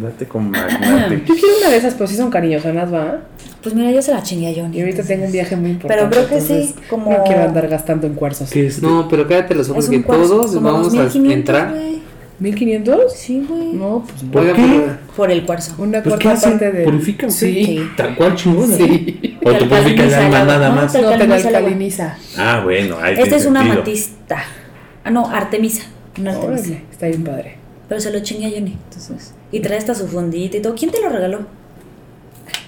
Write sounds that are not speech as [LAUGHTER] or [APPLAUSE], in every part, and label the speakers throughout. Speaker 1: Date con
Speaker 2: [COUGHS]
Speaker 1: magnate.
Speaker 3: Yo quiero una de esas, pero sí son cariñosonas, ¿va?
Speaker 2: Pues mira, yo se la chingué a Johnny.
Speaker 3: Y ahorita tengo un viaje muy importante.
Speaker 2: Pero creo que sí,
Speaker 3: entonces
Speaker 2: como.
Speaker 3: No quiero andar gastando en cuarzos.
Speaker 4: ¿Qué es? Este, No, pero cállate los ojos
Speaker 2: Es
Speaker 4: que
Speaker 2: un cuarzo,
Speaker 4: todos
Speaker 2: como
Speaker 4: vamos a
Speaker 2: 2500,
Speaker 4: entrar.
Speaker 2: güey.
Speaker 3: ¿1500?
Speaker 2: Sí, güey.
Speaker 3: No, pues no.
Speaker 4: Oiga,
Speaker 1: ¿Por qué?
Speaker 4: pero-
Speaker 2: Por el cuarzo.
Speaker 3: Una
Speaker 1: Pues, ¿qué
Speaker 3: cuarta
Speaker 1: hacen?
Speaker 3: parte de.
Speaker 1: ¿Purifican?
Speaker 3: Sí.
Speaker 2: Sí.
Speaker 1: Tal cual chingón, sí. O te
Speaker 2: Te
Speaker 1: purifica el
Speaker 2: alcaliniza
Speaker 1: alma
Speaker 2: el agua.
Speaker 1: nada
Speaker 2: No,
Speaker 1: más.
Speaker 2: te-
Speaker 3: No, te la
Speaker 2: Alcaliniza el agua.
Speaker 3: alcaliniza.
Speaker 1: Ah, bueno, ahí tiene
Speaker 2: Esta Este es una
Speaker 1: sentido.
Speaker 2: amatista. Ah, no, Artemisa. Una Artemisa.
Speaker 3: Órale, está bien padre.
Speaker 2: Pero se lo chingué a Johnny. Entonces. Y trae hasta su fundita y todo. ¿Quién te lo regaló?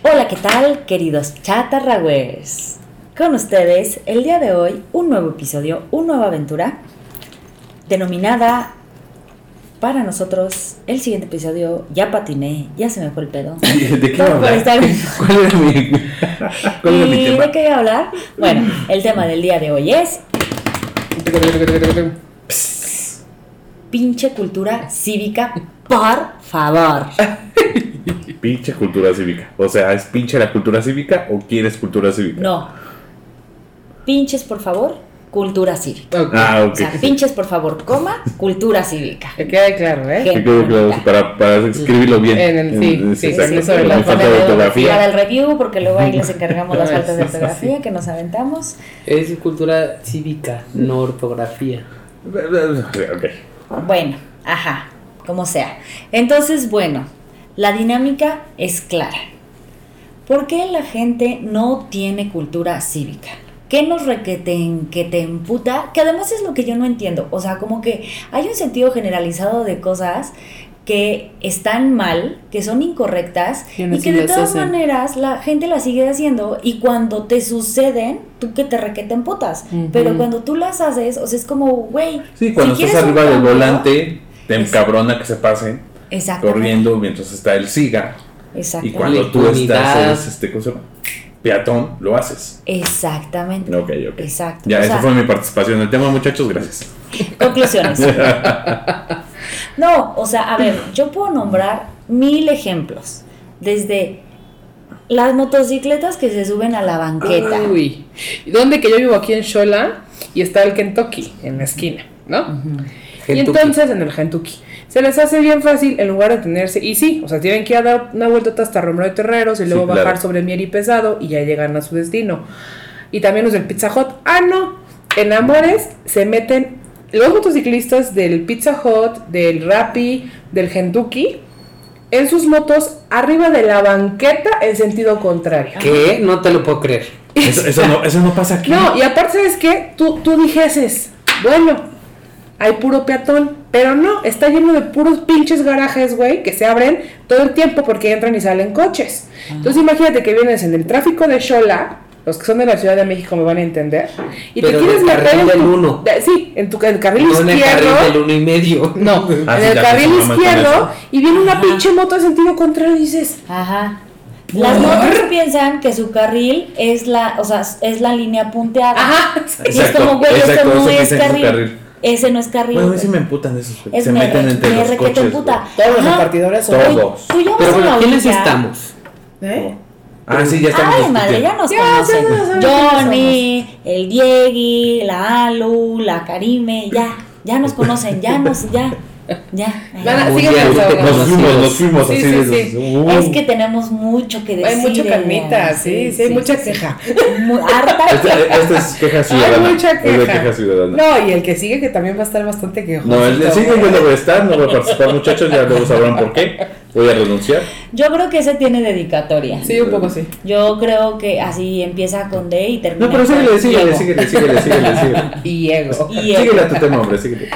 Speaker 2: Hola, ¿qué tal, queridos chatarragüers? Con ustedes, el día de hoy, un nuevo episodio, una nueva aventura, denominada para nosotros, el siguiente episodio, ya patiné, ya se me fue el pedo.
Speaker 1: [LAUGHS] ¿De qué
Speaker 2: Todo por
Speaker 1: hablas?
Speaker 2: estar
Speaker 1: ¿Cuál era mi, [LAUGHS] cuál era mi
Speaker 2: ¿Y
Speaker 1: tema?
Speaker 2: de qué voy a hablar? Bueno, el tema del día de hoy es pinche cultura cívica, por favor.
Speaker 1: Pinche cultura cívica. O sea, ¿es pinche la cultura cívica o quieres cultura cívica?
Speaker 2: No. Pinches, por favor, cultura cívica.
Speaker 3: Ok.
Speaker 1: Ah,
Speaker 2: O
Speaker 1: ok.
Speaker 2: sea,
Speaker 1: [LAUGHS]
Speaker 2: pinches, por favor, coma, cultura cívica.
Speaker 3: Que quede claro, ¿eh?
Speaker 2: Que-
Speaker 1: Sí, creo que vamos para, para escribirlo bien.
Speaker 3: En el- sí,
Speaker 1: En-
Speaker 3: sí,
Speaker 1: exacto.
Speaker 3: sí, sobre la
Speaker 1: Con falta de
Speaker 2: Para
Speaker 1: ortografía.
Speaker 2: el review, porque luego ahí les encargamos
Speaker 1: [LAUGHS]
Speaker 2: las faltas de
Speaker 4: Sí, sí, sí.
Speaker 2: ortografía que nos aventamos.
Speaker 4: [LAUGHS] Es cultura cívica, no ortografía.
Speaker 1: Ok.
Speaker 2: Bueno, ajá, como sea. Entonces, bueno, la dinámica es clara. ¿Por qué la gente no tiene cultura cívica? ¿Qué nos requeten, que te emputa? Que además es lo que yo no entiendo. O sea, como que hay un sentido generalizado de cosas que están mal, que son incorrectas
Speaker 3: Y aún
Speaker 2: y
Speaker 3: así
Speaker 2: que de
Speaker 3: las
Speaker 2: todas
Speaker 3: hacen.
Speaker 2: maneras la gente las sigue haciendo y cuando te suceden, tú que te requeten putas.
Speaker 3: Ujú.
Speaker 2: Pero cuando tú las haces, o sea, es como, güey,
Speaker 1: Sí, cuando
Speaker 2: si
Speaker 1: estás
Speaker 2: quieres un
Speaker 1: arriba del
Speaker 2: cambio,
Speaker 1: volante, te
Speaker 2: es-
Speaker 1: encabrona que se pasen
Speaker 2: Exactamente.
Speaker 1: corriendo mientras está el siga. Y
Speaker 2: Exactamente.
Speaker 1: cuando tú
Speaker 4: Impunidad.
Speaker 1: estás, eres, este, ¿cómo se llama? Peatón, lo haces.
Speaker 2: Exactamente.
Speaker 1: Ok, ok.
Speaker 2: Exacto.
Speaker 1: Ya,
Speaker 2: O
Speaker 1: esa
Speaker 2: sea,
Speaker 1: fue mi participación en el tema, muchachos, gracias. [LAUGHS]
Speaker 2: Conclusiones. no, o sea, a ver, yo puedo nombrar mil ejemplos. Desde las motocicletas que se suben a la banqueta.
Speaker 3: Uy. ¿Y ¿Dónde que yo vivo aquí en Shola? Y está el Kentucky en la esquina, ¿no? Y
Speaker 4: Kentucky.
Speaker 3: entonces en el Kentucky. Se les hace bien fácil en lugar de tenerse. Y sí, o sea, tienen que ir a dar una vuelta hasta Romero de Terreros y luego
Speaker 1: claro.
Speaker 3: bajar sobre Mier y Pesado y ya llegan a su destino. Y también los del Pizza Hut. Ah, no. En Amores se meten los motociclistas del Pizza Hut, del Rappi, del Kentucky. En sus motos, arriba de la banqueta en sentido contrario.
Speaker 4: ¿Qué? No te lo puedo creer.
Speaker 1: Eso, eso no, eso no pasa aquí.
Speaker 3: [LAUGHS] No, y aparte es que tú, tú dijeses, bueno, hay puro peatón, pero no, está lleno de puros pinches garajes, güey, que se abren todo el tiempo porque entran y salen coches. Entonces imagínate que vienes en el tráfico de Xola, los que son de la Ciudad de México me van a entender, y
Speaker 4: Pero
Speaker 3: te quieres
Speaker 4: en el
Speaker 3: meter en
Speaker 4: carril
Speaker 3: tu,
Speaker 4: del uno.
Speaker 3: de- sí, en tu en el carril
Speaker 4: No en el
Speaker 3: izquierdo.
Speaker 4: carril del uno y medio.
Speaker 3: No,
Speaker 1: Ah, sí,
Speaker 3: en el
Speaker 1: ya que
Speaker 3: carril
Speaker 1: se maman con
Speaker 3: izquierdo
Speaker 1: eso.
Speaker 3: y viene una
Speaker 2: Ajá.
Speaker 3: pinche moto de sentido contrario y dices,
Speaker 2: Ajá. Las motos piensan que su carril es la, o sea, es la línea punteada.
Speaker 3: ajá,
Speaker 2: Y es
Speaker 1: Exacto,
Speaker 2: como, güey, esto
Speaker 1: exacto,
Speaker 2: no
Speaker 1: eso
Speaker 2: es
Speaker 1: piensan que es un
Speaker 2: carril.
Speaker 1: carril.
Speaker 2: Ese no es carril.
Speaker 1: Bueno, a
Speaker 2: güey.
Speaker 1: mí sí me emputan esos.
Speaker 2: Es
Speaker 1: se
Speaker 2: me
Speaker 1: meten
Speaker 2: re-
Speaker 1: entre
Speaker 2: me
Speaker 1: los
Speaker 2: requete
Speaker 1: coches.
Speaker 2: puta.
Speaker 1: güey.
Speaker 3: todos los
Speaker 2: Ajá.
Speaker 3: repartidores son...
Speaker 1: Todo.
Speaker 2: Tú- tú ya
Speaker 4: [LAUGHS]
Speaker 2: vas
Speaker 4: Pero
Speaker 2: a
Speaker 4: bueno,
Speaker 2: la
Speaker 4: ¿quiénes
Speaker 2: orilla.
Speaker 4: estamos?
Speaker 3: ¿Eh?
Speaker 1: Ah, sí, ya estamos.
Speaker 2: Ay, madre, ya nos
Speaker 3: Ya,
Speaker 2: conocen.
Speaker 3: ya, ya saben
Speaker 2: Johnny, el Diegui, la Alu, la Karime, ya, ya nos conocen, ya nos, ya, ya.
Speaker 3: Van a-
Speaker 4: Muy
Speaker 3: sígueme
Speaker 4: bien,
Speaker 3: las
Speaker 4: te-
Speaker 3: obras.
Speaker 1: Nos fuimos, nos fuimos
Speaker 3: Sí,
Speaker 1: así
Speaker 3: sí,
Speaker 1: de
Speaker 3: sí.
Speaker 1: esos, uh,
Speaker 2: Es que tenemos mucho que decir.
Speaker 3: Hay mucha
Speaker 2: Eliana.
Speaker 3: carnita, sí, sí, hay mucha queja.
Speaker 2: Mu-
Speaker 1: [LAUGHS]
Speaker 2: harta
Speaker 1: Esta
Speaker 2: queja.
Speaker 1: esta Este, es queja ciudadana.
Speaker 3: Hay mucha
Speaker 1: Es de
Speaker 3: queja.
Speaker 1: queja ciudadana.
Speaker 3: No, y el que sigue que también va a estar bastante quejoso.
Speaker 1: No, el de sigue yo no voy a estar, no voy a participar, muchachos, ya luego sabrán por qué. Voy a renunciar.
Speaker 2: Yo creo que ese tiene dedicatoria.
Speaker 3: Sí, un poco sí.
Speaker 2: Yo creo que así empieza con D y termina
Speaker 1: No, pero
Speaker 2: con
Speaker 1: síguele, síguele,
Speaker 2: Diego.
Speaker 1: síguele, síguele, síguele, síguele.
Speaker 3: Diego.
Speaker 2: Diego.
Speaker 1: Síguele a tu tema, hombre, síguele.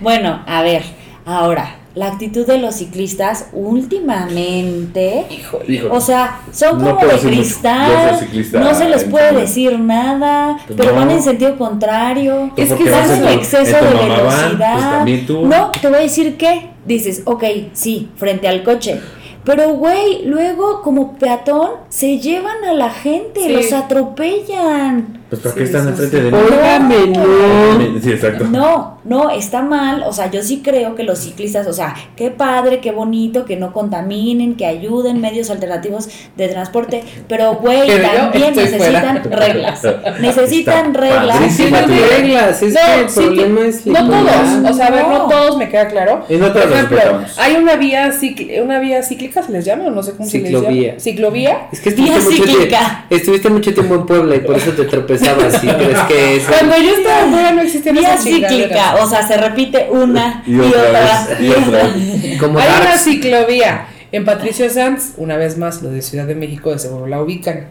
Speaker 2: Bueno, a ver, ahora, la actitud de los ciclistas últimamente.
Speaker 1: Híjole.
Speaker 2: O sea, son
Speaker 1: No
Speaker 2: como
Speaker 1: puedo
Speaker 2: de
Speaker 1: decir mucho. Yo
Speaker 2: cristal,
Speaker 1: soy ciclista,
Speaker 2: no se les puede
Speaker 1: entonces-
Speaker 2: decir nada,
Speaker 1: Pues
Speaker 2: pero
Speaker 1: no.
Speaker 2: van en sentido contrario,
Speaker 1: Pues
Speaker 3: Es
Speaker 1: porque
Speaker 3: que
Speaker 1: vas
Speaker 2: van
Speaker 3: vas
Speaker 2: en
Speaker 1: tu-
Speaker 2: exceso
Speaker 1: tu
Speaker 2: de
Speaker 1: mamá van, pues
Speaker 2: velocidad.
Speaker 1: también tú.
Speaker 2: No, te voy a decir que dices, ok, sí, frente al coche. Pero, güey, luego como peatón se llevan a la gente,
Speaker 3: Sí.
Speaker 2: los atropellan.
Speaker 1: Pues ¿para qué
Speaker 5: Sí,
Speaker 1: están
Speaker 5: sí,
Speaker 1: enfrente
Speaker 5: sí.
Speaker 1: de mí?
Speaker 5: Óigame, no.
Speaker 1: Sí, [LAUGHS] exacto.
Speaker 2: No, no, está mal. O sea, yo sí creo que los ciclistas, o sea, qué padre, qué bonito, que no contaminen, que ayuden medios alternativos de transporte. Pero, güey,
Speaker 5: Pero yo
Speaker 2: también
Speaker 5: estoy
Speaker 2: necesitan
Speaker 5: fuera.
Speaker 2: necesitan reglas. Necesitan
Speaker 1: Está
Speaker 2: reglas.
Speaker 1: padrísimo.
Speaker 5: Tienen
Speaker 1: tu-
Speaker 5: reglas, es que el
Speaker 3: sí,
Speaker 5: problema
Speaker 3: que-
Speaker 5: es
Speaker 3: no
Speaker 5: ignorar.
Speaker 3: todos, o sea, a ver,
Speaker 2: No.
Speaker 3: no todos me queda claro.
Speaker 1: Y no todos
Speaker 3: Por ejemplo,
Speaker 1: respetamos.
Speaker 3: hay una vía, cicl- una vía cíclica, ¿se les llama? o No sé cómo se les
Speaker 5: Ciclovía.
Speaker 3: llama. Ciclovía.
Speaker 5: Es que
Speaker 2: Vía
Speaker 5: estuviste mucho, tiempo,
Speaker 2: cíclica.
Speaker 5: estuviste mucho tiempo en Puebla y por eso te tropezabas y crees que es...
Speaker 3: Cuando yo estaba en Puebla no existían
Speaker 2: Vía
Speaker 3: esas chingaderas.
Speaker 2: cíclica, o sea, se repite una y,
Speaker 1: [LAUGHS] Y otra
Speaker 2: otra.
Speaker 1: vez, y otra vez.
Speaker 5: [LAUGHS] Como
Speaker 3: Hay una
Speaker 5: Darks.
Speaker 3: ciclovía en Patricio Sanz, una vez más, los de Ciudad de México de seguro la ubican.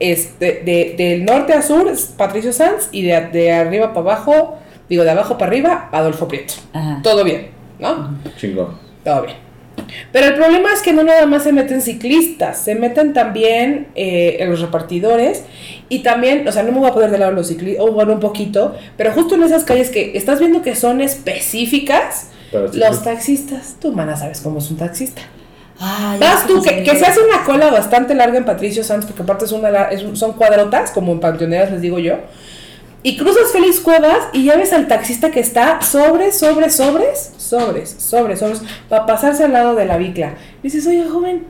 Speaker 3: Este, de, del norte a sur, es Patricio Sanz, y de, de arriba para abajo, digo, de abajo para arriba, Adolfo Prieto.
Speaker 2: Ajá.
Speaker 3: Todo bien, ¿no?
Speaker 1: Chingón.
Speaker 3: Todo bien. Pero el problema es que no nada más se meten ciclistas, se meten también eh, los repartidores y también, o sea, no me voy a poner de lado los ciclistas, o bueno, un poquito, pero justo en esas calles que estás viendo que son específicas,
Speaker 1: Para los
Speaker 3: los
Speaker 1: ciclistas.
Speaker 3: taxistas, tú, mana, sabes cómo es un taxista.
Speaker 2: Ay, pues,
Speaker 3: Vas
Speaker 5: pues
Speaker 3: tú, que, que se hace
Speaker 2: un
Speaker 3: una cola bastante larga en Patricio Sanz, porque aparte es una, la- es un- son cuadrotas, como en panteoneras les digo yo. Y cruzas Félix Cuevas y ya ves al taxista que está sobre, sobre, sobres, sobres, sobres, sobres, para pasarse al lado de la bicla. Y dices, oye, joven,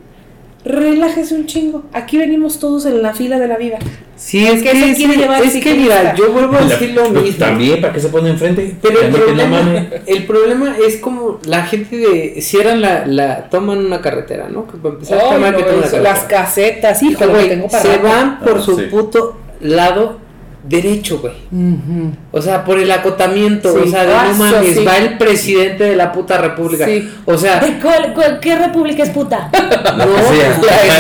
Speaker 3: relájese un chingo. Aquí venimos todos en la fila de la vida.
Speaker 5: Sí, es
Speaker 3: que
Speaker 5: que,
Speaker 3: se
Speaker 5: es,
Speaker 3: quiere llevar
Speaker 5: es que
Speaker 3: ciclista.
Speaker 5: mira, yo vuelvo a
Speaker 1: La-
Speaker 5: decir lo
Speaker 1: no,
Speaker 5: mismo.
Speaker 1: pues, También, ¿para qué se pone enfrente?
Speaker 5: Pero el
Speaker 1: Ya meten la
Speaker 5: problema,
Speaker 1: mano.
Speaker 5: el problema es como la gente de cierran la, la toman una carretera, ¿no? Que para empezar está
Speaker 3: Ay,
Speaker 5: mal que
Speaker 3: no,
Speaker 5: tomen la
Speaker 3: eso,
Speaker 5: carretera.
Speaker 3: las casetas, hijo,
Speaker 5: Güey,
Speaker 3: tengo para
Speaker 5: se
Speaker 3: rato.
Speaker 5: van por
Speaker 1: Ah,
Speaker 5: su
Speaker 1: sí.
Speaker 5: puto lado derecho, güey.
Speaker 3: Ujú.
Speaker 5: O sea, por el acotamiento,
Speaker 3: Sí.
Speaker 5: o sea, de
Speaker 3: Ah,
Speaker 5: no
Speaker 3: eso
Speaker 5: mames,
Speaker 3: sí.
Speaker 5: va el presidente de la puta república.
Speaker 3: Sí.
Speaker 5: O sea,
Speaker 2: [LAUGHS] ¿De cuál- cuál- ¿Qué república es puta? [LAUGHS]
Speaker 1: La que
Speaker 5: No,
Speaker 1: sea.
Speaker 5: la que
Speaker 1: La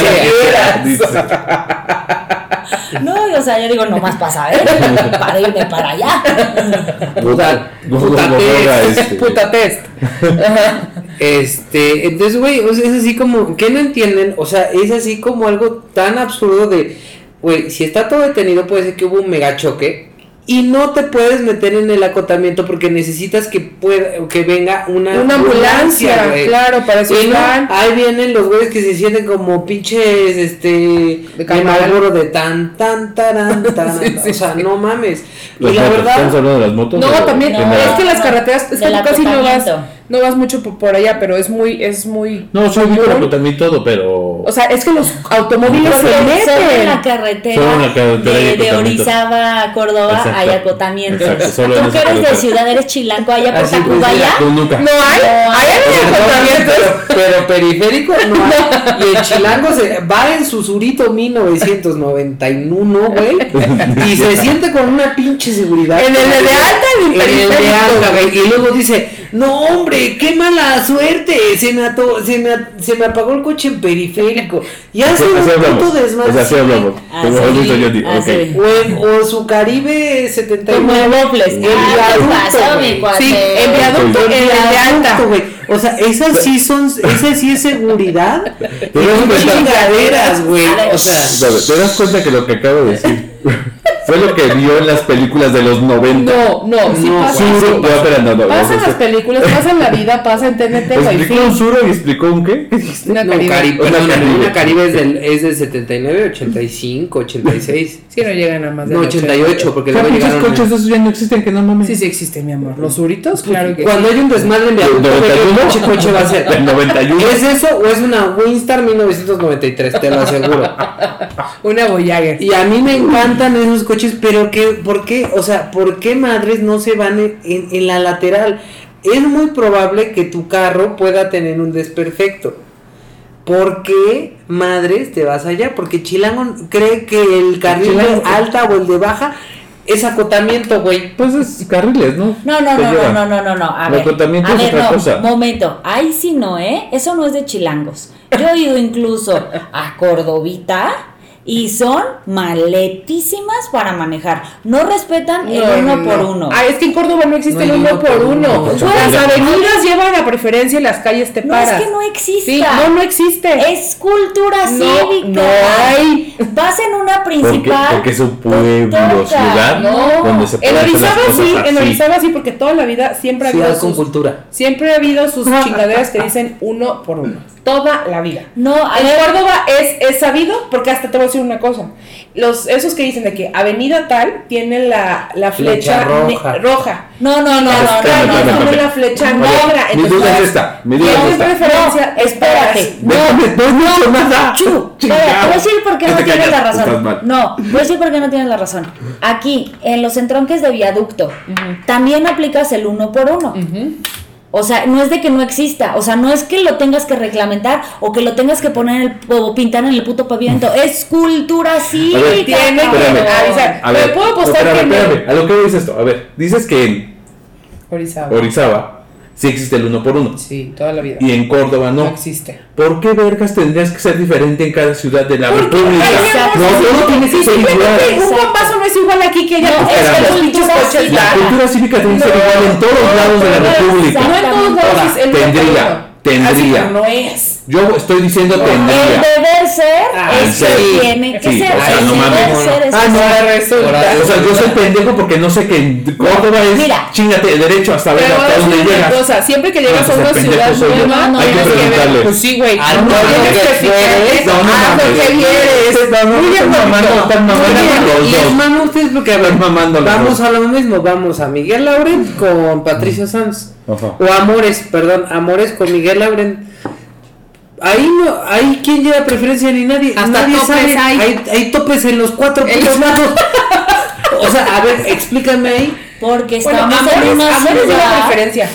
Speaker 1: que sea, [LAUGHS] dice.
Speaker 2: No, o sea, yo digo, nomás para saber, [LAUGHS] para irme para allá.
Speaker 5: [LAUGHS] Puta-
Speaker 1: Go- go-
Speaker 5: putate.
Speaker 1: go-
Speaker 5: [LAUGHS]
Speaker 1: go- este.
Speaker 3: [LAUGHS] Puta test.
Speaker 5: Este, entonces, güey, o sea, es así como, ¿qué no entienden? O sea, es así como algo tan absurdo de, güey, si está todo detenido puede ser que hubo un mega choque y no te puedes meter en el acotamiento porque necesitas que pueda, que venga una,
Speaker 3: Una ambulancia,
Speaker 5: güey.
Speaker 3: claro, para eso
Speaker 5: Y no,
Speaker 3: están.
Speaker 5: ahí vienen los güeyes que se sienten como pinches, este,
Speaker 3: De
Speaker 5: de
Speaker 3: camarón.
Speaker 5: de tan, tan, tarán, tarán.
Speaker 3: [LAUGHS] Sí, sí,
Speaker 5: o sea,
Speaker 3: sí.
Speaker 5: no mames. Y
Speaker 1: Las
Speaker 5: la
Speaker 1: motos,
Speaker 5: verdad,
Speaker 1: ¿Estamos hablando de las motos?
Speaker 3: No,
Speaker 1: o-
Speaker 3: también,
Speaker 1: en la-
Speaker 3: es que las carreteras, es que
Speaker 2: Del
Speaker 3: tú casi no vas,
Speaker 2: acotamiento.
Speaker 3: no vas mucho por, por allá, pero es muy, es muy,
Speaker 1: No, soy muy
Speaker 3: Común.
Speaker 1: pero también todo, pero.
Speaker 3: o sea, es que los automóviles se
Speaker 2: Porque Solo en la
Speaker 3: meten.
Speaker 2: carretera,
Speaker 1: Solo en la carretera hay
Speaker 2: de, de
Speaker 1: acotamientos.
Speaker 2: Orizaba a Córdoba
Speaker 1: Exacto.
Speaker 2: hay acotamiento.
Speaker 1: Exacto, solo en
Speaker 2: Tú que
Speaker 1: esa
Speaker 2: eres de
Speaker 1: carretera.
Speaker 2: ciudad, eres chilango, allá por
Speaker 5: Así pues,
Speaker 2: Tacuba,
Speaker 5: mira,
Speaker 2: allá.
Speaker 1: Tú nunca.
Speaker 3: No hay, hay
Speaker 5: Pero,
Speaker 3: acotamientos.
Speaker 5: pero periférico [LAUGHS] no hay. Y el chilango se va en su surito 1991, güey. Y se siente con una pinche seguridad.
Speaker 3: En el de alta, en el
Speaker 5: En el de
Speaker 3: periférico.
Speaker 5: alta, güey. Y luego dice, no hombre, qué mala suerte. Se me, ato- se me, a- se me apagó el coche en periférico. Y hace
Speaker 1: Pues Así
Speaker 5: un
Speaker 1: hablamos.
Speaker 5: puto
Speaker 1: O sea,
Speaker 5: desmadre. Ah,
Speaker 1: así hablamos.
Speaker 2: Así,
Speaker 1: Como adulto yo digo,
Speaker 2: así.
Speaker 1: ok.
Speaker 5: O, en- o su Caribe 79.
Speaker 2: Como el Boples.
Speaker 5: El
Speaker 2: Ah, ¿qué
Speaker 5: viaducto,
Speaker 2: pasó,
Speaker 5: güey.
Speaker 2: mi cuate?
Speaker 3: Sí, en viaducto, en el de alta.
Speaker 5: Exacto, güey. O sea, esas sí son, esa sí es seguridad.
Speaker 1: Pero es
Speaker 5: Son
Speaker 1: verdad.
Speaker 5: chingaderas, güey. O
Speaker 1: O
Speaker 5: sea,
Speaker 1: sea, ¿Te das cuenta que lo que acabo de decir fue lo que vio en las películas de los 90?
Speaker 3: No, no, sí
Speaker 5: No,
Speaker 3: pasa.
Speaker 1: Suro,
Speaker 3: eso.
Speaker 1: no, espera, no, no,
Speaker 3: Pasa
Speaker 1: no,
Speaker 3: en
Speaker 1: no,
Speaker 3: las películas, pasa en la vida, pasa en TNT, güey,
Speaker 1: ¿Explicó
Speaker 3: fin.
Speaker 1: un suro y explicó un qué?
Speaker 3: Una
Speaker 5: no,
Speaker 3: Caribe.
Speaker 5: Caribe,
Speaker 1: Una
Speaker 5: perdón,
Speaker 1: Caribe.
Speaker 5: una Caribe es del, es del 79, 85, 86.
Speaker 3: Sí, no llegan a más de
Speaker 5: No, 88, porque luego
Speaker 1: muchos
Speaker 5: llegaron.
Speaker 1: coches
Speaker 5: a-
Speaker 1: de esos ya no existen, que no mames.
Speaker 3: Sí, sí existe, mi amor. Los suritos, claro que sí.
Speaker 5: Cuando hay un desmadre en viaducto, güey, ¿qué
Speaker 1: 91?
Speaker 5: pinche coche va a
Speaker 1: Del
Speaker 5: ser?
Speaker 1: 91.
Speaker 5: ¿Es eso o es una Winstar 1993? Te lo aseguro.
Speaker 3: Una Voyager.
Speaker 5: Y a mí me encantan esos coches, pero que, ¿por qué? O sea, ¿por qué madres no se van en, en- en la lateral? Es muy probable que tu carro pueda tener un desperfecto. ¿Por qué madres te vas allá? Porque Chilango cree que el carril de
Speaker 1: Chilango.
Speaker 5: alta o el de baja es acotamiento, güey.
Speaker 1: Pues es carriles, ¿no?
Speaker 2: No, no,
Speaker 1: Te
Speaker 2: no, no,
Speaker 1: llevan.
Speaker 2: no, no, no, no. A
Speaker 1: El
Speaker 2: ver,
Speaker 1: acotamiento
Speaker 2: a
Speaker 1: es
Speaker 2: ver,
Speaker 1: otra
Speaker 2: no,
Speaker 1: cosa.
Speaker 2: momento. Ahí sí no, ¿eh? Eso no es de chilangos. Yo he ido incluso a Cordovita y son maletísimas para manejar. No respetan el
Speaker 3: No,
Speaker 2: uno
Speaker 3: no,
Speaker 2: por
Speaker 3: no.
Speaker 2: uno.
Speaker 3: Ah, es que en Córdoba no existe
Speaker 5: No hay
Speaker 3: el uno por uno.
Speaker 5: Pues,
Speaker 3: Las
Speaker 1: no.
Speaker 3: avenidas llevan a preferencia y las calles te
Speaker 2: no
Speaker 3: paras.
Speaker 2: es que no exista.
Speaker 3: Sí, no, no existe.
Speaker 2: Es cultura
Speaker 3: No,
Speaker 2: cívica.
Speaker 3: no hay.
Speaker 2: Vas en una
Speaker 1: Porque,
Speaker 2: principal.
Speaker 1: porque es un
Speaker 2: te
Speaker 1: pueblo,
Speaker 2: toca.
Speaker 1: ciudad,
Speaker 3: No.
Speaker 1: donde se
Speaker 3: En
Speaker 1: pueden hacer las
Speaker 3: Orizaba
Speaker 1: cosas
Speaker 3: sí,
Speaker 1: así.
Speaker 3: en Orizaba sí, porque toda la vida siempre ha habido
Speaker 5: Ciudad con
Speaker 3: sus,
Speaker 5: cultura.
Speaker 3: siempre ha habido sus chingaderas que dicen uno por uno. toda la vida.
Speaker 2: No, hay-
Speaker 3: En Córdoba es, es sabido, porque hasta te voy a decir una cosa. Los, esos que dicen de que Avenida Tal tiene la, la flecha,
Speaker 4: Flecha
Speaker 3: ne-
Speaker 4: roja.
Speaker 3: roja.
Speaker 2: no, no, no, no, no,
Speaker 1: Espérame,
Speaker 2: no,
Speaker 1: espérame,
Speaker 2: no.
Speaker 3: tiene
Speaker 1: espérame.
Speaker 3: la flecha
Speaker 1: Oye,
Speaker 3: negra.
Speaker 1: mi
Speaker 3: entonces,
Speaker 1: duda es esta, mi duda
Speaker 3: ¿tienes
Speaker 1: es esta.
Speaker 3: preferencia?
Speaker 2: No, espérate.
Speaker 1: No, no, no, no, nada.
Speaker 2: Chu,
Speaker 1: ah. [LAUGHS] Chingado.
Speaker 2: espera, te voy a decir por qué
Speaker 1: Ya
Speaker 2: no
Speaker 1: te
Speaker 2: tienes la
Speaker 1: callas, estás
Speaker 2: razón.
Speaker 1: mal.
Speaker 2: No, voy a decir por qué no tienes la razón. Aquí, en los entronques de viaducto, también aplicas el uno por uno. O sea, no es de que no exista, o sea, no es que lo tengas que reglamentar o que lo tengas que poner en el- o pintar en el puto pavimento, es cultura cívica.
Speaker 3: Tiene que
Speaker 2: cabrón.
Speaker 3: avisar.
Speaker 1: A
Speaker 3: Pero
Speaker 1: ver,
Speaker 3: puedo apostar
Speaker 1: espérame,
Speaker 3: que no.
Speaker 1: espérame, a lo que dices esto. A ver, dices que en
Speaker 3: Orizaba.
Speaker 1: Orizaba sí existe el uno por uno
Speaker 3: Sí, toda la vida.
Speaker 1: y en Córdoba
Speaker 3: No
Speaker 1: no.
Speaker 3: existe.
Speaker 1: ¿Por qué vergas tendrías que ser diferente en cada ciudad de la república?
Speaker 2: Exacto.
Speaker 1: No, tú no tienes que ser igual.
Speaker 3: Simplemente un
Speaker 2: Exacto.
Speaker 3: paso no es igual aquí que allá.
Speaker 2: No,
Speaker 3: porque
Speaker 1: es
Speaker 3: son
Speaker 1: que
Speaker 3: los
Speaker 1: la
Speaker 3: pinches
Speaker 2: cultura
Speaker 3: coches
Speaker 2: sí.
Speaker 1: La
Speaker 3: largos.
Speaker 1: cultura cívica tiene que ser
Speaker 3: No,
Speaker 1: igual en todos
Speaker 3: no,
Speaker 1: lados de la
Speaker 3: no, No
Speaker 1: república.
Speaker 3: en todos lados es el
Speaker 1: Ahora, tendría,
Speaker 3: uno.
Speaker 1: tendría.
Speaker 3: Así que no es.
Speaker 1: Yo estoy diciendo
Speaker 2: El
Speaker 1: tendría.
Speaker 2: deber ser
Speaker 4: Ah,
Speaker 2: es que
Speaker 1: sí.
Speaker 2: tiene que
Speaker 1: Sí,
Speaker 2: ser.
Speaker 1: o sea,
Speaker 2: el
Speaker 1: no
Speaker 2: deber
Speaker 1: mames.
Speaker 2: ser es
Speaker 3: Ah,
Speaker 2: que
Speaker 3: no,
Speaker 2: sea.
Speaker 3: ahora
Speaker 4: Ahora
Speaker 1: O
Speaker 3: resulta.
Speaker 1: sea, yo soy pendejo porque no sé que en Córdoba es
Speaker 2: Mira.
Speaker 1: chingate derecho hasta ver
Speaker 3: Pero
Speaker 1: hasta
Speaker 3: ahora
Speaker 1: dónde
Speaker 3: es una
Speaker 1: llegas.
Speaker 3: cosa, siempre que llegas
Speaker 1: Ah,
Speaker 3: a
Speaker 1: pues
Speaker 3: una
Speaker 1: el pendejo
Speaker 3: ciudad
Speaker 1: soy yo.
Speaker 3: nueva,
Speaker 2: No, no,
Speaker 3: no,
Speaker 2: hay que
Speaker 3: tienes que
Speaker 1: preguntarle.
Speaker 3: ver. Pues sí, güey.
Speaker 4: Al
Speaker 3: No
Speaker 4: todo
Speaker 3: tienes
Speaker 4: que
Speaker 3: que
Speaker 4: puedes,
Speaker 3: fijarte.
Speaker 1: no, no
Speaker 3: Haz lo
Speaker 1: mames.
Speaker 3: que quieres.
Speaker 1: No, no,
Speaker 3: Muy
Speaker 1: están mamando, están
Speaker 3: bonito.
Speaker 1: mamando
Speaker 3: Muy
Speaker 1: los
Speaker 4: Y es
Speaker 1: dos.
Speaker 4: mano, ustedes lo que hablan.
Speaker 1: Están mamando los
Speaker 4: Vamos
Speaker 1: dos.
Speaker 4: a lo mismo, vamos a Miguel Lauren con Patricia Sanz.
Speaker 1: Ajá.
Speaker 4: O Amores, perdón, Amores con Miguel Lauren. Ahí no, ahí quien lleva preferencia ni nadie.
Speaker 3: Hasta
Speaker 4: nadie
Speaker 3: topes
Speaker 4: sabe.
Speaker 3: hay.
Speaker 4: Hay, hay topes en los cuatro
Speaker 3: En
Speaker 4: putos
Speaker 3: los-
Speaker 4: lados. [LAUGHS] o sea, a ver, explícame ahí.
Speaker 2: Porque
Speaker 3: Bueno,
Speaker 2: estamos en
Speaker 3: amores,
Speaker 2: una
Speaker 3: amores de la
Speaker 2: ciudad-
Speaker 3: preferencia.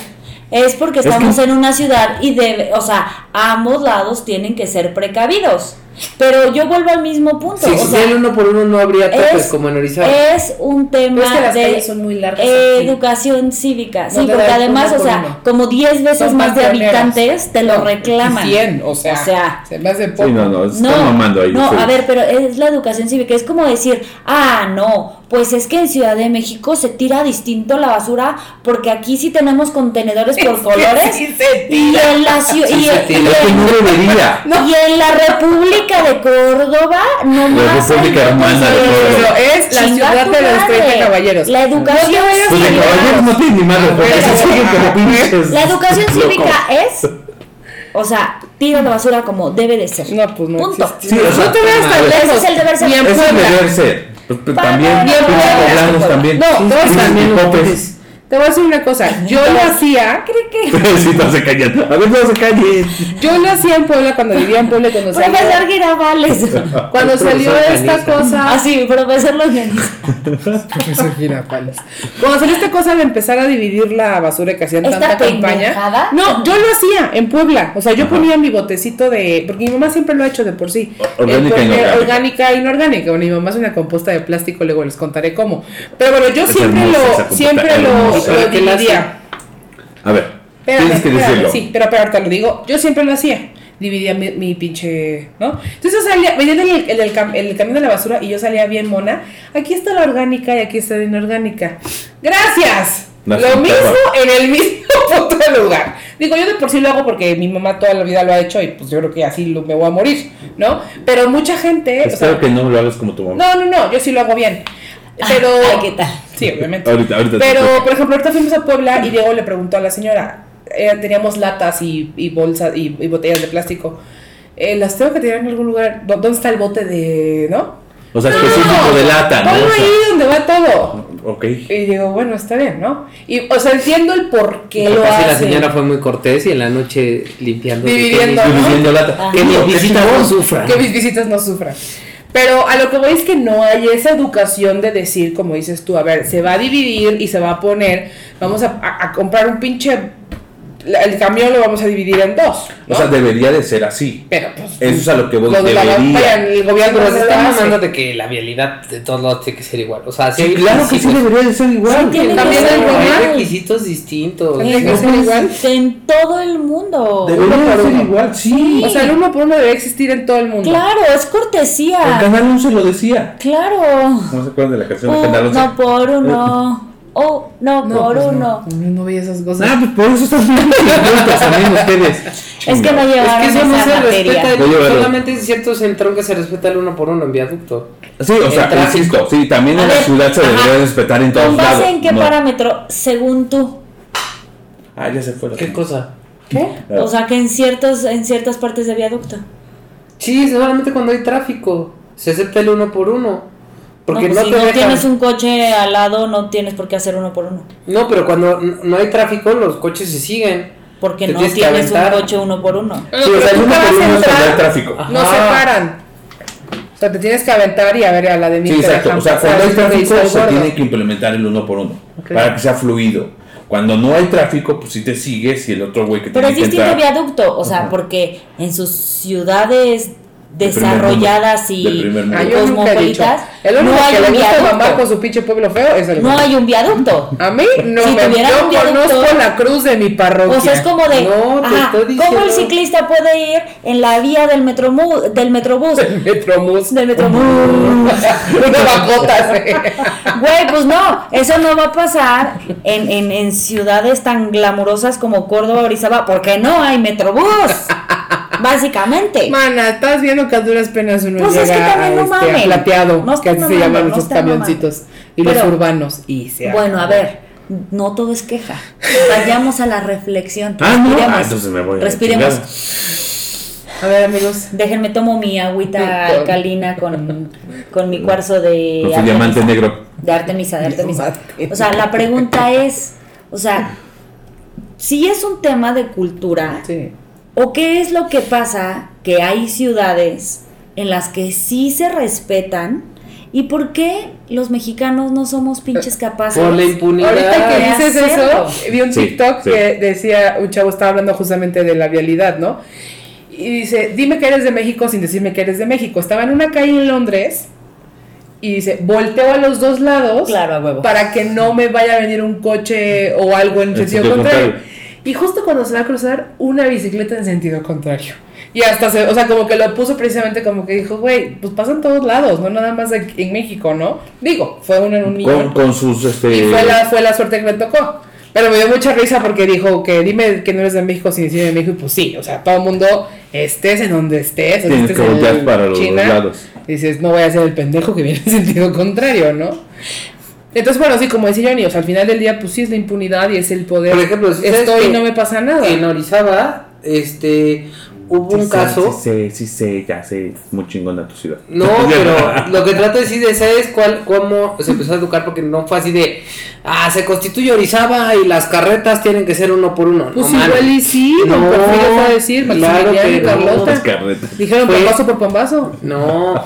Speaker 2: Es porque
Speaker 1: Es
Speaker 2: estamos
Speaker 1: que-
Speaker 2: en una ciudad y debe, o sea, ambos lados tienen que ser precavidos. Pero yo vuelvo al mismo punto.
Speaker 4: Si
Speaker 2: o
Speaker 4: si
Speaker 2: sea,
Speaker 4: el uno por uno no habría topes
Speaker 2: es-
Speaker 4: como en Orizaba.
Speaker 2: es un tema
Speaker 3: Pero pues, es que las
Speaker 2: de
Speaker 3: calles son muy largas
Speaker 2: eh,
Speaker 3: aquí.
Speaker 2: educación cívica. Sí,
Speaker 3: No te
Speaker 2: porque
Speaker 3: da el
Speaker 2: además,
Speaker 3: uno
Speaker 2: o
Speaker 3: por
Speaker 2: sea,
Speaker 3: uno.
Speaker 2: como 10 veces
Speaker 3: Son
Speaker 2: más de
Speaker 3: panteoneras.
Speaker 2: habitantes te lo
Speaker 3: No,
Speaker 2: reclaman.
Speaker 3: y 100, o sea,
Speaker 2: O sea,
Speaker 3: se me hace poco.
Speaker 1: Sí,
Speaker 3: [LAUGHS]
Speaker 1: no, no, están
Speaker 2: No,
Speaker 1: mamando ahí.
Speaker 2: no
Speaker 1: sí.
Speaker 2: a ver, pero es la educación cívica. Es como decir, ah, no, pues es que en Ciudad de México se tira distinto la basura porque aquí sí tenemos contenedores por colores.
Speaker 3: [LAUGHS] Sí se
Speaker 2: Y
Speaker 3: tira.
Speaker 2: en la ciudad.
Speaker 4: Sí
Speaker 2: y,
Speaker 4: se
Speaker 2: en-
Speaker 4: tira.
Speaker 2: y
Speaker 1: Es que
Speaker 2: en-
Speaker 1: no debería.
Speaker 2: y en la República de Córdoba,
Speaker 1: La
Speaker 2: no más.
Speaker 1: República
Speaker 2: hay
Speaker 1: Hermana de
Speaker 2: contenedores.
Speaker 1: Córdoba.
Speaker 3: Es la
Speaker 2: Chinga
Speaker 3: ciudad
Speaker 2: tu
Speaker 3: de los
Speaker 2: madre.
Speaker 3: 30 caballeros.
Speaker 2: La educación
Speaker 1: Pues de caballeros no tiene ni madre, porque
Speaker 3: Pero-
Speaker 1: se siguen como pinches.
Speaker 2: La educación
Speaker 1: locos.
Speaker 2: cívica es. O sea, tira la basura como debe de ser.
Speaker 3: No, pues no.
Speaker 2: Punto.
Speaker 3: existe.
Speaker 1: Sí, o sea,
Speaker 3: no te veas tan
Speaker 1: ese
Speaker 3: lejos.
Speaker 2: es el deber ser.
Speaker 3: Ni en
Speaker 1: Es el
Speaker 3: Puebla.
Speaker 1: deber ser. Pues, pues,
Speaker 2: Para
Speaker 1: También,
Speaker 2: nada.
Speaker 1: pinches poblanos también.
Speaker 3: No, todos
Speaker 1: Pinches
Speaker 3: también los
Speaker 1: popes. [LAUGHS]
Speaker 3: pobres. Te voy a decir una cosa. Yo lo
Speaker 2: Entonces,
Speaker 3: hacía.
Speaker 2: ¿Cree que?
Speaker 1: Sí, no se callan. A ver, no se callen.
Speaker 3: Yo lo hacía en Puebla cuando vivía en Puebla y cuando salió,
Speaker 2: Profesor Girafales.
Speaker 3: [LAUGHS] cuando
Speaker 4: El profesor
Speaker 3: salió esta
Speaker 4: Canisa.
Speaker 3: cosa.
Speaker 2: Así, profesor Longaniza.
Speaker 3: [LAUGHS] Profesor Girafales. Cuando salió esta cosa de empezar a dividir la basura que hacían
Speaker 2: ¿Esta
Speaker 3: tanta campaña.
Speaker 2: pendejada?
Speaker 3: No, yo lo hacía en Puebla. O sea, yo ponía mi botecito de. Porque mi mamá siempre lo ha hecho de por sí.
Speaker 1: O- orgánica e
Speaker 3: El-
Speaker 1: inorgánica.
Speaker 3: Orgánica e inorgánica. Bueno, mi mamá es una composta de plástico, luego les contaré cómo. Pero bueno, yo
Speaker 1: Es
Speaker 3: siempre
Speaker 1: hermosa esa
Speaker 3: lo,
Speaker 1: composta,
Speaker 3: siempre lo,
Speaker 1: hermosa.
Speaker 3: lo
Speaker 4: ¿Qué la hace?
Speaker 3: dividía.
Speaker 1: A ver,
Speaker 3: Espérame,
Speaker 1: tienes que
Speaker 3: espérame,
Speaker 1: decirlo.
Speaker 3: Sí, pero, pero ahorita lo digo. Yo siempre lo hacía. Dividía mi, mi pinche. ¿No? Entonces salía, venían el, el, del cam- el camión de la basura y yo salía bien mona. Aquí está la orgánica y aquí está la inorgánica. ¡Gracias!
Speaker 1: Las
Speaker 3: lo mismo
Speaker 1: conservas.
Speaker 3: en el mismo [LAUGHS] puto lugar. Digo, yo de por sí lo hago porque mi mamá toda la vida lo ha hecho y pues yo creo que así lo- me voy a morir, ¿no? Pero mucha gente. o
Speaker 1: Espero
Speaker 3: sea,
Speaker 1: que no lo hagas como tu mamá.
Speaker 3: no, no, no, yo sí lo hago bien.
Speaker 2: [LAUGHS]
Speaker 3: Pero.
Speaker 2: Ah, ¿qué tal?
Speaker 3: Sí, obviamente.
Speaker 1: Ahorita, ahorita. te
Speaker 3: Pero,
Speaker 1: toca.
Speaker 3: por ejemplo, ahorita fuimos a Puebla y Diego le preguntó a la señora, eh, teníamos latas y, y bolsas y, y botellas de plástico. Eh, las tengo que tirar en algún lugar. ¿Dó- ¿Dónde está el bote de, no?
Speaker 1: O sea, específico de lata, ¿no?
Speaker 3: Ponlo
Speaker 1: O sea,
Speaker 3: ahí donde va todo.
Speaker 1: Ok.
Speaker 3: Y digo, bueno, está bien, ¿no? Y, o sea, entiendo el por qué lo
Speaker 4: Capaz si
Speaker 3: hace.
Speaker 4: la señora fue muy cortés y en la noche limpiando. de
Speaker 3: Dividiendo.
Speaker 4: tenis.
Speaker 1: Dividiendo lata.
Speaker 2: Ah.
Speaker 4: Que mis visitas no sufran.
Speaker 3: Que mis visitas no sufran. Pero a lo que voy es que no hay esa educación de decir, como dices tú, a ver, se va a dividir y se va a poner, vamos a, a- a comprar un pinche, la- el camión lo vamos a dividir en dos. ¿no?
Speaker 1: O sea, debería de ser así.
Speaker 3: Pero pues...
Speaker 1: Eso es a lo que voy.
Speaker 3: lo de la campaña,
Speaker 1: Debería.
Speaker 3: el
Speaker 4: Pero
Speaker 3: gobierno
Speaker 4: se
Speaker 3: no lo
Speaker 4: están
Speaker 3: hace.
Speaker 4: mamando de que la vialidad de todos lados tiene que ser igual. O sea,
Speaker 1: Sí, claro
Speaker 5: pues,
Speaker 1: que sí
Speaker 3: pues.
Speaker 4: requisitos-
Speaker 1: debería de ser igual.
Speaker 2: tiene que
Speaker 3: También
Speaker 2: ser
Speaker 3: el
Speaker 2: igual.
Speaker 4: hay
Speaker 3: normal.
Speaker 4: requisitos distintos.
Speaker 3: Tiene que
Speaker 4: ¿no?
Speaker 3: ser igual.
Speaker 2: En todo el mundo.
Speaker 1: Debería
Speaker 3: Uno
Speaker 1: de
Speaker 3: por
Speaker 1: ser
Speaker 3: uno.
Speaker 1: igual, sí.
Speaker 3: O sea, el uno por uno debe existir en todo el mundo.
Speaker 2: Claro, es
Speaker 3: Ah.
Speaker 1: El
Speaker 2: cortesía.
Speaker 1: canal 11 lo decía.
Speaker 2: Claro.
Speaker 1: ¿No se acuerdan de la
Speaker 3: Uh,
Speaker 1: canción del canal 11?
Speaker 2: Uno por uno. Oh, no,
Speaker 3: No,
Speaker 2: por
Speaker 3: pues,
Speaker 2: uno.
Speaker 3: No, yo no veía esas cosas.
Speaker 1: Ah, pues por eso están bien chingosas también ustedes.
Speaker 2: Es que no
Speaker 4: Es
Speaker 1: Chingados.
Speaker 2: llevaron
Speaker 4: que eso no
Speaker 2: esa
Speaker 4: se
Speaker 2: materia.
Speaker 4: respeta.
Speaker 1: Voy a llevarlo.
Speaker 4: Solamente en ciertos entronques se respeta el uno por uno en viaducto.
Speaker 1: Sí, o
Speaker 4: El
Speaker 1: sea,
Speaker 4: tráfico.
Speaker 1: insisto, sí, también
Speaker 2: A
Speaker 1: en la
Speaker 2: ver,
Speaker 1: ciudad se
Speaker 2: ajá.
Speaker 1: debería respetar en todos
Speaker 2: ¿Con
Speaker 1: lados.
Speaker 2: base en qué
Speaker 1: No.
Speaker 2: parámetro? Según tú.
Speaker 1: Ah, ya se fue. la
Speaker 4: ¿Qué
Speaker 1: gente.
Speaker 4: cosa?
Speaker 3: ¿Qué?
Speaker 1: Ah.
Speaker 2: O sea, que en, ciertos, en ciertas partes de viaducto.
Speaker 5: Sí, solamente cuando hay tráfico. Se acepta el uno por uno. Porque
Speaker 2: no,
Speaker 5: no,
Speaker 2: pues si
Speaker 5: te
Speaker 2: no
Speaker 5: dejan-
Speaker 2: tienes un coche al lado, no tienes por qué hacer uno por uno.
Speaker 5: No, pero cuando n- no hay tráfico, los coches se siguen.
Speaker 2: Porque
Speaker 5: Te
Speaker 2: no
Speaker 5: tienes que
Speaker 2: tienes un
Speaker 5: aventar.
Speaker 2: coche uno por uno.
Speaker 3: Bueno,
Speaker 1: Sí, o
Speaker 3: pero
Speaker 1: sea,
Speaker 3: tú
Speaker 1: hay uno por
Speaker 3: te vas a
Speaker 1: uno cuando hay
Speaker 3: entrar,
Speaker 1: tráfico.
Speaker 3: No se
Speaker 5: Ajá.
Speaker 3: paran. O sea, te tienes que aventar y a ver a la de mí.
Speaker 1: Sí,
Speaker 3: te
Speaker 1: exacto.
Speaker 3: dejan
Speaker 1: O sea,
Speaker 3: pasar,
Speaker 1: cuando hay
Speaker 3: es lo que
Speaker 1: tráfico
Speaker 3: hizo el
Speaker 1: se
Speaker 3: gordo.
Speaker 1: tiene que implementar el uno por uno
Speaker 3: Ok.
Speaker 1: para que sea fluido. Cuando no hay tráfico, pues sí te sigues y el otro güey que
Speaker 2: Pero es
Speaker 1: tiene que
Speaker 2: distinto
Speaker 1: entrar-
Speaker 2: viaducto, o sea,
Speaker 1: Ajá.
Speaker 2: porque en sus ciudades
Speaker 1: De primer
Speaker 2: desarrolladas
Speaker 1: mundo. De
Speaker 2: y
Speaker 1: primer mundo.
Speaker 3: Ah, yo nunca he dicho.
Speaker 2: cosmopolitas,
Speaker 3: El único
Speaker 2: no hay
Speaker 3: que le
Speaker 2: un
Speaker 3: gusta mamar con
Speaker 2: viaducto.
Speaker 3: su pinche pueblo feo es el
Speaker 2: No
Speaker 3: gordo.
Speaker 2: hay un viaducto.
Speaker 3: A mí no
Speaker 2: Si
Speaker 3: me
Speaker 2: tuviera
Speaker 3: Yo
Speaker 2: un viaducto-
Speaker 3: conozco la cruz de mi parroquia.
Speaker 2: O sea, es como de,
Speaker 5: No, te
Speaker 2: ajá,
Speaker 5: estoy
Speaker 2: ¿cómo el
Speaker 5: diciendo-
Speaker 2: ciclista puede ir en la vía del, metromu- del metrobús?
Speaker 3: [LAUGHS] El Metromus.
Speaker 2: del metrobús.
Speaker 3: [LAUGHS] Una
Speaker 2: [LAUGHS]
Speaker 3: bajota, sí.
Speaker 2: Güey, pues no, eso no va a pasar en, en, en ciudades tan glamurosas como Córdoba, Orizaba, porque no hay metrobús, básicamente.
Speaker 3: Mana, estás viendo que a duras penas uno
Speaker 2: Pues
Speaker 3: llega
Speaker 2: es que también no
Speaker 3: a, este, a
Speaker 2: mamen.
Speaker 3: plateado,
Speaker 2: No
Speaker 3: que
Speaker 2: están
Speaker 3: así
Speaker 2: mamando,
Speaker 3: se llaman
Speaker 2: no
Speaker 3: esos
Speaker 2: están
Speaker 3: camioncitos y los
Speaker 2: Pero-
Speaker 3: urbanos y se
Speaker 2: Bueno, a ver, no todo es queja. Vayamos a la reflexión.
Speaker 1: Ah, no.
Speaker 2: Respiremos.
Speaker 1: Ah, entonces me voy a la
Speaker 2: Respiremos.
Speaker 1: chingada.
Speaker 3: a ver, amigos.
Speaker 2: Déjenme tomo mi agüita
Speaker 3: Con-
Speaker 2: alcalina con, con mi cuarzo de
Speaker 1: Con su
Speaker 2: Artemisa.
Speaker 1: diamante negro.
Speaker 2: De Artemisa, de Artemisa.
Speaker 3: Diamante.
Speaker 2: O sea, la pregunta es, o sea, si es un tema de cultura,
Speaker 3: Sí.
Speaker 2: ¿O qué es lo que pasa que hay ciudades en las que sí se respetan? ¿Y por qué los mexicanos no somos pinches capaces?
Speaker 5: Por la impunidad.
Speaker 3: Ahorita que
Speaker 2: de
Speaker 3: dices
Speaker 2: hacerlo.
Speaker 3: eso, vi un
Speaker 1: Sí,
Speaker 3: TikTok
Speaker 1: sí.
Speaker 3: que decía, un chavo estaba hablando justamente de la vialidad, ¿no? Y dice, dime que eres de México sin decirme que eres de México. Estaba en una calle en Londres y dice, volteo a los dos lados
Speaker 2: Claro, a huevo.
Speaker 3: para que no me vaya a venir un coche o algo en
Speaker 1: En
Speaker 3: sentido
Speaker 1: sentido
Speaker 3: contrario.
Speaker 1: contrario.
Speaker 3: Y justo cuando se va a cruzar, una bicicleta en sentido contrario. Y hasta se, o sea, como que lo puso precisamente como que dijo, güey, pues pasa en todos lados, no nada más aquí- en México, ¿no? Digo, fue uno en un
Speaker 1: Con,
Speaker 3: millón.
Speaker 1: con sus. Este,
Speaker 3: Y fue la, fue la suerte que me tocó. Pero me dio mucha risa porque dijo que dime que no eres de México sin decirme de México. Y pues sí, o sea, todo el mundo estés en donde estés. o
Speaker 1: Tienes
Speaker 3: estés
Speaker 1: que
Speaker 3: en
Speaker 1: voltear para los
Speaker 3: este, China,
Speaker 1: dos lados.
Speaker 3: Dices, no voy a ser el pendejo que viene en [LAUGHS] sentido contrario, ¿no? Entonces, bueno, sí, como decía Johnny, o sea, al final del día, pues sí es la impunidad y es el poder.
Speaker 5: Por ejemplo, si sabes
Speaker 3: estoy y
Speaker 5: que
Speaker 3: no me pasa nada.
Speaker 5: En Orizaba, este, hubo un
Speaker 1: Sí,
Speaker 5: caso.
Speaker 1: Sí, sí, sí, sí, ya sé. Es muy chingona tu ciudad. [LAUGHS]
Speaker 5: No, pero lo que trato de decir es, ¿sabes cuál, cómo se empezó a educar? Porque no fue así de, ah, se constituye Orizaba y las carretas tienen que ser uno por uno.
Speaker 3: pues
Speaker 5: no mames.
Speaker 3: igual y sí, don
Speaker 5: No,
Speaker 3: Porfirio fue a decir,
Speaker 5: claro
Speaker 3: Maximiliano y
Speaker 5: que no.
Speaker 3: Carlota.
Speaker 1: Las carretas.
Speaker 3: Dijeron
Speaker 5: Fue-
Speaker 3: pambazo por pambazo. [LAUGHS]
Speaker 5: No,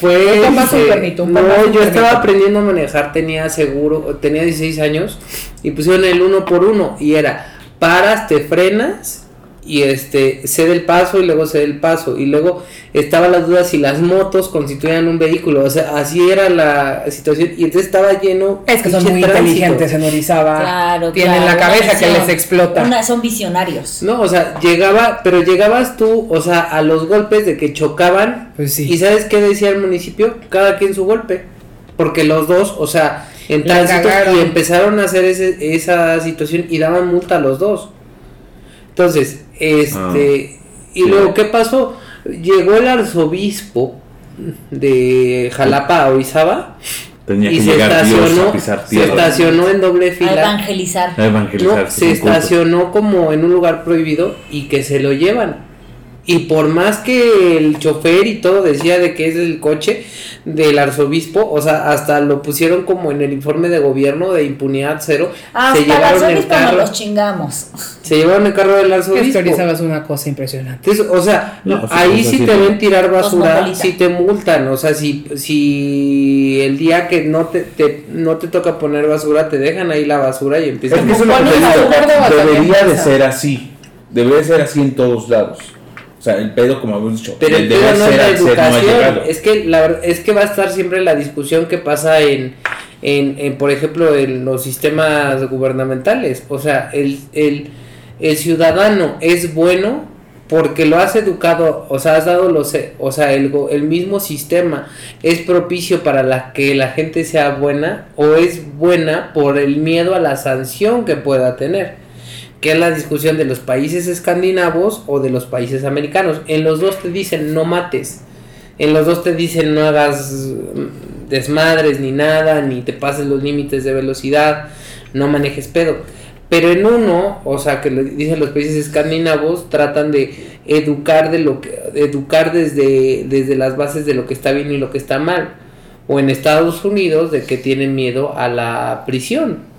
Speaker 5: fue...
Speaker 3: Un pambazo, un
Speaker 5: eh,
Speaker 3: cuernito, un
Speaker 5: no,
Speaker 3: pambazo, un
Speaker 5: yo estaba
Speaker 3: cuernito.
Speaker 5: aprendiendo a manejar, tenía seguro, tenía 16 años y pusieron el uno por uno y era, paras, te frenas y este, cede el paso y luego cede el paso y luego estaba la duda si las motos constituían un vehículo, o sea, así era la situación y entonces estaba lleno...
Speaker 3: Es que son
Speaker 5: pinche
Speaker 3: muy
Speaker 5: tránsito.
Speaker 3: inteligentes en Orizaba.
Speaker 2: Claro,
Speaker 3: Tienen
Speaker 2: claro,
Speaker 3: la
Speaker 2: una
Speaker 3: cabeza que
Speaker 2: visión.
Speaker 3: les explota.
Speaker 2: Una- son visionarios.
Speaker 5: No, o sea, llegaba, pero llegabas tú, o sea, a los golpes de que chocaban.
Speaker 3: Pues sí.
Speaker 5: ¿Y sabes qué decía el municipio? Cada quien su golpe. Porque los dos, o sea, en
Speaker 3: La
Speaker 5: tránsito
Speaker 3: cagaron.
Speaker 5: y empezaron a hacer ese- esa situación y daban multa a los dos. Entonces, este. y
Speaker 1: Ah, sí.
Speaker 5: luego, ¿qué pasó? Llegó el arzobispo de Jalapa a Orizaba
Speaker 1: Tenía
Speaker 5: y
Speaker 1: que
Speaker 5: se
Speaker 1: llegar Dios
Speaker 5: estacionó,
Speaker 1: a pisar
Speaker 5: se
Speaker 1: tierra.
Speaker 5: estacionó en doble
Speaker 2: A
Speaker 5: fila.
Speaker 2: evangelizar.
Speaker 1: A evangelizar.
Speaker 5: No, se estacionó como en un lugar prohibido y que se lo llevan. Y por más que el chofer y todo decía de que es el coche del arzobispo, o sea, hasta lo pusieron como en el informe de gobierno de impunidad cero. se
Speaker 2: Ah, Hasta las
Speaker 5: llevaron
Speaker 2: zonas
Speaker 5: el
Speaker 2: cuando
Speaker 5: carro,
Speaker 2: los chingamos.
Speaker 5: se llevaron el carro del
Speaker 3: Es que
Speaker 5: arzobispo.
Speaker 3: Orizaba es una cosa impresionante.
Speaker 5: Entonces, o sea,
Speaker 1: No, o sea,
Speaker 5: ahí
Speaker 1: o sea,
Speaker 5: si
Speaker 1: sí pues,
Speaker 5: te
Speaker 1: te-
Speaker 5: ven tirar basura,
Speaker 2: Cosmopolita.
Speaker 5: si te multan, o sea, si, si el día que no te, te- no te toca poner basura, te dejan ahí la basura y
Speaker 1: Es
Speaker 5: empiezan
Speaker 1: que es una
Speaker 3: Ponen a un gordo
Speaker 1: realidad.
Speaker 3: a
Speaker 1: Debería
Speaker 3: cambiar
Speaker 1: de
Speaker 3: esa.
Speaker 1: ser así. Debería ser así en todos lados. O sea, el pedo, como habíamos dicho,
Speaker 5: Pero
Speaker 1: el
Speaker 5: el tema
Speaker 1: deber
Speaker 5: no es
Speaker 1: ser
Speaker 5: la
Speaker 1: al ser no ha
Speaker 5: educación.
Speaker 1: llegado.
Speaker 5: es que la verdad- es que va a estar siempre la discusión que pasa en, en, en, por ejemplo, en los sistemas gubernamentales. O sea, el, el, el ciudadano es bueno porque lo has educado, o sea, has dado los, e- o sea, el, go- el mismo sistema es propicio para la que la gente sea buena o es buena por el miedo a la sanción que pueda tener que es la discusión de los países escandinavos o de los países americanos. En los dos te dicen no mates, en los dos te dicen no hagas mm, desmadres ni nada, ni te pases los límites de velocidad, no manejes pedo. Pero en uno, o sea, que lo dicen los países escandinavos, tratan de educar de lo que de educar desde desde las bases de lo que está bien y lo que está mal. O en Estados Unidos de que tienen miedo a la prisión.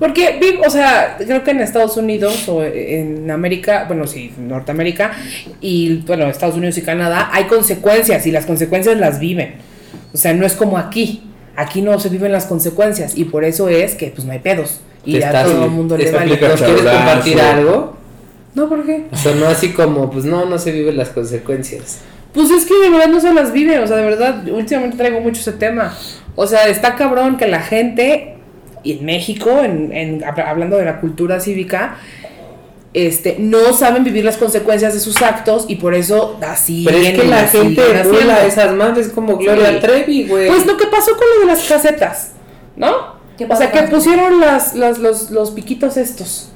Speaker 3: Porque, vi- o sea, creo que en Estados Unidos o en América, bueno, sí, Norteamérica y, bueno, Estados Unidos y Canadá, hay consecuencias y las consecuencias las viven. O sea, no es como aquí. Aquí no se viven las consecuencias y por eso es que, pues, no hay pedos. Y
Speaker 5: Te
Speaker 3: a
Speaker 5: estás-
Speaker 3: todo el mundo le
Speaker 1: está
Speaker 3: vale.
Speaker 1: aplicando-
Speaker 5: ¿Nos quieres
Speaker 1: Cachabrazo.
Speaker 5: compartir algo?
Speaker 3: No, ¿por qué?
Speaker 5: Sonó así como, pues no, no se viven las consecuencias.
Speaker 3: Pues es que de verdad no se las vive, o sea, de verdad, últimamente traigo mucho ese tema. O sea, está cabrón que la gente, y en México, en, en- hab- hablando de la cultura cívica, este, no saben vivir las consecuencias de sus actos y por eso así.
Speaker 5: Pero es que la gente
Speaker 3: no
Speaker 5: rula esas madres como Gloria
Speaker 3: Sí.
Speaker 5: Trevi, güey.
Speaker 3: Pues lo que pasó con lo de las casetas, ¿no?
Speaker 2: ¿Qué
Speaker 3: O sea,
Speaker 2: pasó?
Speaker 3: que pusieron las, las- los, los piquitos estos.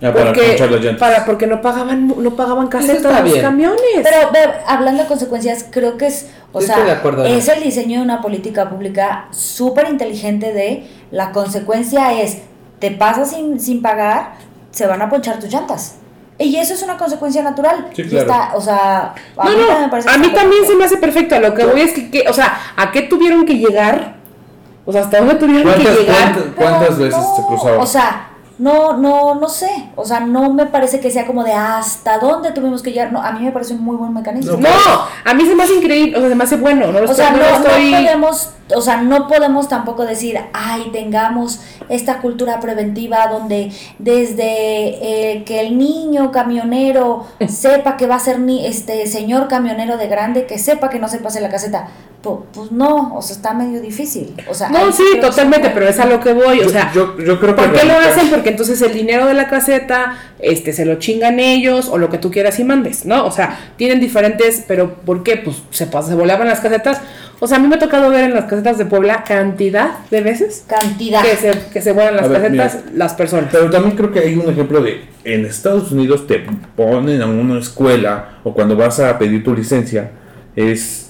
Speaker 1: Ya Ah, para ponchar las llantas.
Speaker 3: para- porque no pagaban, no pagaban casetas
Speaker 5: está
Speaker 3: a los
Speaker 5: bien.
Speaker 3: camiones.
Speaker 2: Pero ve, hablando de consecuencias, creo que es, o
Speaker 5: Yo
Speaker 2: sea,
Speaker 5: estoy de acuerdo, Ana.
Speaker 2: es el diseño de una política pública súper inteligente de la consecuencia es, te pasas sin, sin pagar, se van a ponchar tus llantas. Y eso es una consecuencia natural.
Speaker 1: Sí,
Speaker 2: Y
Speaker 1: claro.
Speaker 2: está, o sea, a
Speaker 3: No,
Speaker 2: mí también
Speaker 3: no,
Speaker 2: me parece
Speaker 3: a mí
Speaker 2: súper
Speaker 3: también se
Speaker 2: correcto.
Speaker 3: me hace perfecto. A lo que voy es que, que- o sea, ¿a qué tuvieron que llegar? O sea, ¿hasta dónde tuvieron que
Speaker 1: ¿Cuántas,
Speaker 3: llegar?
Speaker 1: cuántas- cuántas
Speaker 2: No,
Speaker 1: veces se
Speaker 2: no,
Speaker 1: cruzaban?
Speaker 2: O sea, no, no, no sé. O sea, no me parece que sea como de hasta dónde tuvimos que llegar. No, a mí me parece un muy buen mecanismo.
Speaker 3: No, a mí se me hace increíble, o sea, se me hace bueno. No lo
Speaker 2: O sea,
Speaker 3: estoy-
Speaker 2: no,
Speaker 3: no lo
Speaker 2: no
Speaker 3: estoy-
Speaker 2: podemos, o sea, no podemos tampoco decir, ay, tengamos esta cultura preventiva donde desde eh, que el niño
Speaker 3: [LAUGHS]
Speaker 2: camionero sepa que va a ser ni este señor camionero de grande, que sepa que no se pase la caseta. Po- Pues, no, o sea, está medio difícil. O sea,
Speaker 3: No,
Speaker 2: ahí
Speaker 3: sí,
Speaker 2: creo que
Speaker 3: totalmente,
Speaker 2: sí.
Speaker 3: pero es a lo que voy. O sea,
Speaker 1: yo, yo creo que
Speaker 3: ¿Por qué lo
Speaker 1: erradicar-
Speaker 3: hacen? Porque entonces el dinero de la caseta, este, se lo chingan ellos o lo que tú quieras y mandes, ¿no? O sea, tienen diferentes, pero ¿por qué? Pues se, pas- se volaban las casetas. O sea, a mí me ha tocado ver en las casetas de Puebla cantidad de veces
Speaker 2: Cantidad.
Speaker 3: que se, que se vuelan las
Speaker 1: A ver,
Speaker 3: casetas las personas.
Speaker 1: Pero también creo que hay un ejemplo de en Estados Unidos te ponen a una escuela o cuando vas a pedir tu licencia es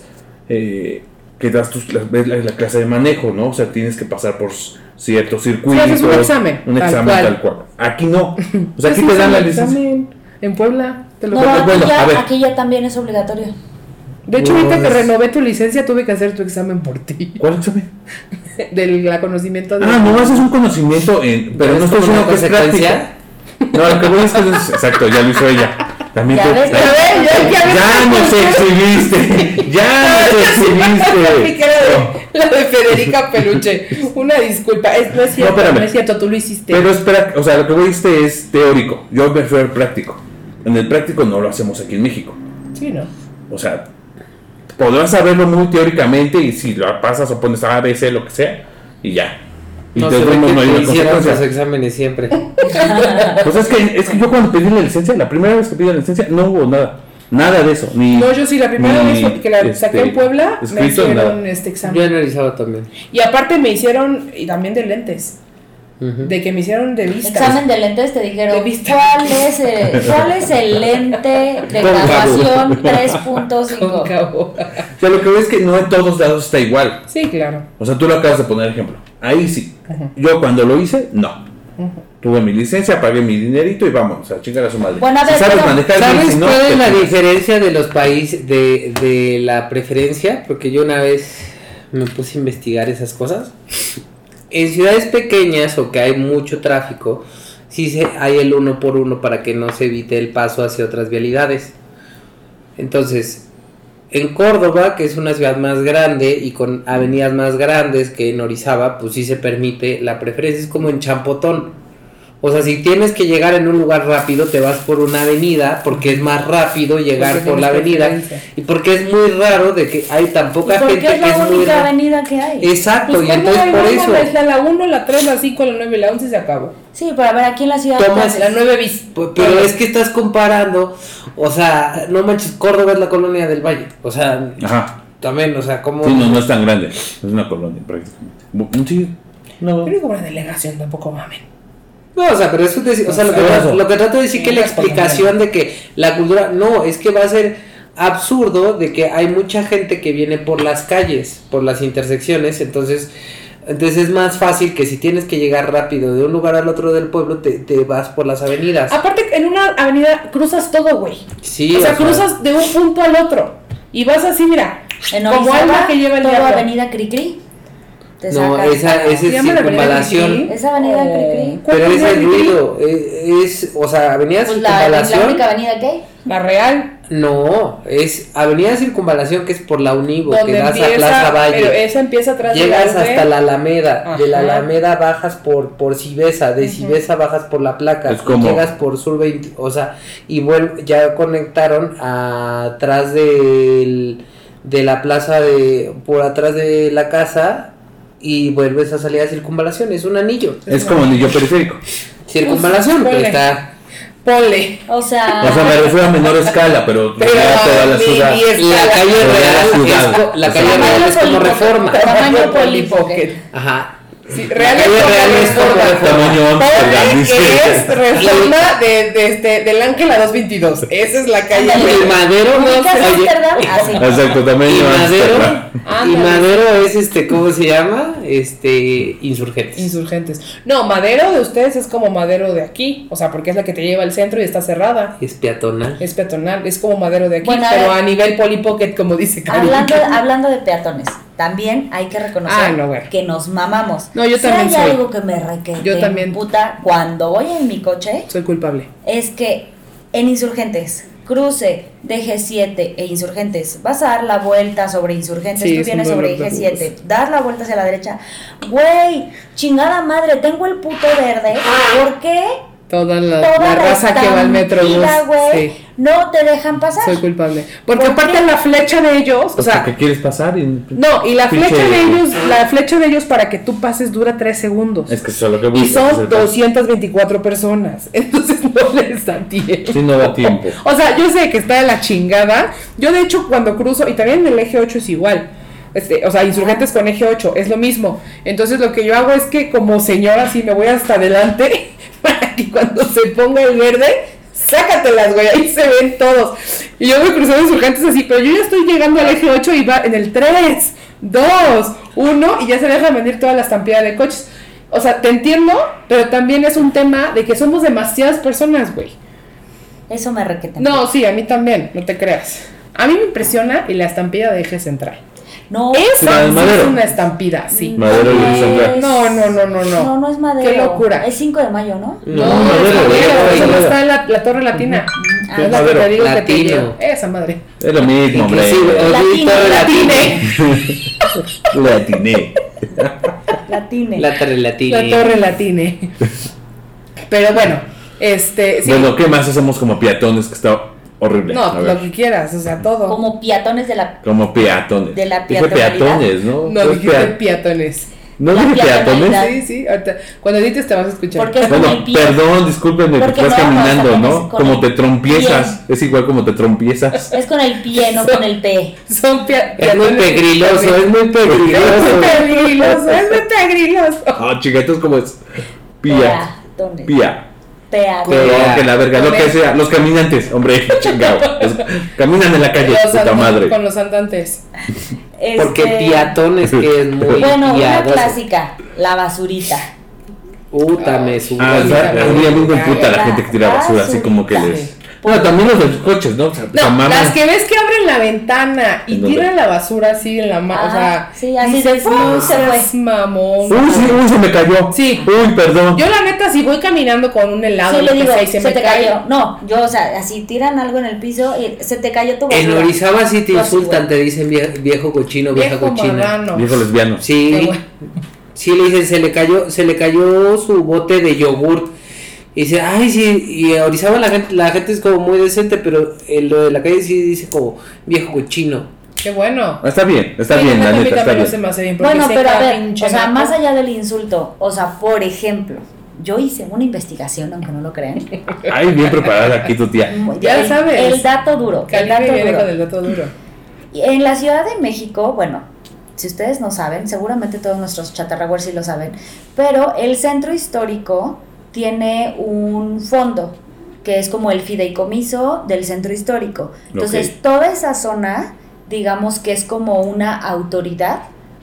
Speaker 1: eh, que das tus- la, ves la- la clase de manejo, ¿no? O sea, tienes que pasar por ciertos circuitos.
Speaker 3: haces un examen,
Speaker 1: Un
Speaker 3: tal
Speaker 1: examen
Speaker 3: cual.
Speaker 1: tal cual. Aquí no. O sea,
Speaker 3: Pues
Speaker 1: aquí
Speaker 3: sí,
Speaker 1: te dan
Speaker 3: sí,
Speaker 1: la
Speaker 3: el
Speaker 1: licencia.
Speaker 3: examen. En Puebla, te lo
Speaker 2: No,
Speaker 1: Pero
Speaker 2: aquí,
Speaker 1: bueno, a ver.
Speaker 2: ya, aquí ya también es obligatorio.
Speaker 3: De hecho,
Speaker 5: No,
Speaker 3: ahorita que
Speaker 1: Pues-
Speaker 5: es-
Speaker 3: renové tu licencia, tuve que hacer tu examen por ti. [LAUGHS]
Speaker 1: ¿Cuál examen?
Speaker 3: Del la conocimiento de.
Speaker 1: Ah, no, ese es un conocimiento, en- pero
Speaker 5: ¿Ves
Speaker 1: no estoy
Speaker 5: como
Speaker 1: diciendo
Speaker 5: una
Speaker 1: que es
Speaker 5: consecuencia?
Speaker 1: práctica. No, lo que voy es que es- exacto, ya lo hizo ella. También
Speaker 2: Ya
Speaker 1: tú- [LAUGHS]
Speaker 2: ves, ya
Speaker 1: ay,
Speaker 2: ves, ya ves, ya ves.
Speaker 1: ya nos exhibiste, ya nos
Speaker 3: [LAUGHS]
Speaker 1: [LAUGHS]
Speaker 3: Mi cara
Speaker 1: exhibiste.
Speaker 3: de-
Speaker 1: este. No.
Speaker 3: La de Federica Peluche. Una disculpa. Es, no es cierto, no,
Speaker 1: espérame.
Speaker 3: es cierto, tú lo hiciste.
Speaker 1: Pero espera, o sea, lo que voy este es teórico. Yo me refiero al práctico. En el práctico no lo hacemos aquí en México.
Speaker 3: Sí, ¿no?
Speaker 1: O sea, podrás saberlo muy teóricamente y si lo pasas o pones A, B, C, lo que sea, y ya. Y
Speaker 5: No
Speaker 1: te
Speaker 5: se ve
Speaker 1: vemos,
Speaker 5: que
Speaker 1: no hay
Speaker 5: te
Speaker 1: una
Speaker 5: hicieron
Speaker 1: consecuencia.
Speaker 5: los exámenes siempre.
Speaker 1: Pues es que, es que yo cuando pedí la licencia, la primera vez que pedí la licencia, no hubo nada. Nada de eso. Ni,
Speaker 3: No, yo sí, la primera
Speaker 1: ni,
Speaker 3: vez que la saqué
Speaker 1: este,
Speaker 3: en Puebla, me
Speaker 1: escrito,
Speaker 3: hicieron
Speaker 1: nada.
Speaker 3: este examen.
Speaker 5: Yo he analizado también.
Speaker 3: Y aparte me hicieron, y también de lentes,
Speaker 5: Ujú.
Speaker 3: de que me hicieron de vista.
Speaker 2: Examen de lentes te dijeron
Speaker 3: De vista.
Speaker 2: ¿cuál es, el, cuál es el lente de
Speaker 1: Cóncavo.
Speaker 2: graduación
Speaker 3: [LAUGHS] Con
Speaker 2: 3.5.
Speaker 3: cabo.
Speaker 1: O sea, lo que veo es que no en todos lados está igual.
Speaker 3: Sí, claro.
Speaker 1: O sea, tú lo acabas de poner ejemplo. Ahí sí. Yo cuando lo hice, no. Tuve mi licencia, pagué mi dinerito y vámonos a chingar a su madre.
Speaker 2: Bueno, a ver,
Speaker 1: si sabes
Speaker 2: pero-
Speaker 1: manejar bien,
Speaker 5: ¿Sabes
Speaker 1: si no,
Speaker 5: cuál
Speaker 1: te
Speaker 5: es la
Speaker 1: chingas.
Speaker 5: diferencia de los países de, de la preferencia? Porque yo una vez me puse a investigar esas cosas. En ciudades pequeñas o que hay mucho tráfico, sí se, hay el uno por uno para que no se evite el paso hacia otras vialidades. Entonces, en Córdoba, que es una ciudad más grande y con avenidas más grandes que en Orizaba, pues sí se permite la preferencia. Es como en Champotón. O sea, si tienes que llegar en un lugar rápido, te vas por una avenida porque es más rápido llegar
Speaker 3: Porque
Speaker 5: por la
Speaker 3: tienes
Speaker 5: avenida.
Speaker 3: preferencia.
Speaker 5: Y porque es muy raro de que hay tan poca gente
Speaker 2: Porque es
Speaker 5: que es
Speaker 2: la
Speaker 5: muy
Speaker 2: única
Speaker 5: raro.
Speaker 2: avenida que hay.
Speaker 5: Exacto, y
Speaker 3: Pues,
Speaker 5: Ah, entonces
Speaker 3: bueno,
Speaker 5: por
Speaker 3: ahí vamos,
Speaker 5: eso.
Speaker 3: La, la 1, la 3, la 5, la 9 y la 11 se acabó.
Speaker 2: Sí, pero a ver, aquí en la ciudad.
Speaker 5: Tomas-
Speaker 3: La 9 bis.
Speaker 5: P- Pero es que estás comparando, o sea, no manches, Córdoba es la colonia del Valle. O sea,
Speaker 1: Ajá.
Speaker 5: también, o sea, como.
Speaker 1: Sí, no, no es tan grande. Es una colonia prácticamente. Bu- Sí. No.
Speaker 3: Yo digo una delegación, tampoco mamen.
Speaker 5: No, o sea, pero eso te- o sea, lo que,
Speaker 1: Por
Speaker 5: tra-
Speaker 1: eso.
Speaker 5: lo que trato de decir que la explicación de que la cultura, no, es que va a ser absurdo de que hay mucha gente que viene por las calles, por las intersecciones, entonces Entonces es más fácil que si tienes que llegar rápido de un lugar al otro del pueblo, te, te vas por las avenidas.
Speaker 3: Aparte, en una avenida cruzas todo, güey.
Speaker 5: Sí,
Speaker 3: Ah, o sea,
Speaker 5: o sea,
Speaker 3: cruzas de un punto al otro. Y vas así, mira.
Speaker 2: En
Speaker 3: como alma
Speaker 2: Orizaba,
Speaker 3: que lleva el
Speaker 2: toda
Speaker 3: diablo.
Speaker 2: avenida Cricri. Te
Speaker 5: No,
Speaker 2: saca-
Speaker 5: esa, esa
Speaker 3: ¿Se
Speaker 5: es
Speaker 3: llama la avenida
Speaker 5: circunvalación.
Speaker 3: Cricri?
Speaker 2: Esa avenida Cricri.
Speaker 3: ¿Cuál
Speaker 5: Pero es
Speaker 3: avenida
Speaker 5: el
Speaker 3: Cricri?
Speaker 5: ruido. eh, Es, o sea, Avenida
Speaker 2: Pues la, la
Speaker 5: Circunvalación.
Speaker 2: única avenida que hay.
Speaker 3: La real.
Speaker 5: No, es Avenida Circunvalación que es por la Univo, que
Speaker 3: Donde
Speaker 5: das
Speaker 3: empieza.
Speaker 5: a Plaza
Speaker 3: Pero
Speaker 5: Valle.
Speaker 3: esa empieza atrás
Speaker 5: Llegas
Speaker 3: de la UV.
Speaker 5: hasta la Alameda, de la
Speaker 3: Ajá.
Speaker 5: Alameda bajas por por Cibesa, de Cibesa bajas por La Placa,
Speaker 1: Es como-
Speaker 5: llegas por Sur 20, o sea, y vuel- ya conectaron a- atrás del- de la plaza de por atrás de la casa y vuelves a salir a Circunvalación, es un anillo.
Speaker 1: Es como el anillo periférico.
Speaker 5: Circunvalación, pero
Speaker 3: ponle.
Speaker 5: está
Speaker 3: Ponle.
Speaker 2: O sea,
Speaker 1: O sea, me refiero a menor escala, pero, rodea toda la
Speaker 5: mi-
Speaker 1: ciudad.
Speaker 5: mi- la
Speaker 1: Rodea
Speaker 5: calle
Speaker 1: la
Speaker 5: real es
Speaker 1: ciudad.
Speaker 5: co- la
Speaker 1: O sea,
Speaker 5: calle real
Speaker 2: tamaño
Speaker 5: es como
Speaker 2: polipocket.
Speaker 5: Reforma.
Speaker 2: Tamaño polipocket.
Speaker 5: Ajá.
Speaker 3: Sí,
Speaker 5: La calle
Speaker 3: real es como
Speaker 5: real es como
Speaker 3: Reforma.
Speaker 5: Reforma.
Speaker 1: Tamaño Amsterdam,
Speaker 3: Ponle
Speaker 1: dice.
Speaker 2: [LAUGHS]
Speaker 3: que es reforma de, de este, del Ángel a 222. Esa es la calle.
Speaker 2: Ándale.
Speaker 5: Y
Speaker 3: real.
Speaker 5: Madero no
Speaker 2: ubicas Ah,
Speaker 5: se- oye,
Speaker 2: Ámsterdam, así.
Speaker 3: [LAUGHS]
Speaker 1: Exacto, tamaño
Speaker 5: y Madero,
Speaker 1: Amsterdam.
Speaker 5: y
Speaker 3: Ándale.
Speaker 5: Madero es este, ¿cómo se llama? Este, insurgentes.
Speaker 3: Insurgentes. No, Madero de ustedes es como Madero de aquí. O sea, porque es la que te lleva al centro y está cerrada.
Speaker 5: Es peatonal.
Speaker 3: Es peatonal, es como Madero de aquí,
Speaker 2: Bueno, a
Speaker 3: pero
Speaker 2: ver.
Speaker 3: a nivel polipocket, como dice Cari.
Speaker 2: Hablando, hablando de peatones, también hay que reconocer
Speaker 3: Ah, no, bueno.
Speaker 2: que nos mamamos.
Speaker 3: No, yo
Speaker 2: Si
Speaker 3: también
Speaker 2: hay
Speaker 3: soy.
Speaker 2: algo que me requete,
Speaker 3: Yo también.
Speaker 2: puta, cuando voy en mi coche,
Speaker 3: [LAUGHS] Soy culpable.
Speaker 2: es que en Insurgentes, cruce de G7 e Insurgentes, vas a dar la vuelta sobre Insurgentes,
Speaker 3: Sí,
Speaker 2: tú
Speaker 3: es un
Speaker 2: vienes
Speaker 3: dolor
Speaker 2: sobre
Speaker 3: de
Speaker 2: G7, das la vuelta hacia la derecha, güey, chingada madre, tengo el puto verde, ¿por qué?
Speaker 3: Toda la,
Speaker 2: Toda
Speaker 3: la
Speaker 2: la
Speaker 3: raza que va al metro
Speaker 2: estampida, güey,
Speaker 3: Sí,
Speaker 2: no te dejan pasar.
Speaker 3: soy culpable. Porque
Speaker 2: ¿Por
Speaker 3: aparte
Speaker 2: qué?
Speaker 3: la flecha de ellos, o
Speaker 1: O
Speaker 3: sea,
Speaker 1: sea, ¿qué quieres pasar? Y-
Speaker 3: no, y la
Speaker 1: Pinche-
Speaker 3: flecha de ellos, la flecha de ellos para que tú pases dura tres segundos.
Speaker 1: Es que eso es lo que
Speaker 3: Y
Speaker 1: buscas, es
Speaker 3: son
Speaker 1: el-
Speaker 3: 224 personas. [LAUGHS] Entonces no les da tiempo.
Speaker 1: Sí, no da tiempo.
Speaker 3: [LAUGHS] O sea, yo sé que está de la chingada. Yo, de hecho, cuando cruzo, y también en el eje 8 es igual. Este, o sea, insurgentes con eje 8, es lo mismo. Entonces, lo que yo hago es que, como señora, sí me voy hasta adelante [LAUGHS] para que cuando se ponga el verde, sácatelas, güey. Ahí se ven todos. Y yo me crucé de insurgentes así, pero yo ya estoy llegando al eje 8 y va en el 3, 2, 1, y ya se deja venir toda la estampida de coches. O sea, te entiendo, pero también es un tema de que somos demasiadas personas, güey.
Speaker 2: Eso me requete.
Speaker 3: No, sí, a mí también, no te creas. A mí me impresiona y la estampida de eje central.
Speaker 2: no.
Speaker 1: La
Speaker 3: Esa
Speaker 1: de
Speaker 3: sí es
Speaker 1: Madero.
Speaker 3: una estampida,
Speaker 2: Mm.
Speaker 3: sí.
Speaker 1: Madero y Luis Andrés.
Speaker 3: No, no, no, no, no.
Speaker 2: No, no es madera.
Speaker 3: Qué locura.
Speaker 2: Es 5 de mayo, ¿no?
Speaker 3: No,
Speaker 1: No,
Speaker 3: no,
Speaker 1: Madero,
Speaker 3: es Madero,
Speaker 1: Madero,
Speaker 3: esa no
Speaker 1: Madero.
Speaker 3: está en la, la torre latina.
Speaker 2: Ah,
Speaker 3: Es la que
Speaker 1: Madero.
Speaker 3: te digo que te
Speaker 5: Latino.
Speaker 3: llevo. Esa madre.
Speaker 1: Es lo mismo, hombre.
Speaker 5: Inclusive,
Speaker 1: Eh,
Speaker 5: Odito
Speaker 2: Latine,
Speaker 5: Latine.
Speaker 1: Le atiné.
Speaker 2: latine.
Speaker 5: La Torre
Speaker 3: La
Speaker 5: Latine.
Speaker 3: torre latine.
Speaker 1: [LAUGHS]
Speaker 3: Pero bueno, este, sí.
Speaker 1: Bueno, ¿qué más hacemos como peatones que está horrible? A
Speaker 3: no,
Speaker 1: ver.
Speaker 3: lo que quieras, o sea, todo.
Speaker 2: Como peatones de la.
Speaker 1: Como peatones.
Speaker 2: De la
Speaker 1: Dije
Speaker 2: peatonalidad.
Speaker 1: peatones, ¿no?
Speaker 3: No,
Speaker 1: Pues
Speaker 3: dijiste
Speaker 1: pea-
Speaker 3: peatones.
Speaker 1: ¿No
Speaker 2: La
Speaker 1: dije
Speaker 2: peatonalidad.
Speaker 1: peatones?
Speaker 3: Sí, sí, ahorita, cuando edites te vas a escuchar.
Speaker 2: Porque es con el
Speaker 1: Bueno,
Speaker 2: pie.
Speaker 1: perdón, discúlpenme,
Speaker 2: Porque
Speaker 1: porque vas
Speaker 2: no, no,
Speaker 1: caminando,
Speaker 2: con
Speaker 1: ¿no?
Speaker 2: el- con el
Speaker 1: Como te trompiezas. Es igual como te
Speaker 2: [LAUGHS]
Speaker 1: trompiezas.
Speaker 2: Es con el pie, no con el P.
Speaker 3: Son pea-
Speaker 5: Es muy
Speaker 3: peatones.
Speaker 5: pegriloso, es muy
Speaker 3: [LAUGHS] Es muy
Speaker 5: pegriloso.
Speaker 3: pegriloso, es muy pegriloso.
Speaker 1: Ah, chiquitos, como es. Pía.
Speaker 2: Peatones.
Speaker 1: Pía.
Speaker 2: Peatones.
Speaker 1: Pero
Speaker 5: Pea.
Speaker 1: que la verga, lo
Speaker 3: Pea.
Speaker 1: que sea, los caminantes, hombre, [LAUGHS] chingado. Es- Caminan en la calle,
Speaker 3: Los
Speaker 1: puta
Speaker 3: andan-
Speaker 1: madre.
Speaker 3: Con los andantes.
Speaker 2: Este,
Speaker 5: Porque piatón es que es muy
Speaker 2: Bueno, una
Speaker 5: piadoso.
Speaker 2: clásica. La basurita.
Speaker 5: Puta, me subo.
Speaker 1: Ah, o sea, a mí a mí me puta la gente que tira basura, así como que les. Bueno, también los de los coches, ¿no? O sea,
Speaker 3: No,
Speaker 1: la maman.
Speaker 3: las que ves que abren la ventana y
Speaker 1: ¿En dónde?
Speaker 3: tiran la basura así en la mano. O sea,
Speaker 2: Ajá, Ah, sí, así
Speaker 3: dices,
Speaker 2: de ¡pum!
Speaker 3: "No
Speaker 2: se fue".
Speaker 3: seas mamón.
Speaker 1: Uy, sí, uy, se me cayó.
Speaker 3: Sí.
Speaker 1: Uy, perdón.
Speaker 3: Yo, la neta, si voy caminando con un helado,
Speaker 2: Sí,
Speaker 3: lo
Speaker 2: le
Speaker 3: que
Speaker 2: digo,
Speaker 3: sea,
Speaker 2: se,
Speaker 3: y se, me
Speaker 2: te
Speaker 3: cae,
Speaker 2: cayó. No, yo, o sea, así tiran algo en el piso y se te cayó tu
Speaker 5: En
Speaker 2: basura.
Speaker 5: Orizaba sí te
Speaker 2: Basura.
Speaker 5: insultan, te dicen vie- viejo cochino, vieja
Speaker 3: viejo
Speaker 5: cochina.
Speaker 3: marrano.
Speaker 1: Viejo lesbiano.
Speaker 3: Qué
Speaker 5: Sí,
Speaker 3: bueno.
Speaker 5: sí le dicen, se le cayó, se le cayó su bote de yogurt. Y dice, ay, sí, y a Orizaba la gente, la gente es como muy decente, pero en lo de la calle sí dice como viejo cochino.
Speaker 3: Qué bueno.
Speaker 1: Ah, Está bien, está
Speaker 3: Sí,
Speaker 1: bien, la
Speaker 3: a mí
Speaker 1: neta, está
Speaker 3: también no se
Speaker 1: bien.
Speaker 3: me hace bien, porque
Speaker 2: Bueno,
Speaker 3: sé
Speaker 2: pero a
Speaker 3: cada
Speaker 2: ver,
Speaker 3: pinche
Speaker 2: o sea,
Speaker 3: naco.
Speaker 2: más allá del insulto, o sea, por ejemplo, yo hice una investigación, aunque no lo crean.
Speaker 1: Ay, bien preparada aquí tu tía.
Speaker 3: Ya
Speaker 2: el,
Speaker 3: sabes.
Speaker 2: El dato duro. El
Speaker 3: Calibre
Speaker 2: dato
Speaker 3: viene
Speaker 2: duro.
Speaker 3: con el dato
Speaker 2: [LAUGHS]
Speaker 3: duro.
Speaker 2: Y En la Ciudad de México, bueno, si ustedes no saben, seguramente todos nuestros chatarraguers sí lo saben, pero el centro histórico tiene un fondo que es como el fideicomiso del centro histórico. Entonces,
Speaker 1: Ok.
Speaker 2: toda esa zona, digamos que es como una autoridad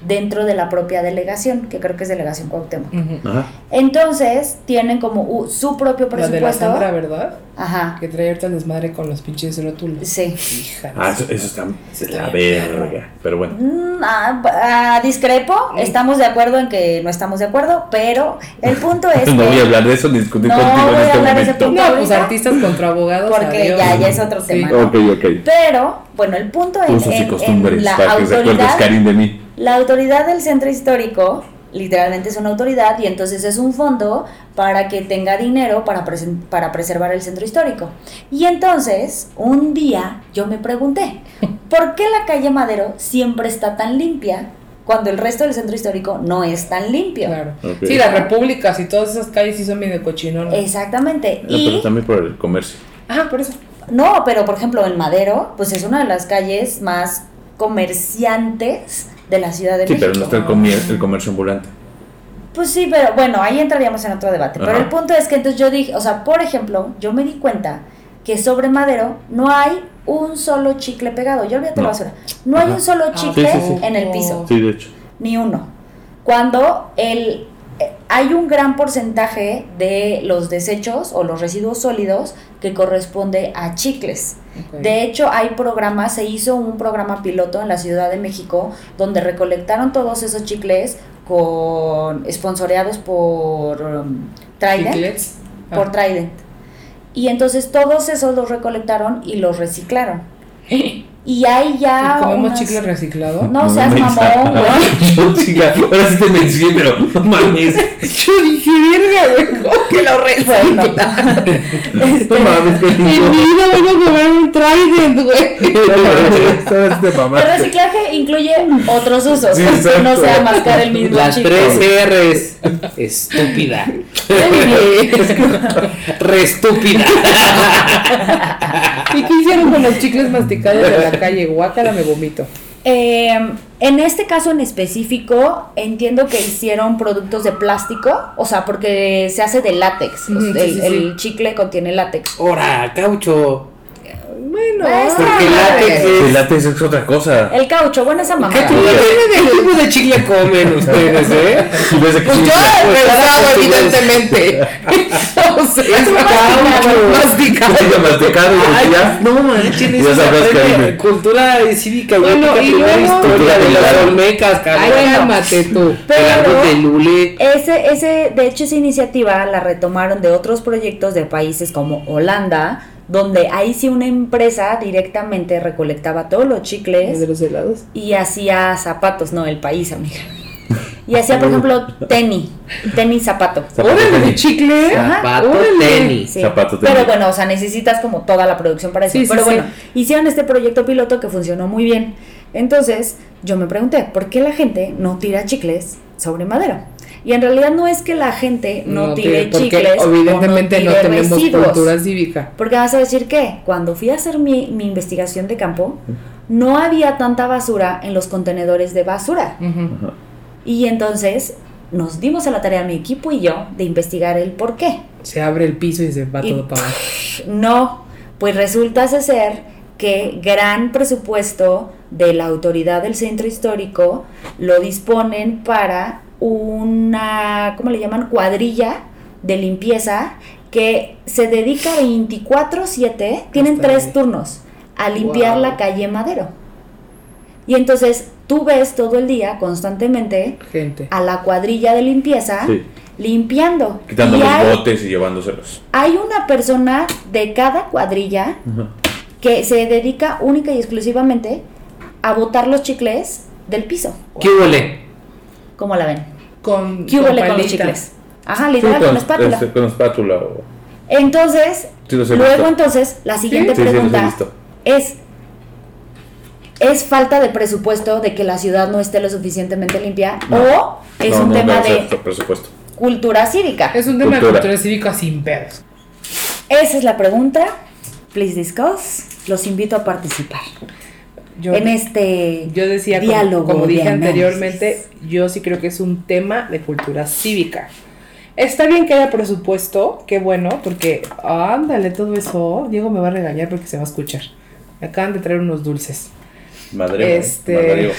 Speaker 2: dentro de la propia delegación, que creo que es delegación Cuauhtémoc.
Speaker 3: Ujú.
Speaker 1: Ajá.
Speaker 2: Entonces, tienen como u- su propio
Speaker 3: La de la
Speaker 2: presupuesto.
Speaker 3: Sandra, ¿verdad?
Speaker 2: Ajá.
Speaker 3: Que trae ahorita el desmadre con los pinches rótulos.
Speaker 2: Sí.
Speaker 3: Hija de
Speaker 1: Ah,
Speaker 3: su-
Speaker 1: eso, eso está de la
Speaker 3: Está bien
Speaker 1: verga. Pero bueno.
Speaker 2: Mm, ah, ah, discrepo, estamos de acuerdo en que no estamos de acuerdo, pero el punto es
Speaker 1: [LAUGHS] No
Speaker 2: que
Speaker 1: voy a hablar de eso ni discutir
Speaker 2: No
Speaker 1: contigo
Speaker 2: voy
Speaker 1: en
Speaker 2: a
Speaker 1: este
Speaker 2: hablar de ese
Speaker 1: momento.
Speaker 3: No, pues
Speaker 2: ahorita-
Speaker 3: artistas contra abogados.
Speaker 2: Porque
Speaker 3: adiós.
Speaker 2: ya- ya es otro tema, ¿no?
Speaker 1: Ok, ok.
Speaker 2: pero bueno, el punto es
Speaker 1: Usos
Speaker 2: en-
Speaker 1: y
Speaker 2: en
Speaker 1: costumbres,
Speaker 2: la
Speaker 1: para que se acuerde
Speaker 2: autoridad
Speaker 1: Karin de mí.
Speaker 2: La autoridad del centro histórico literalmente es una autoridad y entonces es un fondo para que tenga dinero para, presen- para preservar el centro histórico. Y entonces, un día yo me pregunté, ¿por qué la calle Madero siempre está tan limpia cuando el resto del centro histórico no es tan limpio?
Speaker 3: Claro.
Speaker 1: Ok.
Speaker 3: Sí, las repúblicas y todas esas calles sí son medio cochinonas.
Speaker 2: Exactamente.
Speaker 1: No,
Speaker 2: Y
Speaker 1: Ah, pero también por el comercio.
Speaker 3: Ajá, por eso.
Speaker 2: No, pero por ejemplo en Madero, pues es una de las calles más comerciantes de la Ciudad de
Speaker 1: Sí,
Speaker 2: México.
Speaker 1: pero no está el, comier- el comercio ambulante.
Speaker 2: Pues sí, pero bueno, ahí entraríamos en otro debate. Pero
Speaker 1: Ajá.
Speaker 2: el punto es que entonces yo dije, o sea, por ejemplo, yo me di cuenta que sobre Madero no hay un solo chicle pegado. Yo olvídate
Speaker 1: No.
Speaker 2: la basura. No hay
Speaker 1: Ajá.
Speaker 2: un solo
Speaker 3: Ah,
Speaker 2: chicle
Speaker 1: sí, sí, sí.
Speaker 2: en el piso,
Speaker 1: Sí, de hecho.
Speaker 2: ni uno. Cuando el eh, hay un gran porcentaje de los desechos o los residuos sólidos que corresponde a chicles.
Speaker 3: Ok.
Speaker 2: De hecho, hay programas, se hizo un programa piloto en la Ciudad de México donde recolectaron todos esos chicles con esponsoreados por um, Trident,
Speaker 3: Chiclets. Ah.
Speaker 2: por
Speaker 3: [LAUGHS]
Speaker 2: Trident. Y entonces todos esos los recolectaron y los reciclaron. Y ahí ya
Speaker 3: ¿Y comemos
Speaker 2: unas- [LAUGHS]
Speaker 3: chicle reciclado?
Speaker 2: No seas
Speaker 1: me [LAUGHS]
Speaker 2: mamón,
Speaker 1: exageres.
Speaker 2: güey.
Speaker 1: Ah, Yo, chica, ahora sí te mencioné, pero no mames.
Speaker 3: [LAUGHS] Yo dije, verga, güey, ¿cómo [LAUGHS] que lo
Speaker 2: Bueno,
Speaker 3: reciclan?
Speaker 1: [LAUGHS]
Speaker 2: Este,
Speaker 1: No mames, qué lindo.
Speaker 3: vida voy a comer un Trident, güey. [LAUGHS]
Speaker 1: No mames, ahora sí te
Speaker 2: el
Speaker 1: mamaste.
Speaker 2: reciclaje incluye otros usos,
Speaker 1: Sí,
Speaker 2: [LAUGHS] que no
Speaker 1: exacto.
Speaker 2: sea mascar el mismo
Speaker 5: Las
Speaker 2: chicle.
Speaker 5: tres R's. [LAUGHS] Estúpida. Restúpida.
Speaker 3: ¿Y qué hicieron con los chicles masticados de la calle? Guácala, me vomito.
Speaker 2: Eh, en este caso en específico, entiendo que hicieron productos de plástico, o sea, porque se hace de látex. o sea,
Speaker 3: Mm, sí,
Speaker 2: el,
Speaker 3: sí, sí.
Speaker 2: el chicle contiene látex.
Speaker 5: Ora, caucho.
Speaker 3: Bueno,
Speaker 2: Maestra.
Speaker 5: Porque
Speaker 2: pues.
Speaker 5: el látex
Speaker 1: El
Speaker 5: es.
Speaker 1: látex es otra cosa.
Speaker 2: El caucho, bueno, esa mamá.
Speaker 5: ¿Qué tipo de, qué tipo de chicle comen ustedes, eh?
Speaker 1: Ves que
Speaker 2: Pues
Speaker 1: pues, sí,
Speaker 5: he pensado,
Speaker 3: evidentemente. [LAUGHS] no
Speaker 5: Es caucho.
Speaker 3: masticado.
Speaker 1: sí, te masticado y
Speaker 5: Ay,
Speaker 1: pues ya.
Speaker 5: no manchen,
Speaker 1: Ya
Speaker 5: eso se
Speaker 1: sabrás,
Speaker 5: aprende
Speaker 1: Karime.
Speaker 5: cultura cívica, güey.
Speaker 3: Bueno,
Speaker 5: porque
Speaker 3: y
Speaker 5: primera
Speaker 3: luego-
Speaker 5: historia de
Speaker 1: Cultura
Speaker 5: las
Speaker 1: general.
Speaker 5: olmecas,
Speaker 3: Ay,
Speaker 5: cabrón.
Speaker 3: cálmate tú.
Speaker 5: El árbol de
Speaker 2: Pero
Speaker 5: Lule.
Speaker 2: ese, ese, de hecho, esa iniciativa la retomaron de otros proyectos de países como Holanda, donde ahí sí una empresa directamente recolectaba todos los
Speaker 3: ¿De
Speaker 2: chicles
Speaker 3: los helados?
Speaker 2: y hacía zapatos, no, el país, amiga. Y hacía, por ejemplo, tenis, tenis zapato.
Speaker 1: Zapato
Speaker 3: ¡Órale,
Speaker 1: tenis.
Speaker 3: chicle!
Speaker 2: Ajá.
Speaker 5: Zapato,
Speaker 3: órale.
Speaker 5: tenis.
Speaker 2: Sí.
Speaker 1: Zapato
Speaker 2: Pero
Speaker 1: tenía.
Speaker 2: bueno, o sea, necesitas como toda la producción para eso.
Speaker 3: Sí, sí,
Speaker 2: Pero
Speaker 3: sí.
Speaker 2: bueno, hicieron este proyecto piloto que funcionó muy bien. Entonces, yo me pregunté, ¿por qué la gente no tira chicles sobre madera? Y en realidad no es que la gente no, tire
Speaker 3: porque
Speaker 2: chicles, o
Speaker 3: evidentemente no,
Speaker 2: tire
Speaker 3: tenemos
Speaker 2: residuos.
Speaker 3: cultura cívica.
Speaker 2: Porque vas a decir que cuando fui a hacer mi, mi investigación de campo, no había tanta basura en los contenedores de basura.
Speaker 3: Ujú.
Speaker 2: Y entonces nos dimos a la tarea, mi equipo y yo, de investigar el por qué.
Speaker 3: Se abre el piso y se va
Speaker 2: Y-
Speaker 3: todo para abajo.
Speaker 2: No, pues resulta ser que gran presupuesto de la autoridad del centro histórico lo disponen para una, ¿cómo le llaman? Cuadrilla de limpieza que se dedica 24/7, tienen
Speaker 3: Hasta
Speaker 2: tres
Speaker 3: ahí.
Speaker 2: turnos, a limpiar
Speaker 3: Wow.
Speaker 2: la calle Madero. Y entonces tú ves todo el día constantemente
Speaker 3: Gente.
Speaker 2: a la cuadrilla de limpieza
Speaker 1: Sí.
Speaker 2: limpiando.
Speaker 1: Quitando
Speaker 2: Y hay-
Speaker 1: los botes y llevándoselos.
Speaker 2: hay una persona de cada cuadrilla
Speaker 1: Ajá.
Speaker 2: que se dedica única y exclusivamente a botar los chicles del piso.
Speaker 5: ¿Qué huele?
Speaker 2: ¿Cómo la ven?
Speaker 3: Con,
Speaker 2: ¿Qué huele con los
Speaker 3: palita.
Speaker 2: chicles? Ajá,
Speaker 1: Sí,
Speaker 2: literal, con la espátula.
Speaker 1: este, con espátula o-
Speaker 2: Entonces,
Speaker 1: Sí, los he
Speaker 2: luego
Speaker 1: visto.
Speaker 2: entonces, la siguiente
Speaker 1: Sí, sí, los he
Speaker 2: pregunta
Speaker 1: visto.
Speaker 2: es... ¿Es falta de presupuesto de que la ciudad no esté lo suficientemente limpia?
Speaker 1: No.
Speaker 2: ¿O es
Speaker 1: No,
Speaker 2: un
Speaker 1: no,
Speaker 2: tema
Speaker 1: no,
Speaker 2: de
Speaker 1: exacto, Por supuesto.
Speaker 2: cultura cívica?
Speaker 3: Es un tema de
Speaker 1: Cultura.
Speaker 3: cultura cívica sin pedos.
Speaker 2: Esa es la pregunta. Please discuss. Los invito a participar.
Speaker 3: Yo,
Speaker 2: en este
Speaker 3: yo decía, como-
Speaker 2: diálogo
Speaker 3: como,
Speaker 2: de
Speaker 3: dije
Speaker 2: análisis.
Speaker 3: anteriormente, yo sí creo que es un tema de cultura cívica. Está bien que haya presupuesto, qué bueno, porque ándale todo eso. Diego me va a regañar porque se va a escuchar. Me acaban de traer unos dulces.
Speaker 1: Madre.
Speaker 3: Este-
Speaker 1: Madre.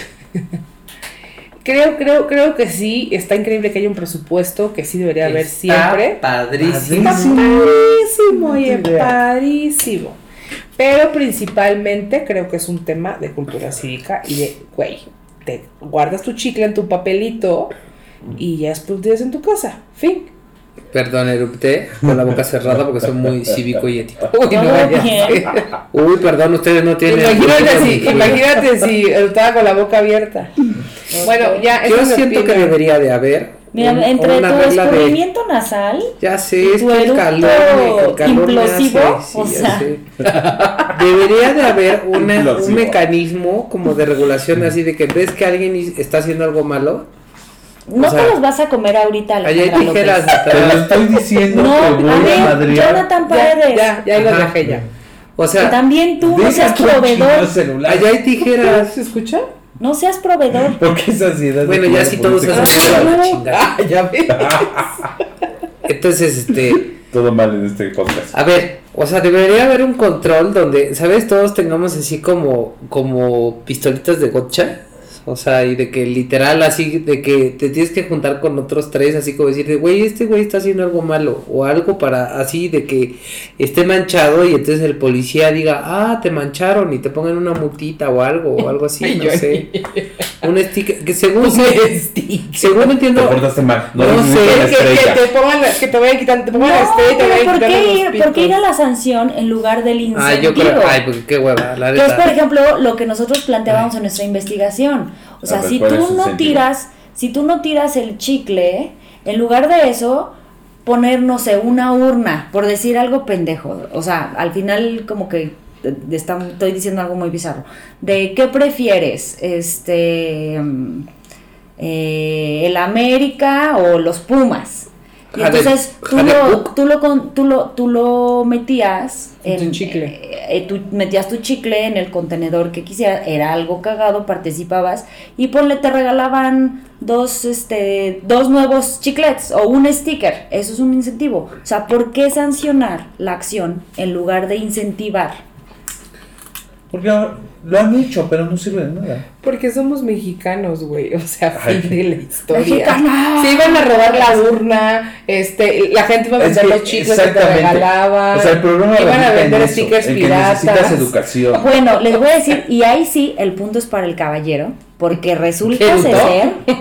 Speaker 6: Creo, creo, creo que sí. Está increíble que haya un presupuesto que sí debería haber
Speaker 4: Está
Speaker 6: siempre.
Speaker 4: Padrísimo.
Speaker 6: Está padrísimo, oye,
Speaker 4: No tengo idea.
Speaker 6: padrísimo. Pero principalmente creo que es un tema de cultura cívica y de, güey, te guardas tu chicle en tu papelito y ya explotas en tu casa. Fin.
Speaker 5: Perdón, erupté con la boca cerrada porque soy muy cívico y
Speaker 2: [LAUGHS]
Speaker 5: ético. Uy,
Speaker 2: Todo
Speaker 5: no, ya
Speaker 2: bien.
Speaker 5: sé. Uy, perdón, ustedes no tienen.
Speaker 6: Imagínate si, imagínate si estaba con la boca abierta. Bueno, ya
Speaker 5: Yo
Speaker 6: esa es mi
Speaker 5: siento que
Speaker 6: opinión.
Speaker 5: debería de haber
Speaker 2: Mira,
Speaker 5: un-
Speaker 2: entre
Speaker 5: una
Speaker 2: tu
Speaker 5: regla de.
Speaker 2: descubrimiento nasal
Speaker 5: Ya sé,
Speaker 2: y
Speaker 5: es
Speaker 2: tu
Speaker 5: que el
Speaker 2: eructo
Speaker 5: calor, el calor me
Speaker 2: implosivo,
Speaker 5: hace,
Speaker 2: o
Speaker 5: ya
Speaker 2: sea.
Speaker 5: sé. Debería de haber una, un
Speaker 1: Implosivo.
Speaker 5: mecanismo como de regulación así de que ves que alguien is- está haciendo algo malo,
Speaker 2: no
Speaker 5: O sea,
Speaker 2: te los vas a comer ahorita.
Speaker 5: allá hay
Speaker 2: Alejandra López.
Speaker 5: tijeras
Speaker 1: Te lo
Speaker 5: atrás.
Speaker 1: estoy diciendo
Speaker 2: No,
Speaker 1: que voy
Speaker 2: a
Speaker 1: a
Speaker 2: ver,
Speaker 1: madrear.
Speaker 2: Jonathan
Speaker 6: Ya,
Speaker 2: Paredes.
Speaker 6: ya, ya ahí lo
Speaker 5: Ajá.
Speaker 6: dejé ya.
Speaker 5: O
Speaker 2: que
Speaker 5: sea,
Speaker 2: también tú no
Speaker 1: Deja
Speaker 2: seas
Speaker 1: tu chingado
Speaker 2: proveedor.
Speaker 1: celular.
Speaker 5: allá hay tijeras.
Speaker 6: ¿Se escucha?
Speaker 2: No seas proveedor.
Speaker 1: Porque esa ansiedad. de
Speaker 5: Bueno,
Speaker 1: que
Speaker 5: ya
Speaker 1: no
Speaker 5: si
Speaker 1: puedes
Speaker 5: todos hacen
Speaker 1: expresar.
Speaker 5: eso, a la chingada.
Speaker 6: ya vi.
Speaker 5: Entonces, este,
Speaker 1: Todo mal en este podcast.
Speaker 5: a ver, o sea, debería haber un control donde, ¿sabes? Todos tengamos así como, como pistolitas de gotcha. O sea, y de que literal así, de que te tienes que juntar con otros tres, así como decir, güey, este güey está haciendo algo malo, o algo para así, de que esté manchado y entonces el policía diga, ah, te mancharon y te pongan una multita o algo, o algo así, no sé. Un sticker, que según, según
Speaker 1: Te
Speaker 5: entiendo,
Speaker 1: portaste mal. No,
Speaker 5: No
Speaker 1: no
Speaker 5: sé,
Speaker 1: la
Speaker 6: Que,
Speaker 1: estrella.
Speaker 6: que te pongan la- que te vayan quitando, te pongan la
Speaker 2: No,
Speaker 6: estrella y te vayan
Speaker 2: pero ¿por
Speaker 6: quitando
Speaker 2: qué,
Speaker 6: los
Speaker 2: ir,
Speaker 6: pitos.
Speaker 2: ¿por qué ir a la sanción en lugar del incentivo?
Speaker 5: Ay, yo creo. Ay, porque qué hueva, la
Speaker 2: Que es, por
Speaker 5: neta.
Speaker 2: ejemplo, lo que nosotros planteábamos en nuestra investigación. O sea,
Speaker 1: A ver,
Speaker 2: si
Speaker 1: ¿cuál es
Speaker 2: tú
Speaker 1: el
Speaker 2: no
Speaker 1: sentido?
Speaker 2: tiras, si tú no tiras el chicle, en lugar de eso, poner, no sé, una urna, por decir algo pendejo. O sea, al final como que eh, está- estoy diciendo algo muy bizarro. De qué prefieres, este mm, eh, el América o los Pumas. Y
Speaker 5: Jale-
Speaker 2: entonces tú
Speaker 5: jale
Speaker 2: lo,
Speaker 5: puc.
Speaker 2: tú lo con- tú lo tú lo metías
Speaker 6: En tu
Speaker 2: en-
Speaker 6: chicle.
Speaker 2: eh, eh, tú metías tu chicle en el contenedor que quisieras, era algo cagado, participabas y ponle te regalaban dos este dos nuevos chiclets o un sticker, eso es un incentivo. O sea, ¿por qué sancionar la acción en lugar de incentivar?
Speaker 1: Porque lo han hecho, pero no sirve de nada.
Speaker 6: Porque somos mexicanos, güey. O sea,
Speaker 1: Ay.
Speaker 6: fin de la historia. [LAUGHS]
Speaker 2: Mexicanos.
Speaker 6: Se iban a robar la urna, este, la gente iba a
Speaker 1: Es
Speaker 6: vender
Speaker 1: que,
Speaker 6: los chicles que te
Speaker 1: exactamente.
Speaker 6: regalaban.
Speaker 1: O sea, el problema
Speaker 6: iban a
Speaker 1: radica en
Speaker 6: vender
Speaker 1: eso,
Speaker 6: stickers
Speaker 1: en que
Speaker 6: piratas.
Speaker 1: necesitas educación.
Speaker 2: Bueno, les voy a decir, y ahí sí, el punto es para el caballero, porque resulta
Speaker 5: ¿Qué
Speaker 2: ser
Speaker 5: eructó?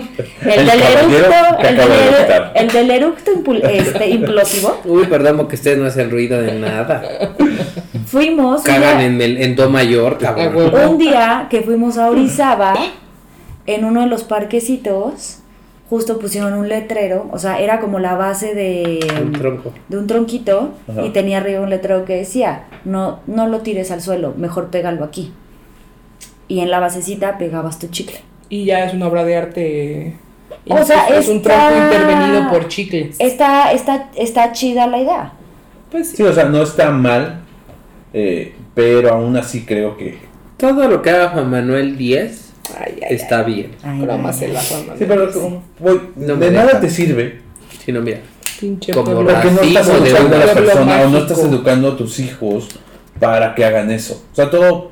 Speaker 2: el
Speaker 1: El
Speaker 2: del
Speaker 1: caballero
Speaker 2: eructo,
Speaker 1: que
Speaker 2: el
Speaker 1: acaba de
Speaker 2: del,
Speaker 1: eructar.
Speaker 2: el del eructo impul- este, implosivo,
Speaker 5: Uy, perdón, porque ustedes no hacen ruido de nada.
Speaker 2: fuimos un
Speaker 5: Cagan
Speaker 2: día-
Speaker 5: en, el, en do mayor,
Speaker 6: Ah,
Speaker 5: cabrón.
Speaker 6: huevo.
Speaker 2: un día que fuimos a Orizaba, en uno de los parquecitos, justo pusieron un letrero, o sea, era como la base de...
Speaker 5: Un tronco.
Speaker 2: de un tronquito
Speaker 1: Ajá.
Speaker 2: y tenía arriba un letrero que decía, no, no lo tires al suelo, mejor pégalo aquí. Y en la basecita pegabas tu chicle.
Speaker 6: Y ya es una obra de arte.
Speaker 2: O sea,
Speaker 6: es, es un
Speaker 2: está-
Speaker 6: tronco intervenido por chicles.
Speaker 2: Está, está, está chida la idea.
Speaker 6: Pues
Speaker 1: Sí, o sea, no está mal, eh, pero aún así creo que.
Speaker 5: Todo lo que haga Juan Manuel 10
Speaker 6: Ay, ay, ay.
Speaker 5: está bien.
Speaker 2: Ay,
Speaker 6: Broma
Speaker 2: no,
Speaker 6: se
Speaker 2: no.
Speaker 6: la fama.
Speaker 1: Sí, pero como- voy-
Speaker 5: No me
Speaker 1: de nada
Speaker 5: deja.
Speaker 1: te sirve
Speaker 5: Si no, mira.
Speaker 6: Pinche
Speaker 5: Como
Speaker 6: pueblo.
Speaker 5: la-
Speaker 1: porque no
Speaker 5: Racismo
Speaker 1: estás
Speaker 5: de un
Speaker 1: educando a la
Speaker 6: pueblo
Speaker 1: persona o no
Speaker 6: mágico.
Speaker 1: estás educando a tus hijos para que hagan eso. O sea, todo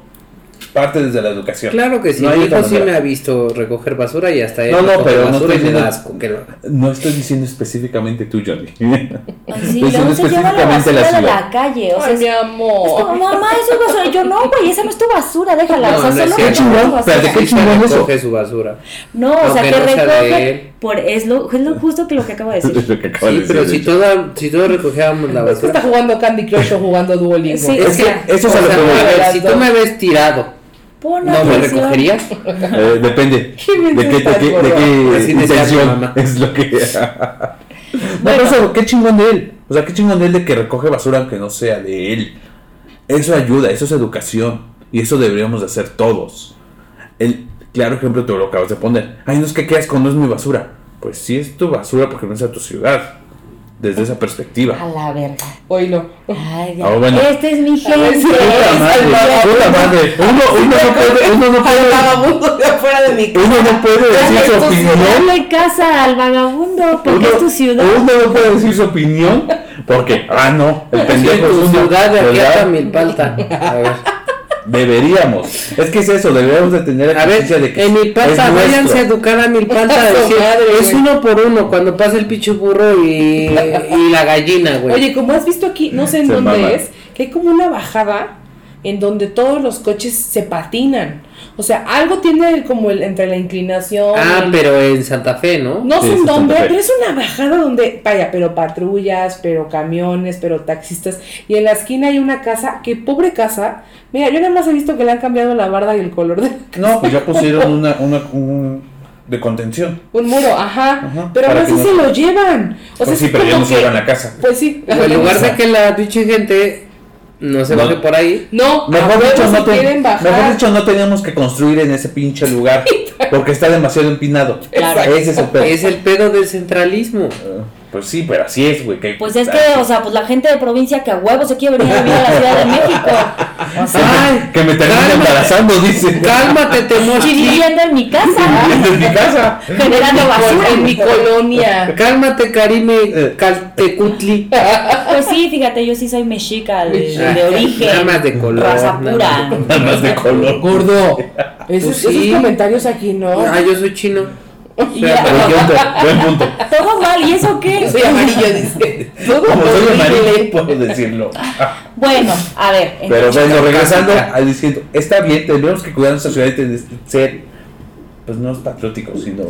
Speaker 1: parte desde la educación.
Speaker 5: Claro que sí.
Speaker 1: No hay
Speaker 5: mi
Speaker 1: otra
Speaker 5: hijo sí
Speaker 1: manera.
Speaker 5: me ha visto recoger basura y hasta él
Speaker 1: No, no,
Speaker 5: recoge
Speaker 1: pero no
Speaker 5: basura y
Speaker 1: estoy
Speaker 5: me da
Speaker 1: diciendo-
Speaker 5: asco que lo haga.
Speaker 1: No estoy diciendo específicamente tú, Johnny.
Speaker 2: Ay, sí,
Speaker 1: Pues
Speaker 2: luego
Speaker 1: no
Speaker 2: se lleva la
Speaker 1: específicamente la
Speaker 2: basura de
Speaker 1: ciudad.
Speaker 2: la calle. O sea,
Speaker 6: Ay, mi
Speaker 2: es- es como,
Speaker 6: amor.
Speaker 2: mamá, eso es basura. Y Yo no, güey, esa no es tu basura, déjala.
Speaker 5: No,
Speaker 2: o sea,
Speaker 5: no es
Speaker 2: solo
Speaker 5: cierto.
Speaker 2: recoge tu
Speaker 1: Chingón,
Speaker 2: basura.
Speaker 1: espérate, ¿Qué
Speaker 5: Ella
Speaker 1: chingón eso?
Speaker 5: recoge su basura.
Speaker 2: No, o sea,
Speaker 5: Aunque
Speaker 2: que
Speaker 5: no sea de
Speaker 2: recoge.
Speaker 5: él.
Speaker 2: Por, es, lo, es lo justo que lo que acabo
Speaker 1: [LAUGHS] [LAUGHS]
Speaker 2: de
Speaker 1: Es
Speaker 2: decir.
Speaker 1: lo que acabas
Speaker 5: Sí,
Speaker 1: de
Speaker 5: pero si
Speaker 1: decir.
Speaker 5: toda, si todos recogiéramos la
Speaker 6: Es que está
Speaker 5: basura.
Speaker 6: jugando Candy Crush o jugando Duolingo.
Speaker 2: Sí.
Speaker 1: Es que eso
Speaker 5: O
Speaker 1: es a
Speaker 5: sea,
Speaker 1: lo que voy.
Speaker 5: a ver,
Speaker 6: las
Speaker 5: si
Speaker 6: dos.
Speaker 5: tú me ves tirado,
Speaker 2: Pon
Speaker 5: ¿no me
Speaker 2: atención.
Speaker 5: recogerías?
Speaker 1: Eh, depende.
Speaker 6: bien
Speaker 1: ¿De qué, de
Speaker 6: estás,
Speaker 1: qué, de
Speaker 6: gordo.
Speaker 1: qué
Speaker 5: Así decía mi
Speaker 1: intención
Speaker 5: mamá.
Speaker 1: es lo que. no,
Speaker 2: Bueno.
Speaker 1: pero eso, qué chingón de él. O sea, qué chingón de él de que recoge basura aunque no sea de él. Eso ayuda, eso es educación. Y eso deberíamos de hacer todos. El claro ejemplo te lo acabas de poner. Ay, no es que quedas con no es mi basura. Pues sí es tu basura porque no es a tu ciudad. Desde esa
Speaker 2: A
Speaker 1: perspectiva.
Speaker 2: la verga.
Speaker 6: Oílo.
Speaker 2: Ay, ya.
Speaker 1: Ah, bueno.
Speaker 2: Este es mi gente.
Speaker 1: Puta madre, puta madre. Uno, uno no puede, uno no puede,
Speaker 4: vagabundo de afuera de mi
Speaker 1: uno no puede decir su opinión.
Speaker 2: Dale casa al vagabundo porque
Speaker 1: Uno-
Speaker 2: es tu ciudad.
Speaker 1: Uno no puede decir su opinión porque, ah, no, el
Speaker 5: Sí,
Speaker 1: pendejo
Speaker 5: tu
Speaker 1: es uno,
Speaker 5: ciudad de aquí
Speaker 1: ¿verdad?
Speaker 5: hasta Milpalta. A ver.
Speaker 1: Deberíamos. Es que es eso, deberíamos de tener la
Speaker 5: A ver,
Speaker 1: conciencia de que
Speaker 5: en mi
Speaker 1: es
Speaker 5: panta,
Speaker 1: nuestro.
Speaker 5: váyanse a educar a mi panta. a
Speaker 7: Su
Speaker 5: decir,
Speaker 7: madre,
Speaker 5: es
Speaker 7: güey.
Speaker 5: uno por uno cuando pasa el picho burro y, y la gallina, güey.
Speaker 3: Oye, como has visto aquí, no sé en
Speaker 1: Se
Speaker 3: dónde
Speaker 1: mama.
Speaker 3: es, que hay como una bajada en donde todos los coches se patinan. O sea, algo tiene el- como el, entre la inclinación.
Speaker 5: ah,
Speaker 3: el-
Speaker 5: pero en Santa Fe, ¿no?
Speaker 3: No
Speaker 1: Sí,
Speaker 3: sé
Speaker 1: sí,
Speaker 3: en
Speaker 1: Santa
Speaker 3: dónde,
Speaker 1: Fe.
Speaker 3: pero es una bajada donde, vaya, pero patrullas, pero camiones, pero taxistas. Y en la esquina hay una casa, que pobre casa. Mira, yo nada más he visto que le han cambiado la barda y el color de
Speaker 1: No, pues ya pusieron una, una un- de contención.
Speaker 3: un muro, ajá.
Speaker 1: Ajá,
Speaker 3: pero
Speaker 1: para
Speaker 3: aún así
Speaker 1: que no-
Speaker 3: se lo llevan. O sea,
Speaker 1: Pues sí,
Speaker 3: es
Speaker 1: pero ya
Speaker 3: como
Speaker 1: no se
Speaker 3: que-
Speaker 1: llevan a casa.
Speaker 3: Pues sí.
Speaker 5: En lugar de que la pinche gente no se
Speaker 1: No.
Speaker 5: baje por ahí.
Speaker 3: No, a
Speaker 1: Mejor
Speaker 3: huevo
Speaker 1: dicho,
Speaker 3: se
Speaker 1: no te-
Speaker 3: quieren bajar.
Speaker 1: mejor dicho, no teníamos que construir en ese pinche lugar porque está demasiado empinado.
Speaker 2: Claro.
Speaker 1: Ese es el pedo.
Speaker 5: Es el pedo del centralismo.
Speaker 1: Eh, Pues sí, pero así es, güey. que-
Speaker 2: Pues es que, o sea, pues la gente de provincia que a huevo se quiere venir a vivir a la Ciudad de
Speaker 1: Que me- [LAUGHS]
Speaker 2: México.
Speaker 1: que me termine embarazando, dice. [LAUGHS]
Speaker 3: [LAUGHS]
Speaker 5: Cálmate,
Speaker 2: Y
Speaker 5: Temochi.
Speaker 2: viviendo en mi casa,
Speaker 1: Desde mi casa.
Speaker 2: generando basura.
Speaker 3: en mi colonia.
Speaker 5: Cálmate, Karime Caltecutli.
Speaker 3: [LAUGHS]
Speaker 2: Pues sí, fíjate, yo sí soy mexica de,
Speaker 5: Ah,
Speaker 2: de origen.
Speaker 5: nada más de color,
Speaker 2: Raza
Speaker 5: nada
Speaker 2: pura.
Speaker 1: Nada más de color.
Speaker 5: Gordo.
Speaker 3: Esos,
Speaker 5: Pues sí.
Speaker 3: esos comentarios aquí, ¿no?
Speaker 5: Ah, yo soy chino.
Speaker 2: Y ya,
Speaker 1: Buen punto, buen punto.
Speaker 2: todo mal, ¿y eso qué?
Speaker 3: Soy amarillo, dice. Todo
Speaker 1: Como soy
Speaker 3: horrible.
Speaker 1: amarillo, puedo decirlo.
Speaker 2: Bueno, a ver.
Speaker 1: Pero
Speaker 2: entonces-
Speaker 1: bueno, regresando al diciendo, está bien, tenemos que cuidar nuestra ciudad y ten- ser, pues no patrióticos, sino...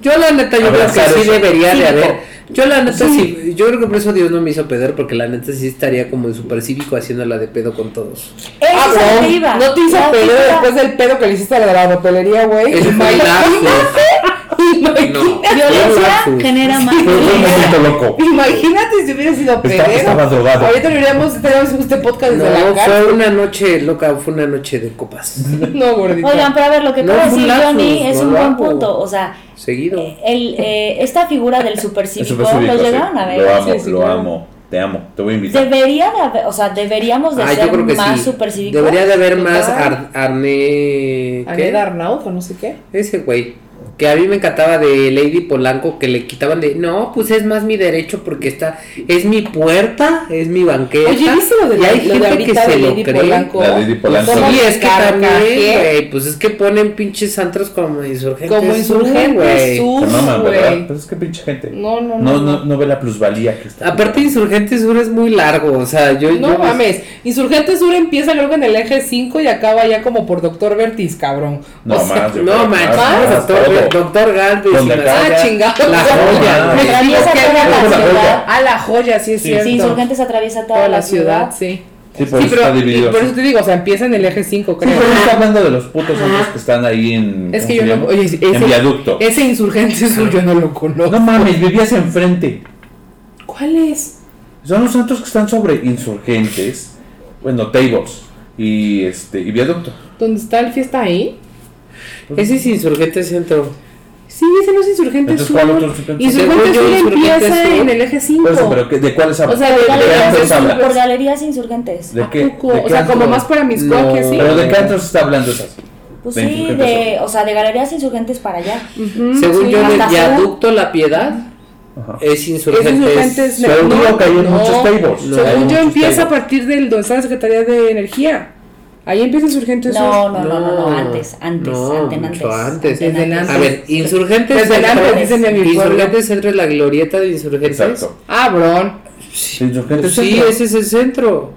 Speaker 5: Yo la neta, yo creo que
Speaker 1: Abrazar
Speaker 5: sí
Speaker 1: eso.
Speaker 5: debería de
Speaker 2: Cívico.
Speaker 5: haber. Yo la neta sí. yo creo que por eso Dios no me hizo pedo, porque la neta sí estaría como en supercívico haciéndola de pedo con todos.
Speaker 3: Ah,
Speaker 2: Eso es lo que iba.
Speaker 7: No te hizo
Speaker 2: No
Speaker 7: pedo
Speaker 2: iba.
Speaker 3: pues.
Speaker 7: después del pedo que le hiciste a la de la papelería, güey.
Speaker 2: [LAUGHS]
Speaker 5: Eso fue un lapsus. No, fue un
Speaker 2: Violencia
Speaker 5: lapsus.
Speaker 2: genera más.
Speaker 1: Fue un momento loco.
Speaker 7: Imagínate si hubiera sido
Speaker 1: Está- estaba
Speaker 7: pedero.
Speaker 1: drogado.
Speaker 7: Ahorita hubiéramos tenemos este podcast desde la
Speaker 5: No,
Speaker 7: cárcel.
Speaker 5: fue una noche loca, fue una noche de copas.
Speaker 3: [LAUGHS]
Speaker 7: No, gordito.
Speaker 2: Oigan, pero a ver, lo que
Speaker 5: No,
Speaker 2: acaba de
Speaker 5: fue un
Speaker 2: decir
Speaker 5: lapsus,
Speaker 2: Johnny es
Speaker 5: no
Speaker 2: un
Speaker 5: lo
Speaker 2: buen
Speaker 5: hago.
Speaker 2: punto. O sea,
Speaker 5: Seguido.
Speaker 2: eh, el, eh, esta figura del
Speaker 1: Es
Speaker 2: supercívico,
Speaker 1: súper cívico,
Speaker 2: ¿lo
Speaker 1: sí.
Speaker 2: llegaron a ver?
Speaker 1: Lo amo,
Speaker 7: Sí, sí,
Speaker 1: lo
Speaker 7: claro.
Speaker 1: amo, te amo, te voy a invitar.
Speaker 2: Debería de haber, o sea, deberíamos de
Speaker 5: Ah, yo
Speaker 2: ser
Speaker 5: creo que
Speaker 2: más
Speaker 5: sí.
Speaker 2: supercívicos.
Speaker 5: Debería de haber más
Speaker 3: Total.
Speaker 5: ar- arne.
Speaker 3: Anel
Speaker 5: ¿Qué?
Speaker 3: Arnaud o no sé qué.
Speaker 5: Ese güey. Que a mí me encantaba de Lady Polanco que le quitaban de. No, pues es más mi derecho porque está. Es mi puerta, es mi banqueta.
Speaker 3: Oye, ¿viste lo de
Speaker 5: y
Speaker 3: la-
Speaker 5: hay
Speaker 3: lo de
Speaker 5: gente que
Speaker 3: ahorita
Speaker 5: se
Speaker 3: de
Speaker 5: lo
Speaker 3: Lady
Speaker 5: cree.
Speaker 3: Polanco?
Speaker 1: La Lady Polanco.
Speaker 3: ¿Cómo
Speaker 5: Y es que
Speaker 3: carcajé?
Speaker 5: también, güey, pues es que ponen pinches antros como insurgentes.
Speaker 3: Como
Speaker 5: sur,
Speaker 3: insurgente
Speaker 5: güey.
Speaker 1: Te
Speaker 3: sur,
Speaker 1: maman, ¿verdad?
Speaker 3: güey.
Speaker 1: Pues es que pinche gente.
Speaker 3: No, no,
Speaker 1: No,
Speaker 3: no.
Speaker 1: no, no ve la plusvalía que está.
Speaker 5: Aparte, insurgentes sur es muy largo, o sea, yo.
Speaker 3: No
Speaker 5: yo-
Speaker 3: mames, Insurgente Sur empieza creo que en el eje 5 y acaba ya como por Doctor Vertiz, cabrón.
Speaker 1: No,
Speaker 3: O sea,
Speaker 1: más, yo
Speaker 5: No
Speaker 1: creo,
Speaker 5: manches,
Speaker 1: más,
Speaker 5: doctor,
Speaker 1: todo.
Speaker 5: doctor Galvez.
Speaker 1: Donde
Speaker 5: y
Speaker 1: acá-
Speaker 3: Ah,
Speaker 5: Masaya,
Speaker 3: chingado.
Speaker 5: La
Speaker 1: No,
Speaker 5: joya,
Speaker 1: no,
Speaker 5: güey.
Speaker 2: Atraviesa
Speaker 3: Es que
Speaker 2: toda
Speaker 3: era
Speaker 2: la
Speaker 3: la
Speaker 2: ciudad.
Speaker 3: A la joya, sí es
Speaker 1: Sí,
Speaker 3: cierto.
Speaker 2: Sí, insurgentes atraviesa toda,
Speaker 3: Toda la ciudad, sí.
Speaker 1: Sí, por
Speaker 3: sí,
Speaker 1: eso está
Speaker 3: pero
Speaker 1: dividido.
Speaker 3: y por
Speaker 1: sí.
Speaker 3: eso te digo, o sea, empieza en el eje 5,
Speaker 1: Sí,
Speaker 3: creo.
Speaker 1: pero está hablando de los putos otros que están ahí en.
Speaker 3: Es que
Speaker 1: ¿cómo
Speaker 3: yo
Speaker 1: se
Speaker 3: no.
Speaker 1: llama?
Speaker 3: Oye, ese,
Speaker 1: en viaducto.
Speaker 3: ese insurgente sur yo no lo conozco.
Speaker 1: No mames, vivías enfrente.
Speaker 3: ¿Cuál es?
Speaker 1: Son los santos que están sobre insurgentes, bueno, Tables y este y viaducto.
Speaker 3: ¿Dónde está el fiesta ahí?
Speaker 5: Ese es insurgente centro.
Speaker 3: Sí, ese no es insurgente
Speaker 1: Entonces,
Speaker 3: sur.
Speaker 1: ¿cuál otro insurgente?
Speaker 3: Insurgente
Speaker 5: Según yo,
Speaker 3: sur
Speaker 5: Insurgente
Speaker 3: empieza
Speaker 5: Sur.
Speaker 3: en el eje 5.
Speaker 1: Por eso, pero ¿qué- ¿de cuáles hablas?
Speaker 3: O sea, de
Speaker 1: ¿De qué
Speaker 3: galerías
Speaker 1: antros
Speaker 3: de
Speaker 1: habla?
Speaker 2: Por galerías insurgentes.
Speaker 1: ¿De qué?
Speaker 3: ¿A poco?
Speaker 1: ¿De
Speaker 3: o
Speaker 1: qué
Speaker 3: sea, como
Speaker 1: antro?
Speaker 3: más para mis coques,
Speaker 5: No.
Speaker 3: ¿sí?
Speaker 1: ¿Pero de qué antros está hablando esas?
Speaker 2: Pues
Speaker 1: De
Speaker 2: sí,
Speaker 1: insurgentes
Speaker 2: de, o sea, de galerías insurgentes para allá.
Speaker 3: Ujú,
Speaker 5: Según
Speaker 3: Mm, sí.
Speaker 5: yo, del
Speaker 2: hasta
Speaker 5: viaducto La Piedad
Speaker 1: Ajá.
Speaker 5: es
Speaker 3: Ese
Speaker 5: insurgente.
Speaker 3: insurgente es
Speaker 1: Pero
Speaker 3: no,
Speaker 1: digo que hay
Speaker 3: no.
Speaker 1: muchos tables.
Speaker 5: No, hay
Speaker 3: Según yo
Speaker 5: muchos
Speaker 3: empieza a
Speaker 5: tables.
Speaker 3: partir del donde está la Secretaría de Energía. Ahí empieza insurgente sur.
Speaker 2: No, no, no, no, no, antes, antes, antes, antes.
Speaker 5: mucho antes.
Speaker 3: Desde el
Speaker 5: A ver, insurgente
Speaker 3: Desde el
Speaker 5: centro.
Speaker 3: antes, dicen en mi pueblo.
Speaker 5: Insurgente centro es la glorieta de insurgentes.
Speaker 1: Exacto.
Speaker 3: Ah, bron.
Speaker 1: Insurgentes
Speaker 5: Pues sí,
Speaker 1: Centro.
Speaker 5: ese es el centro.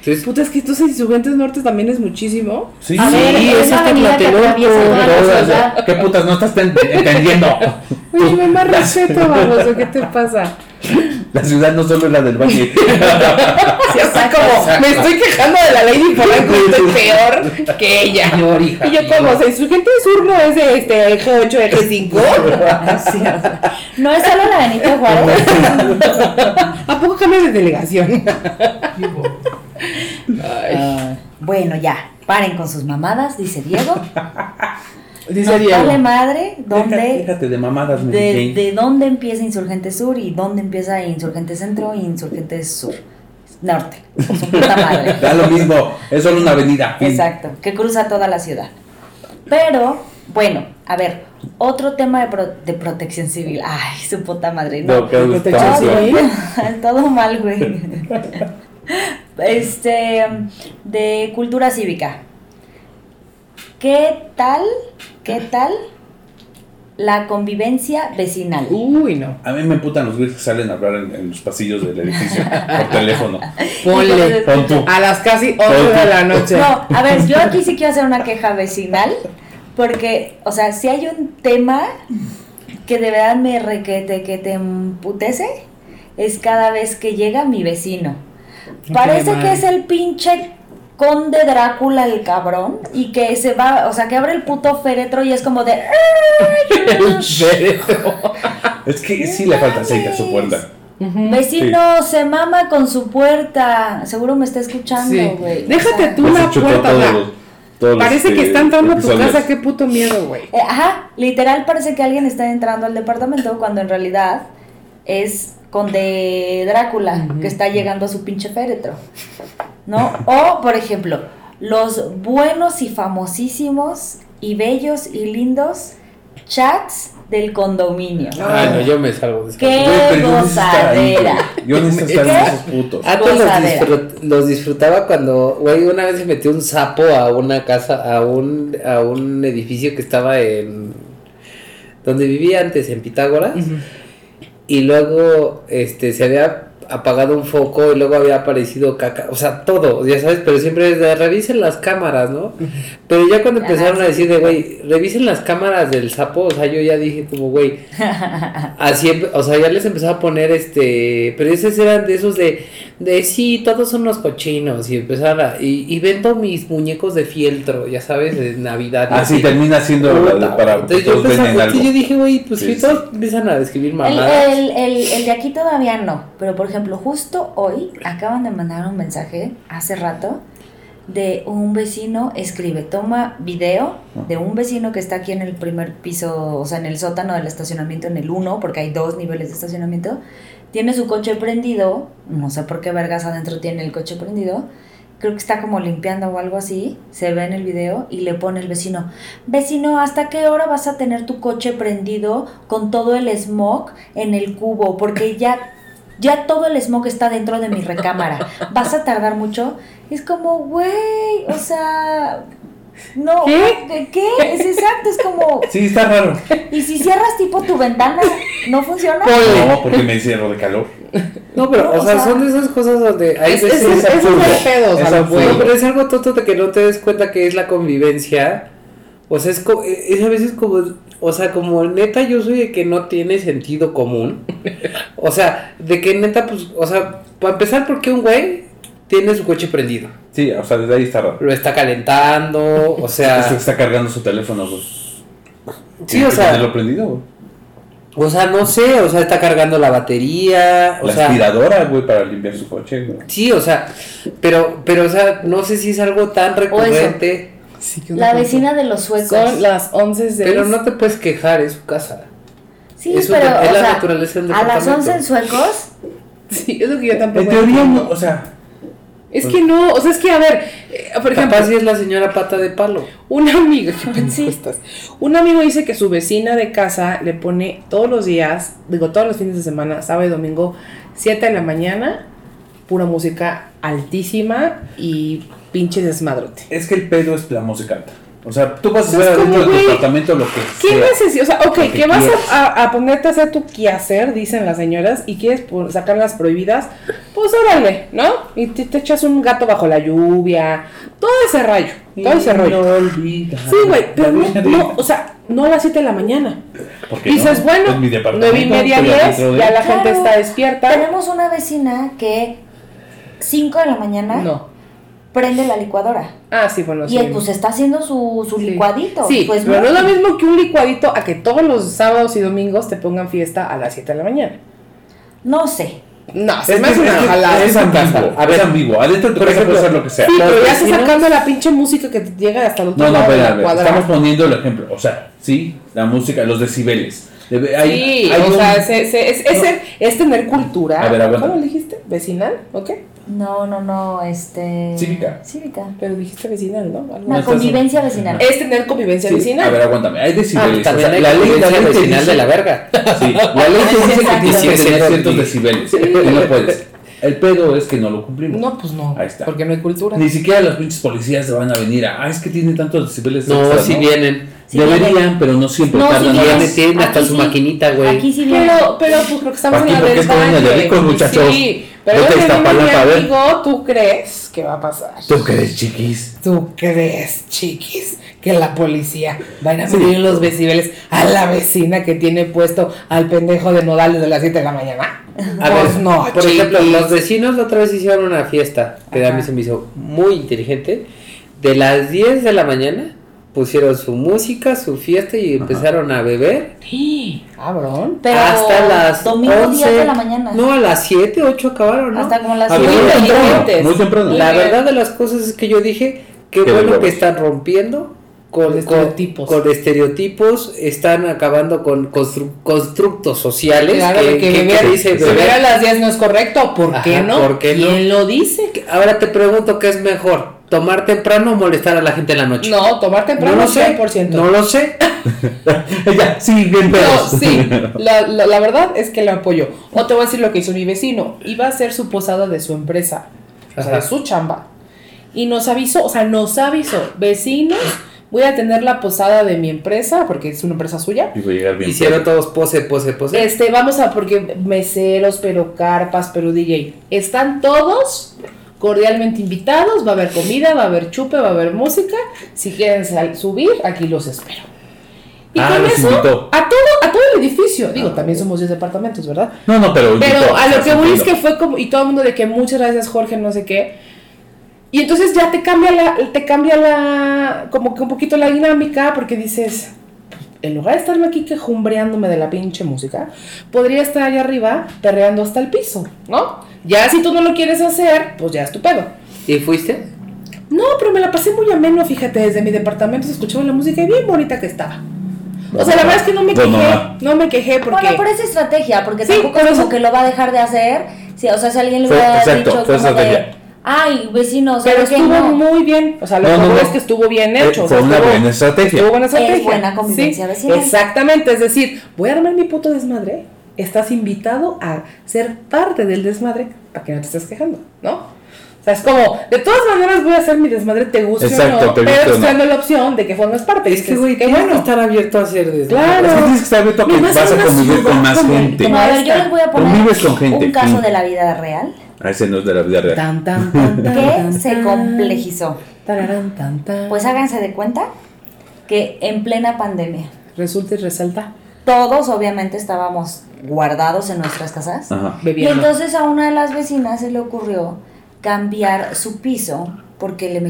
Speaker 5: Entonces,
Speaker 3: Puta, es que estos insurgentes norte también es muchísimo.
Speaker 1: Sí,
Speaker 2: A
Speaker 1: sí.
Speaker 2: ver,
Speaker 5: sí,
Speaker 2: es
Speaker 5: esa
Speaker 2: la avenida que
Speaker 5: Tlatelolco,
Speaker 2: atraviesa toda
Speaker 1: Pero,
Speaker 2: la
Speaker 1: o sea, [LAUGHS]
Speaker 2: ciudad.
Speaker 1: ¿Qué putas no estás ent- entendiendo? [LAUGHS] Pues
Speaker 3: Oye, me más respeto, vamos, ¿qué te pasa?
Speaker 1: La ciudad no solo es la del valle.
Speaker 3: Sí, así como, me estoy quejando de la Lady Polanco y estoy peor que ella. Y yo como, o sea, insurgente sur no es de este eje 8, eje 5.
Speaker 2: Sí, o sea, No es solo la Benito Juárez.
Speaker 3: ¿A poco cambias de delegación?
Speaker 2: Ah, bueno, ya, paren con sus mamadas, dice Diego.
Speaker 3: Dice
Speaker 2: Nos vale
Speaker 3: Diego.
Speaker 2: madre
Speaker 1: Deja-
Speaker 2: dónde,
Speaker 1: Déjate de mamadas, Mary
Speaker 2: de,
Speaker 1: Jane.
Speaker 2: de dónde empieza Insurgente Sur y dónde empieza Insurgente Centro e Insurgente Sur. Norte, su puta madre.
Speaker 1: [LAUGHS] Da lo mismo, es solo una avenida. fin.
Speaker 2: Exacto, que cruza toda la ciudad. Pero, bueno, a ver, otro tema de, pro- de protección civil. Ay, su puta madre, no.
Speaker 1: No, que
Speaker 2: [LAUGHS]
Speaker 3: Protección
Speaker 1: estamos-
Speaker 3: civil.
Speaker 1: [LAUGHS]
Speaker 2: Todo mal, güey. este, de cultura cívica. ¿Qué tal, qué tal la convivencia vecinal?
Speaker 3: Uy, no.
Speaker 1: A mí me emputan los güeyes que salen a hablar en, en los pasillos del edificio [LAUGHS] por teléfono.
Speaker 3: Ponle.
Speaker 1: Pon tú.
Speaker 3: A las casi 8 de la noche.
Speaker 2: No, a ver, yo aquí sí quiero hacer una queja vecinal, porque, o sea, si hay un tema que de verdad me requete, que te emputece, es cada vez que llega mi vecino. Parece que es el pinche conde Drácula el cabrón y que se va, o sea, que abre el puto féretro y es como de... "Eh,
Speaker 1: Es que sí le falta aceite a su puerta.
Speaker 2: Vecino se mama con su puerta. Seguro me está
Speaker 3: Sí.
Speaker 2: escuchando, güey. O
Speaker 3: Déjate
Speaker 2: sea,
Speaker 3: tú
Speaker 1: Les
Speaker 3: la
Speaker 1: echo Pues
Speaker 3: puerta,
Speaker 1: todos
Speaker 3: o sea,
Speaker 1: los- todos los,
Speaker 3: Parece que
Speaker 1: este,
Speaker 3: está entrando a tu
Speaker 1: episodios.
Speaker 3: casa, qué puto miedo, güey.
Speaker 2: Eh, ajá, literal parece que alguien está entrando al departamento cuando en realidad es conde Drácula que está llegando a su pinche féretro. ¿No? O, por ejemplo, los buenos y famosísimos y bellos y lindos chats del condominio.
Speaker 5: Ah, no, yo me salvo de esa
Speaker 2: ¡Qué
Speaker 1: Güey, pero yo necesito estar ahí,
Speaker 2: gozadera!
Speaker 1: güey. Yo necesito estar en esos putos.
Speaker 5: Antes los,
Speaker 2: Gozadera.
Speaker 5: disfrut- los disfrutaba cuando, güey, una vez se metió un sapo a una casa, a un, a un edificio que estaba en donde vivía antes, en Pitágoras, y luego este se había apagado un foco y luego había aparecido caca, o sea, todo, ya sabes, pero siempre es de, revisen las cámaras, ¿no? Pero ya cuando
Speaker 2: Ah,
Speaker 5: empezaron a
Speaker 2: sí.
Speaker 5: decir de, güey, revisen las cámaras del sapo, o sea, yo ya dije como, güey, Así, em- o sea, ya les empezaba a poner este. Pero esos eran de esos de. De sí, todos son los cochinos. Y empezaron a. Y, y vendo mis muñecos de fieltro, ya sabes, de Navidad. y
Speaker 1: Así termina siendo
Speaker 5: Puta,
Speaker 1: Ah, la- la- para
Speaker 5: entonces yo,
Speaker 1: todos
Speaker 5: empezaba-
Speaker 1: venden algo.
Speaker 5: entonces yo dije, güey, pues
Speaker 1: Sí,
Speaker 5: que
Speaker 1: sí.
Speaker 5: todos empiezan a describir
Speaker 2: El,
Speaker 5: mamadas.
Speaker 2: el, el- el de aquí todavía no, pero por ejemplo, justo hoy acaban de mandar un mensaje hace rato de un vecino, escribe, toma video de un vecino que está aquí en el primer piso, o sea, en el sótano del estacionamiento, en el 1, porque hay dos niveles de estacionamiento, tiene su coche prendido, no sé por qué vergas adentro tiene el coche prendido, creo que está como limpiando o algo así, se ve en el video y le pone el vecino, vecino, ¿hasta qué hora vas a tener tu coche prendido con todo el smog en el cubo? Porque ya, ya todo el smog está dentro de mi recámara, ¿vas a tardar mucho? Y es como, güey, o sea... No, ¿qué? ¿Qué? Es exacto, es como,
Speaker 1: Sí, está raro.
Speaker 2: y si cierras tipo tu ventana, ¿no funciona?
Speaker 1: No, porque me encierro de calor.
Speaker 5: no, pero,
Speaker 2: no,
Speaker 5: o,
Speaker 2: o
Speaker 5: sea,
Speaker 2: sea,
Speaker 5: son de esas cosas donde hay
Speaker 3: Es, es, es,
Speaker 5: veces.
Speaker 3: es
Speaker 1: absurdo.
Speaker 3: hacer pedos
Speaker 1: Es
Speaker 3: a lo
Speaker 1: absurdo.
Speaker 3: güey.
Speaker 5: No, pero es algo tonto de que no te des cuenta que es la convivencia. O sea, es, co- e, es a veces como. O sea, como neta, yo soy de que no tiene sentido común. O sea, de que neta, pues. O sea, para empezar, porque un güey tiene su coche prendido?
Speaker 1: Sí, o sea, desde ahí está raro.
Speaker 5: Lo está calentando,
Speaker 1: [LAUGHS]
Speaker 5: o
Speaker 1: Este
Speaker 5: sea.
Speaker 1: está cargando su teléfono. Pues.
Speaker 5: Sí, o
Speaker 1: Lo
Speaker 5: sea.
Speaker 1: prendido, güey.
Speaker 5: O sea, no sé, o sea, está cargando la batería. O
Speaker 1: La
Speaker 5: sea,
Speaker 1: aspiradora, güey, para limpiar su coche, güey.
Speaker 5: Sí, o sea. Pero, pero, o sea, no sé si es algo tan recurrente.
Speaker 3: Sí, que una
Speaker 2: La
Speaker 3: cosa.
Speaker 2: vecina de los
Speaker 3: Son
Speaker 2: suecos.
Speaker 3: las 11 de
Speaker 5: Pero no te puedes quejar, es su casa.
Speaker 2: Sí,
Speaker 5: es un-
Speaker 2: pero
Speaker 5: es
Speaker 2: o
Speaker 5: la
Speaker 2: sea,
Speaker 5: naturaleza del
Speaker 2: a las 11
Speaker 5: departamento.
Speaker 2: en suecos.
Speaker 3: [LAUGHS] Sí, es lo que yo tampoco.
Speaker 1: En teoría,
Speaker 3: entiendo.
Speaker 1: no, o sea,
Speaker 3: Es que no, o sea, es que a ver, eh, por ejemplo,
Speaker 5: Capaz si es la señora pata de palo.
Speaker 3: un amigo, [LAUGHS] ¿qué pendejo estás? Un amigo dice que su vecina de casa le pone todos los días, digo todos los fines de semana, sábado y domingo, 7 de la mañana, pura música altísima y pinche desmadrote.
Speaker 1: es que el pedo es la música alta. O sea, tú vas a
Speaker 3: O sea,
Speaker 1: ver
Speaker 3: es Pues como,
Speaker 1: adentro de tu
Speaker 3: güey,
Speaker 1: apartamento lo que
Speaker 3: ¿Qué
Speaker 1: sea.
Speaker 3: necesidad? O sea, ok,
Speaker 1: Lo que
Speaker 3: que, vas
Speaker 1: quieras.
Speaker 3: a, a- a ponerte a hacer tu quehacer, dicen las señoras, y quieres por- sacar las prohibidas, pues órale, ¿no? Y te, te echas un gato bajo la lluvia, todo ese rayo, todo ese rollo.
Speaker 1: No olvidas.
Speaker 3: Sí, güey, pero no,
Speaker 1: Olvidas.
Speaker 3: no, o sea, no a las 7 de la mañana.
Speaker 1: ¿Por qué
Speaker 3: Dices,
Speaker 1: no?
Speaker 3: bueno,
Speaker 1: Es mi
Speaker 3: 9 y
Speaker 1: departamento,
Speaker 3: media,
Speaker 1: estoy
Speaker 3: 10,
Speaker 1: adentro de-
Speaker 3: ya la
Speaker 2: Claro.
Speaker 3: gente está despierta.
Speaker 2: Tenemos una vecina que 5 de la mañana
Speaker 3: No.
Speaker 2: prende la licuadora.
Speaker 3: Ah, sí, bueno,
Speaker 2: y
Speaker 3: sí.
Speaker 2: él pues está haciendo su, su
Speaker 3: Sí.
Speaker 2: licuadito.
Speaker 3: Sí,
Speaker 2: pues
Speaker 3: pero no
Speaker 2: no.
Speaker 3: es lo mismo que un licuadito a que todos los sábados y domingos te pongan fiesta a las 7 de la mañana.
Speaker 2: No sé.
Speaker 3: No,
Speaker 1: Es,
Speaker 3: se me hace
Speaker 1: que-
Speaker 3: una
Speaker 1: es que-
Speaker 3: jalada.
Speaker 1: es ambiguo.
Speaker 5: A ver.
Speaker 1: es ambiguo. Adentro de tu
Speaker 5: Por
Speaker 1: casa puede
Speaker 5: ejemplo,
Speaker 1: ser lo que sea.
Speaker 3: Sí,
Speaker 5: Los
Speaker 3: pero ya estás
Speaker 5: vecinos-
Speaker 3: sacando la pinche música que te llega hasta el otro
Speaker 1: No, no,
Speaker 3: lado de
Speaker 1: pero
Speaker 3: la
Speaker 1: a ver,
Speaker 3: cuadra.
Speaker 1: estamos poniendo el ejemplo. O sea, sí, la música, los decibeles. Debe- hay-
Speaker 3: Sí,
Speaker 1: hay
Speaker 3: o
Speaker 1: un-
Speaker 3: sea, es, es, es, es,
Speaker 1: No.
Speaker 3: es tener cultura.
Speaker 1: A ver, aguanta.
Speaker 3: ¿Cómo le dijiste? ¿Vecinal? ¿Ok?
Speaker 2: No, no, no, este.
Speaker 1: Cívica.
Speaker 2: Cívica.
Speaker 3: Pero dijiste vecinal, ¿no? Algo.
Speaker 2: La
Speaker 1: estás-
Speaker 2: convivencia vecinal.
Speaker 3: Es tener convivencia
Speaker 1: sí,
Speaker 3: vecinal.
Speaker 1: a ver, aguántame. Hay
Speaker 5: Ah,
Speaker 1: decibeles. o
Speaker 5: también
Speaker 1: sea,
Speaker 5: hay
Speaker 1: la ley, la
Speaker 5: convivencia
Speaker 1: ley te [LAUGHS]
Speaker 5: vecinal
Speaker 1: dice-
Speaker 3: [LAUGHS]
Speaker 5: de la verga.
Speaker 1: Sí, la ley te dice que tienes que tener
Speaker 5: Exacto.
Speaker 1: ciertos decibeles. Y no puedes. El pedo es que no lo cumplimos.
Speaker 3: No, pues no.
Speaker 1: Ahí está.
Speaker 3: Porque no hay cultura.
Speaker 1: Ni siquiera los pinches policías se van a venir a. Ah, es que tiene tantos decibeles.
Speaker 5: No,
Speaker 1: extra",
Speaker 5: si vienen.
Speaker 2: Eh, Sí,
Speaker 1: Deberían,
Speaker 2: vienen.
Speaker 1: pero no siempre
Speaker 2: No, sí
Speaker 1: tardan.
Speaker 2: vienen.
Speaker 5: Ya
Speaker 1: más.
Speaker 5: me tienen hasta
Speaker 2: Aquí
Speaker 5: su
Speaker 2: sí.
Speaker 5: maquinita, güey.
Speaker 2: Aquí sí viene.
Speaker 3: Pero, pero pues porque estamos
Speaker 1: Aquí
Speaker 3: en la
Speaker 1: porque es colonia de
Speaker 3: desván,
Speaker 1: ricos,
Speaker 3: güey.
Speaker 1: muchachos.
Speaker 3: Sí, pero
Speaker 1: Vete a
Speaker 3: yo te digo, mi
Speaker 1: Iztapalapa, a ver.
Speaker 3: amigo, ¿tú crees que va a pasar?
Speaker 1: ¿Tú crees, chiquis?
Speaker 3: ¿Tú crees, chiquis, que la policía van a pedir los vecibeles a la vecina que tiene puesto al pendejo de nodales de las 7 de la mañana?
Speaker 5: A
Speaker 3: pues
Speaker 5: ver,
Speaker 3: no,
Speaker 5: por
Speaker 3: chiquis.
Speaker 5: ejemplo, los vecinos la otra vez hicieron una fiesta, que a mí se me hizo muy inteligente. De las 10 de la mañana pusieron su música, su fiesta y empezaron a beber
Speaker 3: Sí, Cabrón.
Speaker 2: Pero
Speaker 5: hasta las
Speaker 2: domingo 10 de
Speaker 5: 11,
Speaker 2: la mañana.
Speaker 5: No, a las 7, 8 acabaron, ¿no?
Speaker 2: Hasta como las
Speaker 1: A ver,
Speaker 2: siete.
Speaker 1: muy temprano.
Speaker 3: inteligentes.
Speaker 1: Muy temprano.
Speaker 5: La
Speaker 3: bien.
Speaker 5: verdad de las cosas es que yo dije, qué
Speaker 1: Qué
Speaker 5: bueno
Speaker 1: dolor.
Speaker 5: que están rompiendo con,
Speaker 3: Con
Speaker 5: con-
Speaker 3: estereotipos.
Speaker 5: con estereotipos, están acabando con constru- constructos sociales.
Speaker 3: Claro, de que beber-
Speaker 5: dice
Speaker 3: Si
Speaker 5: beber.
Speaker 3: hubiera a las 10 no es correcto, ¿por
Speaker 5: Ajá,
Speaker 3: qué no?
Speaker 5: ¿por qué no?
Speaker 3: ¿Quién lo dice?
Speaker 5: Ahora te pregunto qué es mejor, tomar temprano o molestar a la gente en la noche.
Speaker 3: No, tomar temprano
Speaker 5: No lo sé,
Speaker 3: 100%.
Speaker 5: no lo sé.
Speaker 1: [LAUGHS] Ya, sí, bien
Speaker 3: No,
Speaker 1: pedos. [LAUGHS]
Speaker 3: sí, la, la- la verdad es que lo apoyo. O te voy a decir lo que hizo mi vecino. Iba a hacer su posada de su empresa, o sea, de
Speaker 5: Ajá.
Speaker 3: su chamba. Y nos avisó, o sea, nos avisó, vecinos, voy a tener la posada de mi empresa, porque es una empresa suya.
Speaker 1: Y voy a llegar bien.
Speaker 5: Hicieron
Speaker 1: pedo.
Speaker 5: todos pose, pose, pose.
Speaker 3: Este, vamos a, porque meseros, pero carpas, pero DJ. Están todos cordialmente invitados, va a haber comida, va a haber chupe, va a haber música. Si quieren sal- subir, aquí los espero. Y
Speaker 1: Ah,
Speaker 3: con
Speaker 1: los
Speaker 3: eso,
Speaker 1: invitó.
Speaker 3: a todo, a todo el edificio. Digo, también somos 10 departamentos, ¿verdad?
Speaker 1: No, no, pero.
Speaker 3: Pero
Speaker 1: no,
Speaker 3: a lo
Speaker 1: estás
Speaker 3: que voy es que
Speaker 1: mintiendo.
Speaker 3: fue como, y todo el mundo de que muchas gracias Jorge, no sé qué. Y entonces ya te cambia la, te cambia la, como que un poquito la dinámica, porque dices, en lugar de estarme aquí quejumbreándome de la pinche música, podría estar allá arriba perreando hasta el piso, ¿no? Ya si tú no lo quieres hacer, pues ya es tu pedo.
Speaker 5: ¿Y fuiste?
Speaker 3: No, pero me la pasé muy ameno, fíjate, desde mi departamento se escuchaba la música y bien bonita que estaba. O sea, la verdad es que no me
Speaker 1: Bueno,
Speaker 3: quejé,
Speaker 1: mamá.
Speaker 3: no me quejé porque...
Speaker 2: Bueno, por esa estrategia, porque
Speaker 3: Sí,
Speaker 2: tampoco
Speaker 3: por
Speaker 2: es como
Speaker 3: eso.
Speaker 2: que lo va a dejar de hacer. Sí, o sea, si alguien le
Speaker 1: Fue-
Speaker 2: hubiera
Speaker 1: exacto,
Speaker 2: dicho
Speaker 1: fue
Speaker 2: como de,
Speaker 1: estrategia.
Speaker 2: ay, vecinos,
Speaker 3: Pero
Speaker 2: ¿sabes qué?
Speaker 3: estuvo
Speaker 2: No.
Speaker 3: muy bien. O sea, lo
Speaker 1: No,
Speaker 3: que
Speaker 1: no,
Speaker 3: voy
Speaker 1: no.
Speaker 3: es que estuvo bien
Speaker 1: Eh,
Speaker 3: hecho. o
Speaker 1: Fue
Speaker 3: sea,
Speaker 1: una
Speaker 3: estuvo-
Speaker 1: buena estrategia.
Speaker 3: Estuvo buena estrategia.
Speaker 2: buena convivencia vecinal.
Speaker 3: Exactamente. Es decir, voy a armar mi puto desmadre. Estás invitado a ser parte del desmadre para que no te estés quejando, ¿no? O sea, es como, de todas maneras voy a hacer mi desmadre, te guste
Speaker 1: Exacto,
Speaker 3: o no,
Speaker 1: te guste
Speaker 3: pero
Speaker 1: o no.
Speaker 3: estoy dando la opción de que formes parte.
Speaker 5: Es que, güey,
Speaker 3: qué
Speaker 5: tienes que
Speaker 3: bueno.
Speaker 5: estar abierto a hacer desmadre.
Speaker 3: Claro.
Speaker 1: Es que tienes que estar abierto a que
Speaker 3: Me vas a
Speaker 1: vas a
Speaker 3: una
Speaker 1: convivir
Speaker 3: ciudad
Speaker 1: con más
Speaker 3: con el-
Speaker 1: gente.
Speaker 2: Como, a ver, yo les voy a poner
Speaker 1: Convives con gente,
Speaker 2: un caso
Speaker 1: sí.
Speaker 2: de la vida real
Speaker 1: A Ah, ese no es de la vida real. [LAUGHS]
Speaker 3: Tan, tan, tan, tan,
Speaker 2: que
Speaker 3: tan,
Speaker 2: se
Speaker 3: tan,
Speaker 2: complejizó.
Speaker 3: tararán, tan, tan.
Speaker 2: Pues háganse de cuenta que en plena pandemia
Speaker 3: resulta y resalta
Speaker 2: todos obviamente estábamos guardados en nuestras casas.
Speaker 1: Ajá.
Speaker 2: Y
Speaker 3: bebiendo.
Speaker 2: entonces a una de las vecinas se le ocurrió cambiar su piso porque le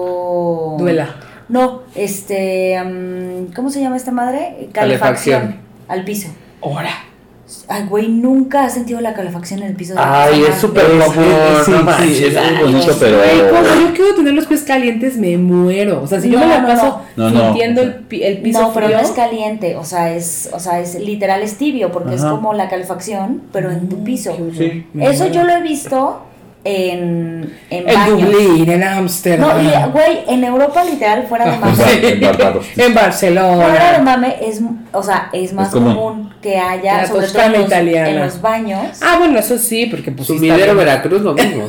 Speaker 2: metió...
Speaker 3: Duela.
Speaker 2: No, este... mm, ¿Cómo se llama esta madre?
Speaker 5: Calefacción.
Speaker 2: Calefacción. Al piso.
Speaker 3: Ahora.
Speaker 2: Ay, güey, nunca has sentido la calefacción en el piso. de la
Speaker 5: Ay,
Speaker 2: persona?
Speaker 5: es súper común.
Speaker 1: Eh, sí,
Speaker 5: no
Speaker 1: sí,
Speaker 5: manches.
Speaker 1: es muy bonito,
Speaker 3: Güey, cuando
Speaker 1: pero.
Speaker 3: yo quiero tener los pies calientes, me muero. O sea, si yo
Speaker 2: No,
Speaker 3: me la
Speaker 2: no,
Speaker 3: paso
Speaker 1: no. No, no.
Speaker 3: sintiendo el, pi- el piso
Speaker 2: No, pero
Speaker 3: frío.
Speaker 2: no es caliente, o sea, es, o sea, es literal es tibio, porque es
Speaker 1: Ajá.
Speaker 2: como la calefacción, pero en tu piso.
Speaker 1: Sí.
Speaker 2: Eso yo lo he visto en, en
Speaker 3: En
Speaker 2: baños.
Speaker 3: Dublín, en Ámsterdam.
Speaker 2: No, y, eh, güey, en Europa literal fuera
Speaker 3: [LAUGHS]
Speaker 2: de mame.
Speaker 1: sí. En Barbados.
Speaker 3: En
Speaker 2: Fuera de
Speaker 3: Barcelona.
Speaker 2: mame es, o sea, es más
Speaker 1: Es común.
Speaker 2: común. que haya
Speaker 3: La
Speaker 2: sobre todo en
Speaker 3: Toscana
Speaker 2: los,
Speaker 3: italiana.
Speaker 2: en los baños.
Speaker 3: Ah, bueno, eso sí, porque pues. sí está
Speaker 5: Sumidero
Speaker 3: bien.
Speaker 5: Veracruz lo
Speaker 3: [LAUGHS]
Speaker 5: mismo.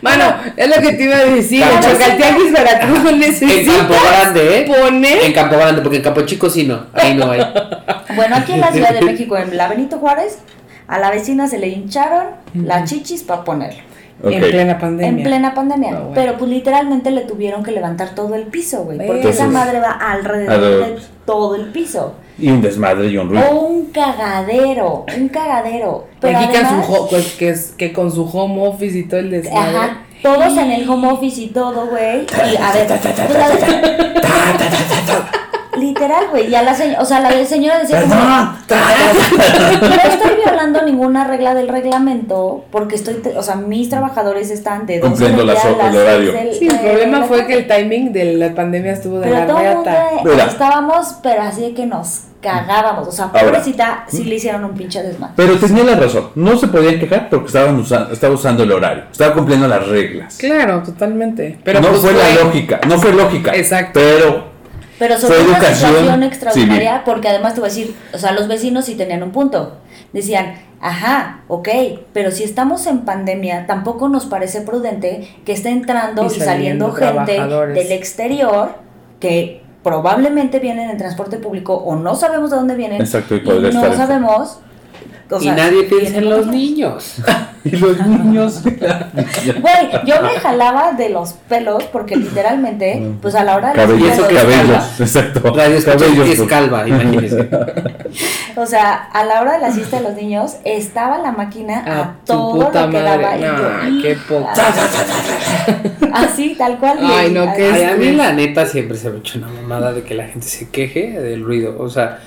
Speaker 3: Mano, es lo que te iba a decir.
Speaker 5: Claro.
Speaker 3: En Chacaltianguis, Veracruz, no
Speaker 5: en Campo
Speaker 3: necesita
Speaker 5: Grande, ¿eh? En
Speaker 3: poner.
Speaker 5: Campo Grande, porque en Campo Chico sí no. Ahí no
Speaker 2: [LAUGHS]
Speaker 5: hay.
Speaker 3: Ah.
Speaker 2: Bueno, aquí en la
Speaker 3: [LAUGHS]
Speaker 2: Ciudad de México, en la Benito Juárez, a la vecina se le hincharon las chichis para ponerlo.
Speaker 3: En
Speaker 1: Ok.
Speaker 3: plena pandemia.
Speaker 2: En plena pandemia.
Speaker 3: Ah, bueno.
Speaker 2: Pero pues literalmente le tuvieron que levantar todo el piso, güey. Porque
Speaker 3: Entonces,
Speaker 2: esa madre va alrededor
Speaker 1: alrededor.
Speaker 2: de todo el piso.
Speaker 1: Y un desmadre y un
Speaker 3: Oh,
Speaker 2: O
Speaker 1: ruido.
Speaker 2: un cagadero, un cagadero. Pero
Speaker 3: Aquí que, en su
Speaker 2: además,
Speaker 3: ho- pues, que, es- que con su home office y todo el desmadre.
Speaker 2: ajá, todos en el home office y todo, güey. Y a ver, pues, la [LAUGHS] de- literal, güey. Ya la señora, o sea, la señora decía como,
Speaker 1: ¡Perdón!
Speaker 2: No estoy violando ninguna regla del reglamento porque estoy, te- o sea, mis trabajadores están de 12
Speaker 1: Cumpliendo
Speaker 2: del día
Speaker 1: las
Speaker 2: a
Speaker 1: ho-
Speaker 2: las
Speaker 1: el
Speaker 2: seis
Speaker 1: horario.
Speaker 2: del-
Speaker 3: Sí, el
Speaker 2: de-
Speaker 3: problema
Speaker 2: de-
Speaker 3: fue que el timing de la pandemia estuvo de
Speaker 2: Eh, Pero
Speaker 3: la
Speaker 2: todo el mundo
Speaker 3: reata.
Speaker 2: eh,
Speaker 1: Mira.
Speaker 2: estábamos, pero así de que nos cagábamos. O sea,
Speaker 1: Ahora.
Speaker 2: pobrecita, sí le hicieron un pinche desmadre.
Speaker 1: Pero tenía la razón. No se podían quejar porque estaban usa- estaba usando el horario. Estaba cumpliendo las reglas.
Speaker 3: Claro, totalmente. Pero
Speaker 1: no
Speaker 3: pues,
Speaker 1: fue la
Speaker 3: güey,
Speaker 1: lógica. No fue lógica.
Speaker 3: Exacto.
Speaker 1: Pero
Speaker 2: Pero
Speaker 1: Fue
Speaker 2: sobre una
Speaker 1: educación
Speaker 2: situación extraordinaria,
Speaker 1: civil.
Speaker 2: porque además te voy a decir, o sea, los vecinos sí tenían un punto. Decían, Ajá, ok, pero si estamos en pandemia, tampoco nos parece prudente que esté entrando y,
Speaker 6: Y saliendo
Speaker 2: saliendo, gente
Speaker 6: trabajadores.
Speaker 2: del exterior que probablemente vienen en transporte público o no sabemos de dónde vienen.
Speaker 1: Exacto, y
Speaker 2: Eh, y
Speaker 1: podría
Speaker 2: no
Speaker 1: estar en-
Speaker 2: sabemos. o sea,
Speaker 5: y nadie piensa
Speaker 2: vienen
Speaker 5: en los
Speaker 2: otros.
Speaker 5: niños.
Speaker 1: [LAUGHS] Y los niños.
Speaker 2: Güey, yo me jalaba de los pelos porque literalmente, pues a la hora de las
Speaker 5: Cabello,
Speaker 1: cabellos,
Speaker 2: filas
Speaker 5: eso
Speaker 2: de-
Speaker 5: que
Speaker 1: cabellos, exacto.
Speaker 5: Radio escucha que es
Speaker 1: pues.
Speaker 5: calva,
Speaker 1: [LAUGHS]
Speaker 5: imagínense.
Speaker 2: O sea, a la hora de la siesta de los niños, estaba la máquina a,
Speaker 5: Ah, tu
Speaker 2: todo lo
Speaker 5: puta
Speaker 2: que daba. y
Speaker 5: madre.
Speaker 2: yo,
Speaker 5: Nah, qué poca.
Speaker 2: [LAUGHS] Así, tal cual. y-
Speaker 6: Ay, no, qué
Speaker 5: Ay, a mí
Speaker 6: estrés.
Speaker 5: la neta siempre se me ha hecho una mamada de que la gente se queje del ruido. O sea,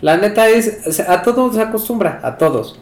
Speaker 5: la neta es, o sea, a todos se acostumbra, a todos.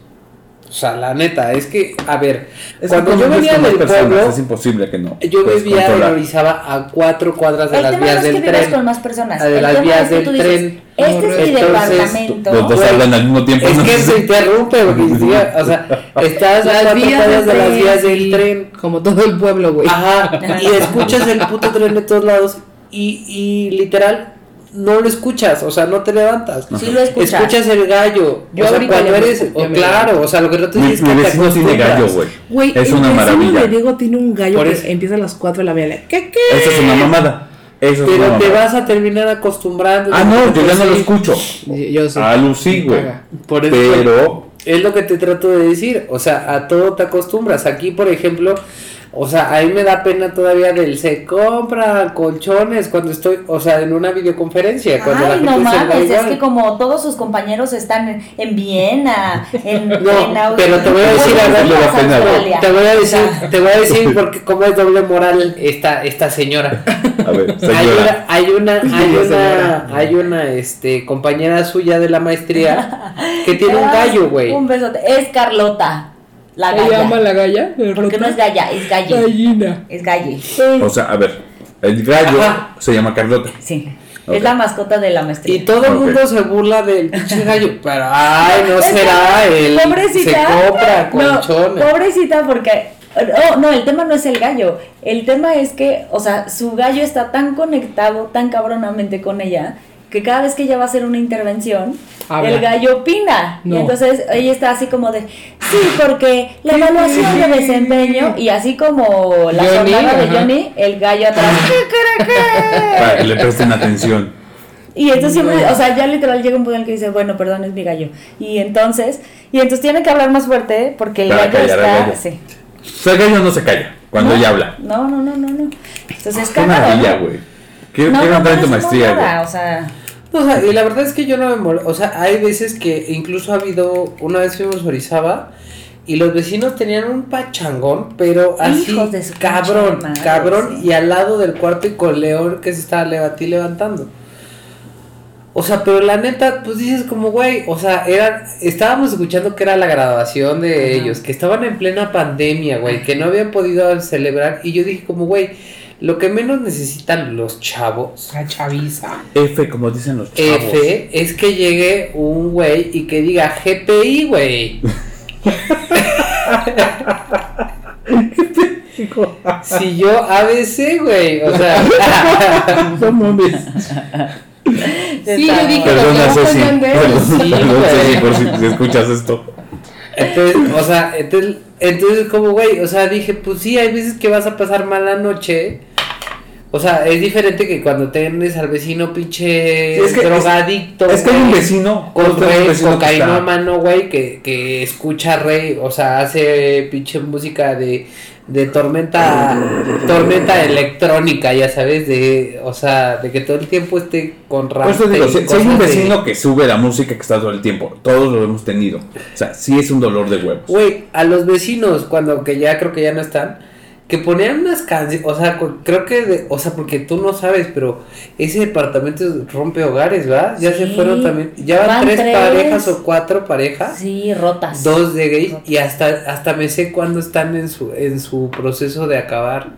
Speaker 5: O sea, la neta es que, a ver,
Speaker 1: Es que
Speaker 5: cuando yo
Speaker 1: convives
Speaker 5: venía
Speaker 1: con más
Speaker 5: del
Speaker 1: personas,
Speaker 5: pueblo,
Speaker 1: Es imposible que no.
Speaker 5: yo
Speaker 1: puedes
Speaker 5: vivía en
Speaker 1: controlar.
Speaker 5: Orizaba a cuatro cuadras de
Speaker 2: El
Speaker 5: las
Speaker 2: tema no
Speaker 5: vías
Speaker 2: es que
Speaker 5: del
Speaker 2: vivas con
Speaker 5: tren. Ah,
Speaker 2: más personas.
Speaker 5: de
Speaker 2: el
Speaker 5: las
Speaker 2: tema
Speaker 5: vías
Speaker 2: es que
Speaker 5: del
Speaker 2: tú dices,
Speaker 5: tren.
Speaker 2: Este es mi
Speaker 5: Entonces,
Speaker 2: departamento.
Speaker 1: Los dos
Speaker 5: Güey.
Speaker 1: hablan al mismo tiempo.
Speaker 5: Es
Speaker 1: ¿no?
Speaker 5: que se interrumpe, porque, tía, o sea, estás a
Speaker 6: Las
Speaker 5: cuatro
Speaker 6: vías
Speaker 5: cuadras de
Speaker 6: del
Speaker 5: las
Speaker 6: tren,
Speaker 5: vías
Speaker 6: sí.
Speaker 5: del tren.
Speaker 6: Como todo el pueblo, güey.
Speaker 3: Ah.
Speaker 5: Ajá, y escuchas el puto tren de todos lados y, y literal no lo escuchas, o sea, no te levantas.
Speaker 2: Sí lo escuchas.
Speaker 5: Escuchas el gallo.
Speaker 6: Yo
Speaker 5: o sea,
Speaker 6: ahorita
Speaker 5: cuando
Speaker 6: ya me-
Speaker 5: eres.
Speaker 6: ya
Speaker 5: o
Speaker 6: me-
Speaker 5: claro, o sea, lo que no te
Speaker 1: Mi,
Speaker 5: dices
Speaker 1: mi
Speaker 5: es que te
Speaker 1: vecino tiene
Speaker 5: acostumbras.
Speaker 1: gallo, güey.
Speaker 6: Güey,
Speaker 1: Es
Speaker 6: el
Speaker 1: una
Speaker 6: vecino
Speaker 1: maravilla.
Speaker 6: de Diego tiene un gallo
Speaker 5: Por
Speaker 6: que
Speaker 5: eso.
Speaker 6: empieza a las 4 de la mañana. ¿Qué, qué?
Speaker 1: Eso es una mamada. Eso es una
Speaker 5: Pero te
Speaker 1: mamada.
Speaker 5: vas a terminar acostumbrando.
Speaker 1: Ah, no, yo ya no lo escucho.
Speaker 6: Yo, yo sé.
Speaker 1: A Ah, Lucy,
Speaker 6: Me
Speaker 1: güey.
Speaker 6: caga.
Speaker 5: Por eso
Speaker 1: Pero
Speaker 5: es lo que te trato de decir. O sea, a todo te acostumbras. Aquí, por ejemplo, o sea, a mí me da pena todavía del se compra colchones cuando estoy, o sea, en una videoconferencia. cuando la
Speaker 2: Ay,
Speaker 5: gente
Speaker 2: no
Speaker 5: se va
Speaker 2: mames, es
Speaker 5: igual.
Speaker 2: que como todos sus compañeros están en, en Viena, en,
Speaker 5: No,
Speaker 2: en Au-
Speaker 5: pero te voy a decir
Speaker 2: en
Speaker 5: algo.
Speaker 1: No le va a pena, güey.
Speaker 2: Australia.
Speaker 5: Te voy a decir, te voy a decir porque cómo es doble moral esta, esta señora.
Speaker 1: A ver,
Speaker 5: Hay
Speaker 1: señora.
Speaker 5: una, hay una, hay
Speaker 6: Sí,
Speaker 5: una,
Speaker 6: señora.
Speaker 5: hay una este compañera suya de la maestría que
Speaker 2: [LAUGHS]
Speaker 5: tiene un
Speaker 2: Ay,
Speaker 5: gallo, güey.
Speaker 2: Ah, Un besote. Es Carlota, la
Speaker 6: ¿Cómo
Speaker 2: galla.
Speaker 6: llama la galla?
Speaker 2: Porque no es galla, es galle.
Speaker 6: gallina.
Speaker 2: Es galle.
Speaker 1: O sea, a ver. El gallo
Speaker 5: Ajá.
Speaker 1: se llama Carlota.
Speaker 2: Sí.
Speaker 1: Ok.
Speaker 2: Es la mascota de la
Speaker 5: Y
Speaker 2: maestría.
Speaker 5: todo el
Speaker 1: Ok.
Speaker 5: mundo se burla del pinche gallo, pero ay, no
Speaker 2: Es que,
Speaker 5: será el
Speaker 2: pobrecita,
Speaker 5: se compra
Speaker 2: no,
Speaker 5: colchones.
Speaker 2: pobrecita, porque. Oh, no, el tema no es el gallo. El tema es que, o sea, su gallo está tan conectado, tan cabronamente con ella, que cada vez que ella va a hacer una intervención,
Speaker 5: Habla.
Speaker 2: el gallo opina. Y
Speaker 6: No.
Speaker 2: entonces ella está así como de, sí, porque la evaluación de desempeño, y así como la
Speaker 5: Johnny,
Speaker 2: jornada de
Speaker 5: ajá.
Speaker 2: Johnny, el gallo atrás.
Speaker 1: Para que le presten atención.
Speaker 2: Y entonces siempre, o sea, ya literal llega un punto en el que dice, bueno, perdón, es mi gallo. Y entonces, y entonces tiene que hablar más fuerte porque el
Speaker 1: Para
Speaker 2: gallo
Speaker 1: callar al
Speaker 2: está.
Speaker 1: gallo.
Speaker 2: sí.
Speaker 1: O sea, el gallo no se calla cuando
Speaker 2: No,
Speaker 1: ella habla.
Speaker 2: No, no, no, no, no. Entonces es
Speaker 1: Qué
Speaker 2: cagado,
Speaker 1: maravilla,
Speaker 2: ¿no?
Speaker 1: güey. Quiero
Speaker 2: No,
Speaker 1: quiero
Speaker 2: no,
Speaker 1: entrar en
Speaker 2: no
Speaker 1: tu
Speaker 2: es
Speaker 1: maestría,
Speaker 2: mamada,
Speaker 1: güey.
Speaker 2: O sea,
Speaker 5: O sea, y la verdad es que yo no me molesto. O sea, hay veces que incluso ha habido. Una vez fuimos a Orizaba y los vecinos tenían un pachangón, pero así.
Speaker 2: Hijos de su pinche
Speaker 5: cabrón,
Speaker 2: madre,
Speaker 5: cabrón.
Speaker 2: sí.
Speaker 5: Y al lado del cuarto y con León que se estaba levantí levantando. O sea, pero la neta, pues dices como, güey, o sea, era, estábamos escuchando que era la graduación de ellos, que estaban en plena pandemia, güey, que no habían podido celebrar. Y yo dije como, güey, lo que menos necesitan los chavos
Speaker 6: La chaviza.
Speaker 1: F, como dicen los chavos.
Speaker 5: F es que llegue un güey y que diga GPI,
Speaker 1: [LAUGHS]
Speaker 5: güey. si yo ABC, güey. O sea, [LAUGHS]
Speaker 1: No mames.
Speaker 6: Sí, yo dije, lo que
Speaker 1: Perdona,
Speaker 6: no
Speaker 1: Ceci.
Speaker 6: podían ver.
Speaker 1: Perdón,
Speaker 5: Sí,
Speaker 1: perdón,
Speaker 5: güey.
Speaker 1: Ceci, por si, si escuchas esto.
Speaker 5: entonces, o sea, entonces, entonces como güey, o sea, dije, pues sí, hay veces que vas a pasar mala noche. O sea, es diferente que cuando tienes al vecino pinche
Speaker 1: Sí, es que-
Speaker 5: drogadicto.
Speaker 1: Es que hay un
Speaker 5: güey.
Speaker 1: vecino.
Speaker 5: Con
Speaker 1: hay un
Speaker 5: rey,
Speaker 1: vecino que está-
Speaker 5: cocainómano, güey, que, que escucha rey, o sea, hace pinche música de, de tormenta, tormenta electrónica, ya sabes, de, o sea, de que todo el tiempo esté con rap.
Speaker 1: Por eso digo,
Speaker 5: de
Speaker 1: si, si hay un
Speaker 5: cosas de-
Speaker 1: vecino que sube la música que está todo el tiempo, todos lo hemos tenido. O sea, sí es un dolor de huevos.
Speaker 5: Güey, a los vecinos, cuando que ya creo que ya no están, que ponían unas canciones, o sea, con- creo que, de- o sea, porque tú no sabes, pero ese departamento rompe hogares, ¿va? Ya se
Speaker 2: Sí.
Speaker 5: fueron también, ya van,
Speaker 2: Van
Speaker 5: tres,
Speaker 2: tres.
Speaker 5: parejas o cuatro parejas.
Speaker 2: sí, rotas.
Speaker 5: dos de gay y hasta hasta me sé cuándo están en su en su proceso de acabar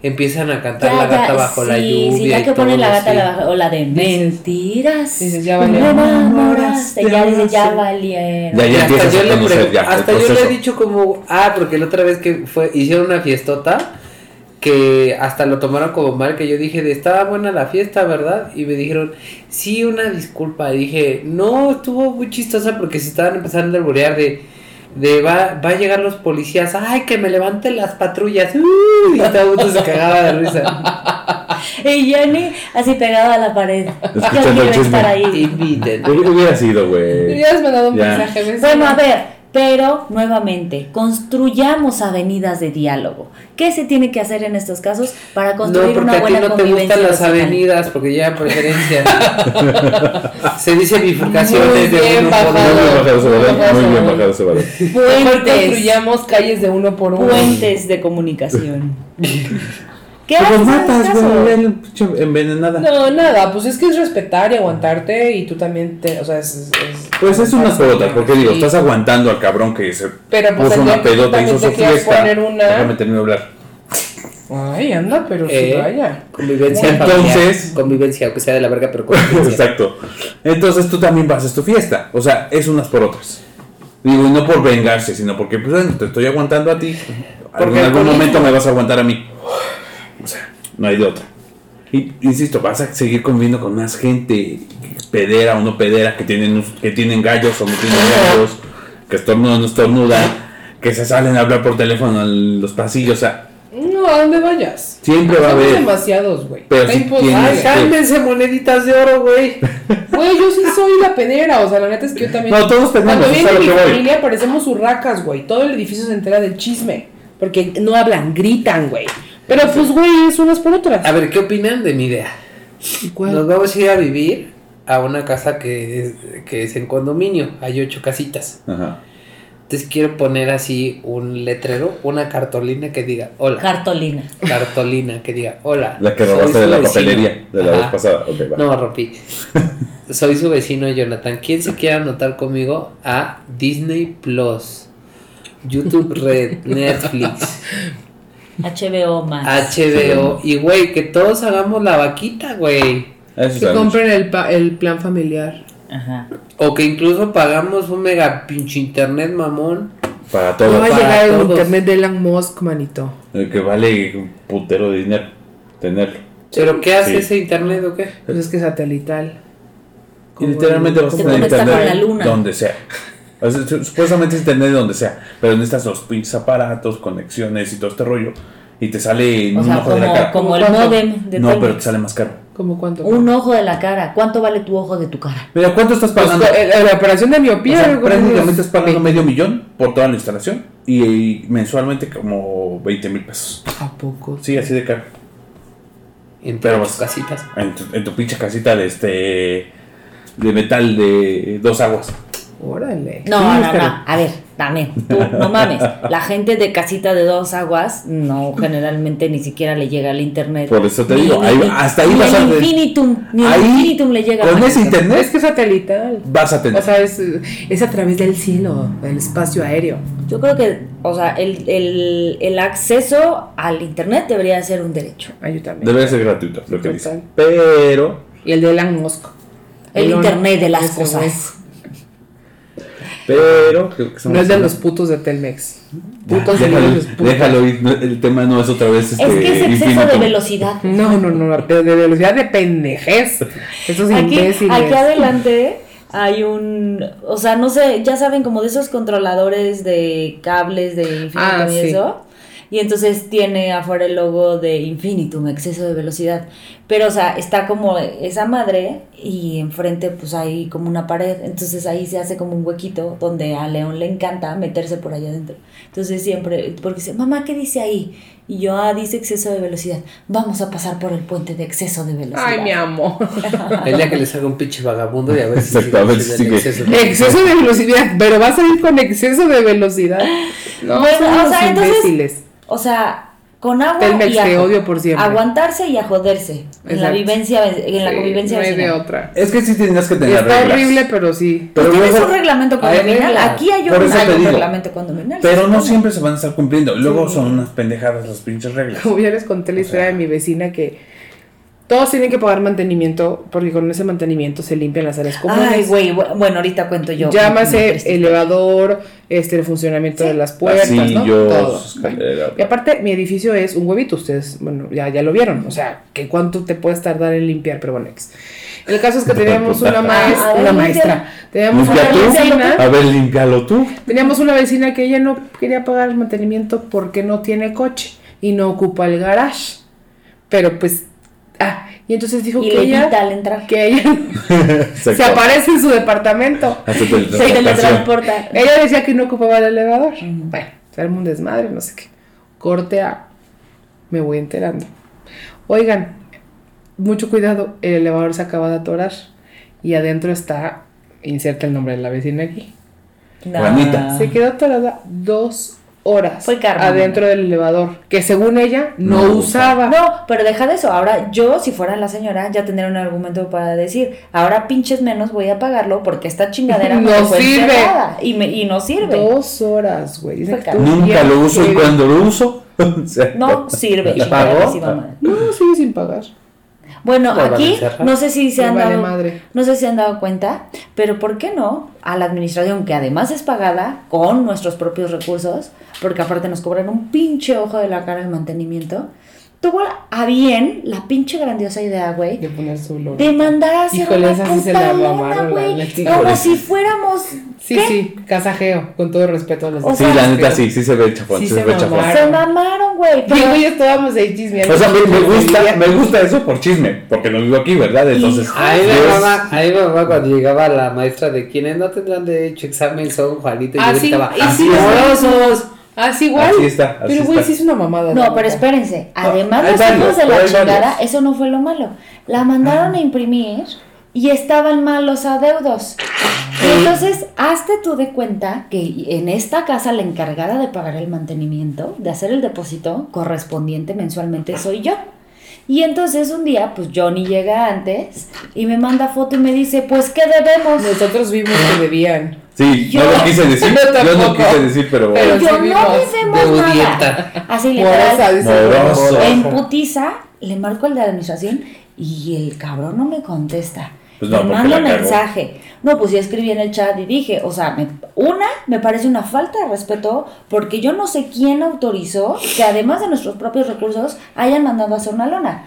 Speaker 5: empiezan a cantar la gata bajo la lluvia
Speaker 2: Sí, ya
Speaker 5: y
Speaker 2: que pone
Speaker 5: todo,
Speaker 2: la gata
Speaker 5: sí.
Speaker 2: bajo, o la de mentiras.
Speaker 6: dices, ya valió.
Speaker 2: me enamoraste,
Speaker 1: Ya
Speaker 2: ya dices, ya
Speaker 1: sé.
Speaker 2: valieron.
Speaker 1: Ya,
Speaker 5: Y
Speaker 1: ya
Speaker 5: hasta
Speaker 1: empiezas
Speaker 5: yo
Speaker 1: a
Speaker 5: le
Speaker 1: conocer
Speaker 5: pregun-
Speaker 1: ya. el
Speaker 5: hasta yo le he
Speaker 1: proceso.
Speaker 5: dicho como ah porque la otra vez que fue hicieron una fiestota que hasta lo tomaron como mal que yo dije de estaba buena la fiesta verdad y me dijeron sí una disculpa y dije no estuvo muy chistosa porque se estaban empezando a alborear de de va, va a llegar los policías, ay, que me levanten las patrullas, ¡uh! y todo el mundo se cagaba de risa.
Speaker 2: Y Jenny así pegada a la pared. Yo
Speaker 1: Escuchando el
Speaker 2: quiero
Speaker 1: chisme.
Speaker 2: estar ahí.
Speaker 5: Inviten.
Speaker 1: Hubiera hubiera sido,
Speaker 3: Me
Speaker 1: güey.
Speaker 3: hubieras mandado un
Speaker 1: Ya.
Speaker 3: mensaje. me
Speaker 2: Bueno,
Speaker 3: decía,
Speaker 2: a ver. Pero nuevamente, construyamos avenidas de diálogo. ¿Qué se tiene que hacer en estos casos para
Speaker 5: No,
Speaker 2: construir
Speaker 5: porque
Speaker 2: una
Speaker 5: a ti
Speaker 2: buena
Speaker 5: no te
Speaker 2: convivencia
Speaker 5: gustan las
Speaker 2: vecinal?
Speaker 5: avenidas, porque ya [LAUGHS] preferencia. se dice bifurcaciones
Speaker 3: Muy
Speaker 5: de
Speaker 3: bien,
Speaker 5: uno por
Speaker 3: bajado.
Speaker 1: Muy bien bajado ese balón. Muy bien
Speaker 2: Bajado.
Speaker 5: uno.
Speaker 1: bajado ese balón.
Speaker 3: Mejor
Speaker 2: Puentes,
Speaker 3: construyamos calles de uno por uno.
Speaker 2: puentes de
Speaker 5: [LAUGHS]
Speaker 2: comunicación. ¿Qué
Speaker 1: Te
Speaker 2: haces
Speaker 1: los
Speaker 2: en este
Speaker 1: matas,
Speaker 2: caso?
Speaker 1: güey. ven, pinche Envenenada.
Speaker 3: No, nada, pues es que es respetar y aguantarte y tú también te, o sea, es, es- es-
Speaker 1: Pues es unas por otras, porque digo,
Speaker 3: Sí.
Speaker 1: estás aguantando al cabrón que se
Speaker 3: Pero, pues,
Speaker 1: puso
Speaker 3: al
Speaker 1: una
Speaker 3: día que
Speaker 1: pelota,
Speaker 3: también
Speaker 1: hizo su
Speaker 3: te quieras
Speaker 1: fiesta.
Speaker 3: poner una-
Speaker 1: Déjame terminar de hablar.
Speaker 3: Ay, anda, pero
Speaker 5: Eh.
Speaker 3: sí, vaya.
Speaker 5: Convivencia
Speaker 1: Entonces-
Speaker 5: familiar, convivencia, aunque sea de la verga, pero [LAUGHS] convivencia.
Speaker 1: Exacto. Entonces tú también vas a tu fiesta. O sea, es unas por otras. Digo, y no por vengarse, sino porque pues, bueno, te estoy aguantando a ti.
Speaker 5: Porque
Speaker 1: en algún
Speaker 5: alcoholismo.
Speaker 1: momento me vas a aguantar a mí. O sea, no hay de otra. Y, insisto, vas a seguir conviviendo con más gente pedera o no pedera, que tienen, que tienen gallos o no tienen gallos, que estornudan o no estornudan, que se salen a hablar por teléfono en los pasillos. O sea,
Speaker 3: No, ¿a dónde vayas?
Speaker 1: siempre va a
Speaker 3: Somos
Speaker 1: haber.
Speaker 3: demasiados, güey.
Speaker 1: Pero
Speaker 3: Está
Speaker 1: si
Speaker 3: imposible.
Speaker 1: tienes-
Speaker 3: Ay, ja-
Speaker 5: Cálmense moneditas de oro, güey.
Speaker 3: Güey, yo sí soy la pedera, o sea, la neta es que yo también...
Speaker 1: No, todos tenemos,
Speaker 3: Cuando
Speaker 1: eso es
Speaker 3: viene
Speaker 1: a lo
Speaker 3: mi
Speaker 1: que voy.
Speaker 3: familia parecemos urracas, güey. Todo el edificio se entera del chisme. Porque no hablan, gritan, güey. Pero pues, güey, es unas por otras.
Speaker 5: A ver, ¿qué opinan de mi idea? Nos vamos a ir a vivir a una casa que es, que es en condominio. Hay ocho casitas.
Speaker 1: Ajá.
Speaker 5: Entonces quiero poner así un letrero, una cartolina que diga hola.
Speaker 2: Cartolina.
Speaker 5: Cartolina que diga hola.
Speaker 1: La que
Speaker 5: soy
Speaker 1: robaste
Speaker 5: su
Speaker 1: de la
Speaker 5: vecino".
Speaker 1: papelería de la
Speaker 5: Ajá.
Speaker 1: vez pasada. Ok, va.
Speaker 5: No, rompí. Soy su vecino Jonathan. ¿Quién se quiere anotar conmigo a Disney Plus? YouTube
Speaker 1: [LAUGHS]
Speaker 5: Red, Netflix,
Speaker 2: HBO más.
Speaker 5: HBO y güey, que todos hagamos la vaquita, güey.
Speaker 1: Eso
Speaker 3: Que
Speaker 1: está bien.
Speaker 3: compren el, pa- el plan familiar.
Speaker 2: Ajá.
Speaker 5: O que incluso pagamos un mega pinche internet, mamón.
Speaker 1: Para
Speaker 3: No
Speaker 1: todo.
Speaker 3: va a
Speaker 5: para
Speaker 3: llegar el
Speaker 5: todos.
Speaker 3: internet de Elon Musk, manito.
Speaker 1: El que vale un putero de dinero tenerlo.
Speaker 5: ¿Pero qué hace
Speaker 1: Sí.
Speaker 5: ese internet o qué?
Speaker 3: Pues es que satelital.
Speaker 1: Y literalmente vas a
Speaker 2: Te
Speaker 1: tener
Speaker 2: conecta
Speaker 1: internet
Speaker 2: con la luna.
Speaker 1: donde sea. O sea, su- Supuestamente es internet donde sea, pero necesitas los pinches aparatos, conexiones y todo este rollo. Y te sale en
Speaker 2: O
Speaker 1: un
Speaker 2: sea,
Speaker 1: ojo de la cara.
Speaker 2: como, como el
Speaker 3: ¿Cuánto?
Speaker 2: modem de
Speaker 1: No,
Speaker 2: Telmex.
Speaker 1: pero te sale más caro.
Speaker 3: ¿Cómo cuánto?
Speaker 2: Un ojo de la cara. ¿Cuánto vale tu ojo de tu cara?
Speaker 1: Mira, ¿cuánto estás
Speaker 3: Pues,
Speaker 1: pagando?
Speaker 3: eh, eh, la operación de
Speaker 1: O
Speaker 3: miopía.
Speaker 1: sea,
Speaker 3: algo
Speaker 1: prácticamente
Speaker 3: así.
Speaker 1: estás pagando medio millón por toda la instalación y, y mensualmente como 20 mil pesos.
Speaker 3: ¿A poco?
Speaker 1: Sí, así de caro.
Speaker 5: En
Speaker 1: Pero pues,
Speaker 5: todas
Speaker 1: vas-
Speaker 5: las casitas.
Speaker 1: En tu, en tu pinche casita de este. de metal de dos aguas.
Speaker 3: Órale.
Speaker 2: No,
Speaker 1: Sí,
Speaker 2: no,
Speaker 1: pero-
Speaker 2: no. A ver, dame. Tú, no mames. La gente de casita de dos aguas, no, generalmente ni siquiera le llega al internet.
Speaker 1: Por eso te
Speaker 2: Ni-
Speaker 1: digo,
Speaker 2: ni-
Speaker 1: ahí-
Speaker 2: ni-
Speaker 1: hasta ahí
Speaker 2: ni
Speaker 1: vas a-
Speaker 2: el infinitum, ni el
Speaker 1: ahí,
Speaker 2: infinitum le llega.
Speaker 1: Con
Speaker 2: manito.
Speaker 1: ese
Speaker 3: Es
Speaker 1: internet
Speaker 3: que satelital.
Speaker 1: vas a tener.
Speaker 3: O sea, es, es a través del cielo, del espacio aéreo.
Speaker 2: Yo creo que, o sea, el, el, el acceso al internet debería ser un derecho.
Speaker 3: Ah, yo también.
Speaker 1: Debe ser gratuito, lo que
Speaker 3: Total.
Speaker 1: dice. Pero.
Speaker 3: Y el de Elon Musk.
Speaker 2: El
Speaker 3: Elon-
Speaker 2: internet de las
Speaker 3: ese
Speaker 2: cosas.
Speaker 1: Pero. creo que
Speaker 3: güey.
Speaker 1: somos-
Speaker 3: No es de los putos de Telmex.
Speaker 1: Ya,
Speaker 3: Putos de
Speaker 1: déjalo,
Speaker 3: los putos.
Speaker 1: déjalo ir. no, El tema no es otra vez. Este,
Speaker 2: Es que es exceso de
Speaker 1: infinitum.
Speaker 2: velocidad.
Speaker 3: No, no, no, de, de velocidad de pendejez. Esos
Speaker 2: Aquí,
Speaker 3: imbéciles.
Speaker 2: aquí adelante hay un, o sea, no sé, ya saben, como de esos controladores de cables de Infinitum
Speaker 3: Ah,
Speaker 2: y
Speaker 3: sí.
Speaker 2: eso. Y entonces tiene afuera el logo de Infinitum, exceso de velocidad. Pero, o sea, está como esa madre y enfrente pues hay como una pared. Entonces ahí se hace como un huequito donde a León le encanta meterse por allá adentro. Entonces siempre, porque dice, mamá, ¿qué dice ahí? Y yo, ah, dice exceso de velocidad. Vamos a pasar por el puente de exceso de velocidad.
Speaker 3: Ay, mi amor.
Speaker 5: El día que les haga un pinche vagabundo y a ver si
Speaker 1: Exacto, a ver si
Speaker 5: sigue
Speaker 1: sigue.
Speaker 5: el exceso.
Speaker 3: Exceso de velocidad, pero va a salir con exceso de velocidad. No,
Speaker 2: Bueno,
Speaker 3: son
Speaker 2: o
Speaker 3: unos
Speaker 2: sea, entonces-
Speaker 3: imbéciles.
Speaker 2: O sea, con agua
Speaker 3: Telmex,
Speaker 2: y a-
Speaker 3: te odio por siempre.
Speaker 2: aguantarse y a joderse en la
Speaker 3: Exacto.
Speaker 2: vivencia en la
Speaker 3: Sí,
Speaker 2: convivencia
Speaker 3: no hay de
Speaker 2: vecinal.
Speaker 3: otra.
Speaker 1: Es que sí tendrías que tener
Speaker 3: Está
Speaker 1: reglas.
Speaker 3: horrible, pero sí.
Speaker 1: Pero,
Speaker 2: Tienes
Speaker 1: luego-
Speaker 2: un reglamento
Speaker 5: hay
Speaker 2: condominal.
Speaker 5: reglas.
Speaker 2: Aquí hay un,
Speaker 1: Por eso
Speaker 2: hay
Speaker 1: te
Speaker 2: un
Speaker 1: digo.
Speaker 2: reglamento condominal.
Speaker 1: pero no
Speaker 2: supongo.
Speaker 1: siempre se van a estar
Speaker 3: [LAUGHS]
Speaker 1: cumpliendo. Luego son unas pendejadas las pinches reglas.
Speaker 3: Como ya les conté la historia de mi vecina que Todos tienen que pagar mantenimiento porque con ese mantenimiento se limpian las áreas comunes.
Speaker 2: Ay, güey, bu- bueno, ahorita cuento yo.
Speaker 3: Llámase
Speaker 2: el
Speaker 3: elevador, este, el funcionamiento
Speaker 2: Sí.
Speaker 3: de las puertas, ¿no? Todo.
Speaker 1: Pasillos, escalera.
Speaker 3: Y aparte, mi edificio es un huevito, ustedes, bueno, ya, ya lo vieron, o sea, que cuánto te puedes tardar en limpiar, pero bueno, ex. El caso es que teníamos una, maes-
Speaker 2: Ah, a ver, limpia.
Speaker 3: una maestra, teníamos una
Speaker 1: Limpia tú.
Speaker 3: vecina,
Speaker 1: A ver, límpialo tú.
Speaker 3: teníamos una vecina que ella no quería pagar el mantenimiento porque no tiene coche y no ocupa el garage, pero pues, ah, y entonces dijo
Speaker 2: Y
Speaker 3: que
Speaker 2: le
Speaker 3: ella,
Speaker 2: quita al entrar.
Speaker 3: que ella [LAUGHS] se aparece en su departamento. [LAUGHS]
Speaker 1: Hace
Speaker 2: [LAUGHS] Se
Speaker 1: teletransportación.
Speaker 2: teletransporta.
Speaker 3: Ella decía que no ocupaba el elevador. Bueno, se armó un desmadre, no sé qué. Corte a. Me voy enterando. Oigan, mucho cuidado, el elevador se acaba de atorar. Y adentro está. Inserta el nombre de la vecina aquí.
Speaker 2: No.
Speaker 1: Juanita.
Speaker 3: Se quedó atorada dos horas
Speaker 2: Ah. Fue Carmen.
Speaker 3: adentro del elevador. Que según ella no,
Speaker 1: No
Speaker 3: usaba.
Speaker 2: No, pero deja de eso. Ahora yo, si fuera la señora, ya tendría un argumento para decir, ahora pinches menos voy a pagarlo porque esta chingadera me
Speaker 3: [LAUGHS] No
Speaker 2: fue
Speaker 3: sirve.
Speaker 2: encerrada Y, me- y no sirve.
Speaker 3: Dos horas, güey. Dicen
Speaker 2: Fue
Speaker 3: que
Speaker 2: Carmen.
Speaker 3: estuvo
Speaker 1: Nunca
Speaker 3: bien
Speaker 1: lo uso y
Speaker 3: heavy.
Speaker 1: cuando lo uso. [LAUGHS] o sea,
Speaker 2: No sirve.
Speaker 1: ¿La
Speaker 2: chingadera
Speaker 1: pagó?
Speaker 2: sí, mamá.
Speaker 6: Ah.
Speaker 3: No, sigue sin pagar.
Speaker 2: Bueno,
Speaker 5: La van a
Speaker 2: aquí
Speaker 5: encerrar.
Speaker 2: no sé si se
Speaker 3: Me
Speaker 2: han
Speaker 3: vale
Speaker 2: dado,
Speaker 3: madre.
Speaker 2: no sé si han dado cuenta, pero ¿por qué no a la administración que además es pagada con nuestros propios recursos, porque aparte nos cobran un pinche ojo de la cara el mantenimiento, tuvo a bien la pinche grandiosa idea, güey,
Speaker 6: De poner su olor.
Speaker 2: de mandar a hacer
Speaker 6: Híjole,
Speaker 2: una
Speaker 6: esa sí se la
Speaker 2: puta lona,
Speaker 6: mamaron, la
Speaker 2: güey,
Speaker 6: neta.
Speaker 2: como si fuéramos
Speaker 6: Sí,
Speaker 2: ¿qué?
Speaker 6: sí, casajeo, con todo respeto a los
Speaker 2: O
Speaker 6: demás.
Speaker 1: Sí,
Speaker 2: sea,
Speaker 1: la neta sí, sí se ve chafón.
Speaker 6: Sí
Speaker 1: Sí
Speaker 6: se
Speaker 1: se ve
Speaker 6: mamaron.
Speaker 1: chafón.
Speaker 2: se mamaron, güey. pero-
Speaker 6: Diego y yo estábamos ahí chismeando.
Speaker 1: O sea, me, me gusta, me gusta eso por chisme, porque lo vivo aquí, ¿verdad? Entonces,
Speaker 5: A mí,
Speaker 1: yo
Speaker 5: me
Speaker 1: es-
Speaker 5: mamá, a mí me mamá cuando llegaba la maestra de quienes no tendrán derecho a examen son Juanito y
Speaker 6: Ah,
Speaker 5: yo
Speaker 6: sí,
Speaker 5: gritaba,
Speaker 6: y sí,
Speaker 5: ¡Amorosos!
Speaker 6: Ah, sí, igual.
Speaker 1: Así está, así
Speaker 6: pero güey,
Speaker 1: está.
Speaker 6: sí es una mamada. la
Speaker 2: No, pero
Speaker 6: neta.
Speaker 2: espérense. Además
Speaker 1: hay
Speaker 2: de los
Speaker 1: varios,
Speaker 2: hijos de la
Speaker 1: hay
Speaker 2: chingada,
Speaker 1: varios.
Speaker 2: eso no fue lo malo. La mandaron a imprimir y estaban mal los adeudos. Y entonces, hazte tú de cuenta que en esta casa la encargada de pagar el mantenimiento, de hacer el depósito correspondiente mensualmente, soy yo. Y entonces un día, pues Johnny llega antes y me manda foto y me dice, pues, ¿qué debemos?
Speaker 6: Nosotros vimos que bebían.
Speaker 1: sí,
Speaker 2: yo-
Speaker 1: no lo quise decir,
Speaker 6: Yo
Speaker 1: yo no
Speaker 6: tampoco.
Speaker 1: quise decir, pero
Speaker 6: Pero-
Speaker 2: Y yo, no
Speaker 6: recibimos
Speaker 2: debemos
Speaker 5: de
Speaker 2: nada.
Speaker 5: Urieta".
Speaker 2: Así literal.
Speaker 6: Morosa, dice.
Speaker 1: Moroso. Pues
Speaker 2: En putiza le marco al de administración y el cabrón no me contesta.
Speaker 1: Pues no,
Speaker 2: me
Speaker 1: porque
Speaker 2: manda
Speaker 1: la cagó.
Speaker 2: mensaje. No, pues ya escribí en el chat y dije, o sea, me- una me parece una falta de respeto porque yo no sé quién autorizó que además de nuestros propios recursos hayan mandado a hacer una lona.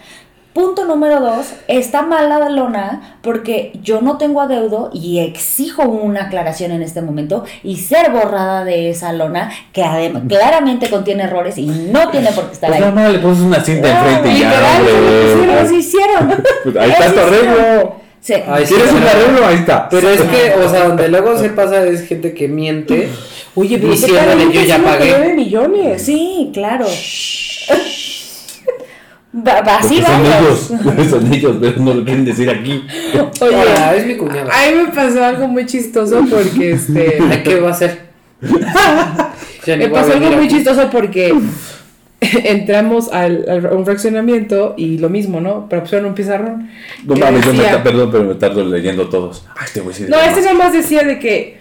Speaker 2: Punto número dos, está mala la lona porque yo no tengo adeudo y exijo una aclaración en este momento y ser borrada de esa lona que adem- claramente contiene errores y no tiene por qué estar
Speaker 1: pues
Speaker 2: ahí.
Speaker 1: nada más le pones una cinta enfrente y ya,
Speaker 2: Ah, Literal,
Speaker 1: hombre.
Speaker 2: Eso
Speaker 3: [LAUGHS]
Speaker 2: hicieron.
Speaker 1: Pues ahí está
Speaker 2: Eso
Speaker 1: tu
Speaker 2: hicieron.
Speaker 1: arreglo.
Speaker 2: Sí.
Speaker 5: Ay, sí,
Speaker 1: ¿Quieres un
Speaker 5: pero-
Speaker 1: arreglo? Ahí está.
Speaker 5: Pero es que, o sea, donde luego se pasa es gente que miente. Oye, diciéndole yo ya pagué.
Speaker 6: millones.
Speaker 2: Sí, claro. Va- va-
Speaker 1: Porque
Speaker 2: Así
Speaker 1: son
Speaker 2: varios.
Speaker 1: ellos, [LAUGHS] son ellos, pero no lo quieren decir aquí.
Speaker 3: Oye,
Speaker 5: Hola, es mi cuñada.
Speaker 3: a mí me pasó algo muy chistoso porque este.
Speaker 5: [LAUGHS] Ay, ¿Qué va a hacer? Ya ni
Speaker 3: Me
Speaker 5: voy a
Speaker 3: pasó algo
Speaker 5: venir
Speaker 3: muy
Speaker 5: aquí.
Speaker 3: chistoso porque [LAUGHS] entramos al, al- a un fraccionamiento y lo mismo, ¿no? Pero pusieron un pizarrón.
Speaker 1: No
Speaker 3: que
Speaker 1: mames, yo me
Speaker 3: decía-
Speaker 1: ta- perdón, pero me tardo leyendo todos. Ay, te voy a decir.
Speaker 3: No,
Speaker 1: que
Speaker 3: este nada más decía de que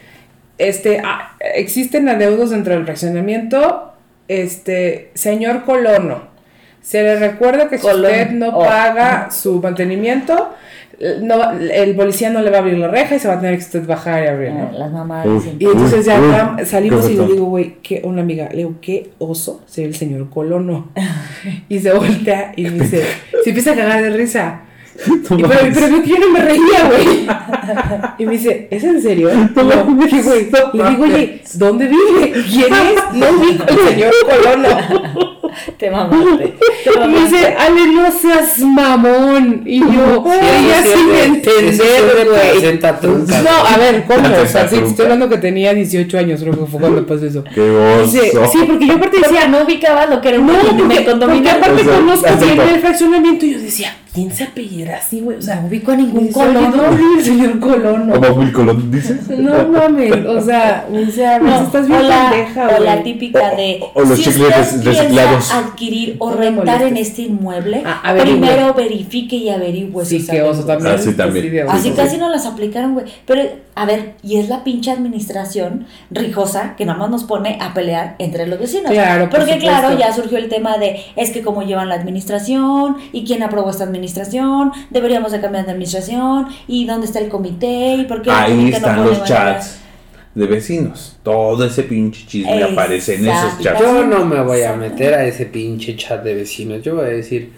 Speaker 3: este, ah, existen adeudos dentro del fraccionamiento. Este, señor colono, se le recuerda que si
Speaker 2: Colón.
Speaker 3: usted no
Speaker 2: Oh.
Speaker 3: paga su mantenimiento, eh, no, va- el policía no le va a abrir la reja y se va a tener que usted bajar y abrir, ¿no?
Speaker 2: Las mamás
Speaker 1: Uf.
Speaker 2: dicen.
Speaker 3: Y entonces ya
Speaker 1: Uy, uy,
Speaker 3: acá salimos
Speaker 1: qué
Speaker 3: y le
Speaker 1: ofertón.
Speaker 3: digo, güey, que una amiga, le digo, qué oso ser el señor colono. [LAUGHS] Y se voltea y me dice, se empieza a cagar de risa.
Speaker 1: [LAUGHS] No
Speaker 3: Y pero,
Speaker 1: mames.
Speaker 3: pero vio que yo no me reía, güey. Y me dice, ¿es en serio?
Speaker 1: [LAUGHS]
Speaker 3: Y yo, "Sí, güey". Le digo, oye, ¿dónde vive? ¿Quién es? No ubico el señor
Speaker 1: [LAUGHS]
Speaker 3: colono.
Speaker 2: Te
Speaker 3: [LAUGHS]
Speaker 2: mamaste. Te
Speaker 3: Y me
Speaker 2: mamaste.
Speaker 3: dice, Ale, no seas mamón. Y yo,
Speaker 5: Sí,
Speaker 3: "Ay, ya
Speaker 5: eso
Speaker 3: sin
Speaker 5: sí, eso sí
Speaker 3: entender, güey.
Speaker 5: representa trunca.
Speaker 3: No, a ver, ¿cómo? O sea, sí,
Speaker 1: Representa
Speaker 3: estoy hablando que tenía 18 años, creo que fue cuando pasó eso.
Speaker 1: Qué oso.
Speaker 3: Dice, sí, porque yo aparte
Speaker 2: Decía,
Speaker 3: decía,
Speaker 2: no ubicaba lo que era un
Speaker 3: no,
Speaker 2: me
Speaker 3: porque, porque aparte
Speaker 1: O sea,
Speaker 3: conozco
Speaker 1: exacto.
Speaker 3: bien el fraccionamiento y yo decía, ¿quién se apellidará así, güey? O sea,
Speaker 2: No ubico a ningún
Speaker 3: un colono.
Speaker 2: colono.
Speaker 3: No, el [LAUGHS] señor colono.
Speaker 1: Como Will Colón dice.
Speaker 3: No mames, o sea, o sea,
Speaker 2: No,
Speaker 3: estás
Speaker 2: o
Speaker 3: bien
Speaker 2: la,
Speaker 3: pendeja,
Speaker 2: o la
Speaker 3: güey.
Speaker 2: típica de
Speaker 1: O- o los
Speaker 2: si
Speaker 1: chicles
Speaker 2: usted
Speaker 1: rec-
Speaker 2: piensa
Speaker 1: reciclados.
Speaker 2: adquirir o
Speaker 3: No me
Speaker 2: rentar en
Speaker 3: molestes.
Speaker 2: este inmueble,
Speaker 3: Ah, averigüe.
Speaker 2: primero verifique y averigüe
Speaker 3: Sí,
Speaker 2: sus
Speaker 3: que oso
Speaker 2: adeudos.
Speaker 3: también. este
Speaker 1: Ah, sí, también.
Speaker 3: de oso.
Speaker 2: Así casi no las aplicaron, güey. Pero, a ver, y es la pinche administración rijosa que nada más nos pone a pelear entre los vecinos.
Speaker 3: Claro, por
Speaker 2: Porque, claro,
Speaker 3: supuesto.
Speaker 2: ya surgió el tema de es que cómo llevan la administración y quién aprobó esta administración, deberíamos de cambiar de administración, y dónde está el comité, y por qué... la
Speaker 1: Ahí
Speaker 2: gente no
Speaker 1: están
Speaker 2: pone
Speaker 1: los
Speaker 2: bandera?
Speaker 1: chats de vecinos. Todo ese pinche chisme aparece en esos
Speaker 3: ah,
Speaker 1: chats.
Speaker 2: Exacto.
Speaker 5: Yo no me voy a meter a ese pinche chat de vecinos. Yo voy a decir,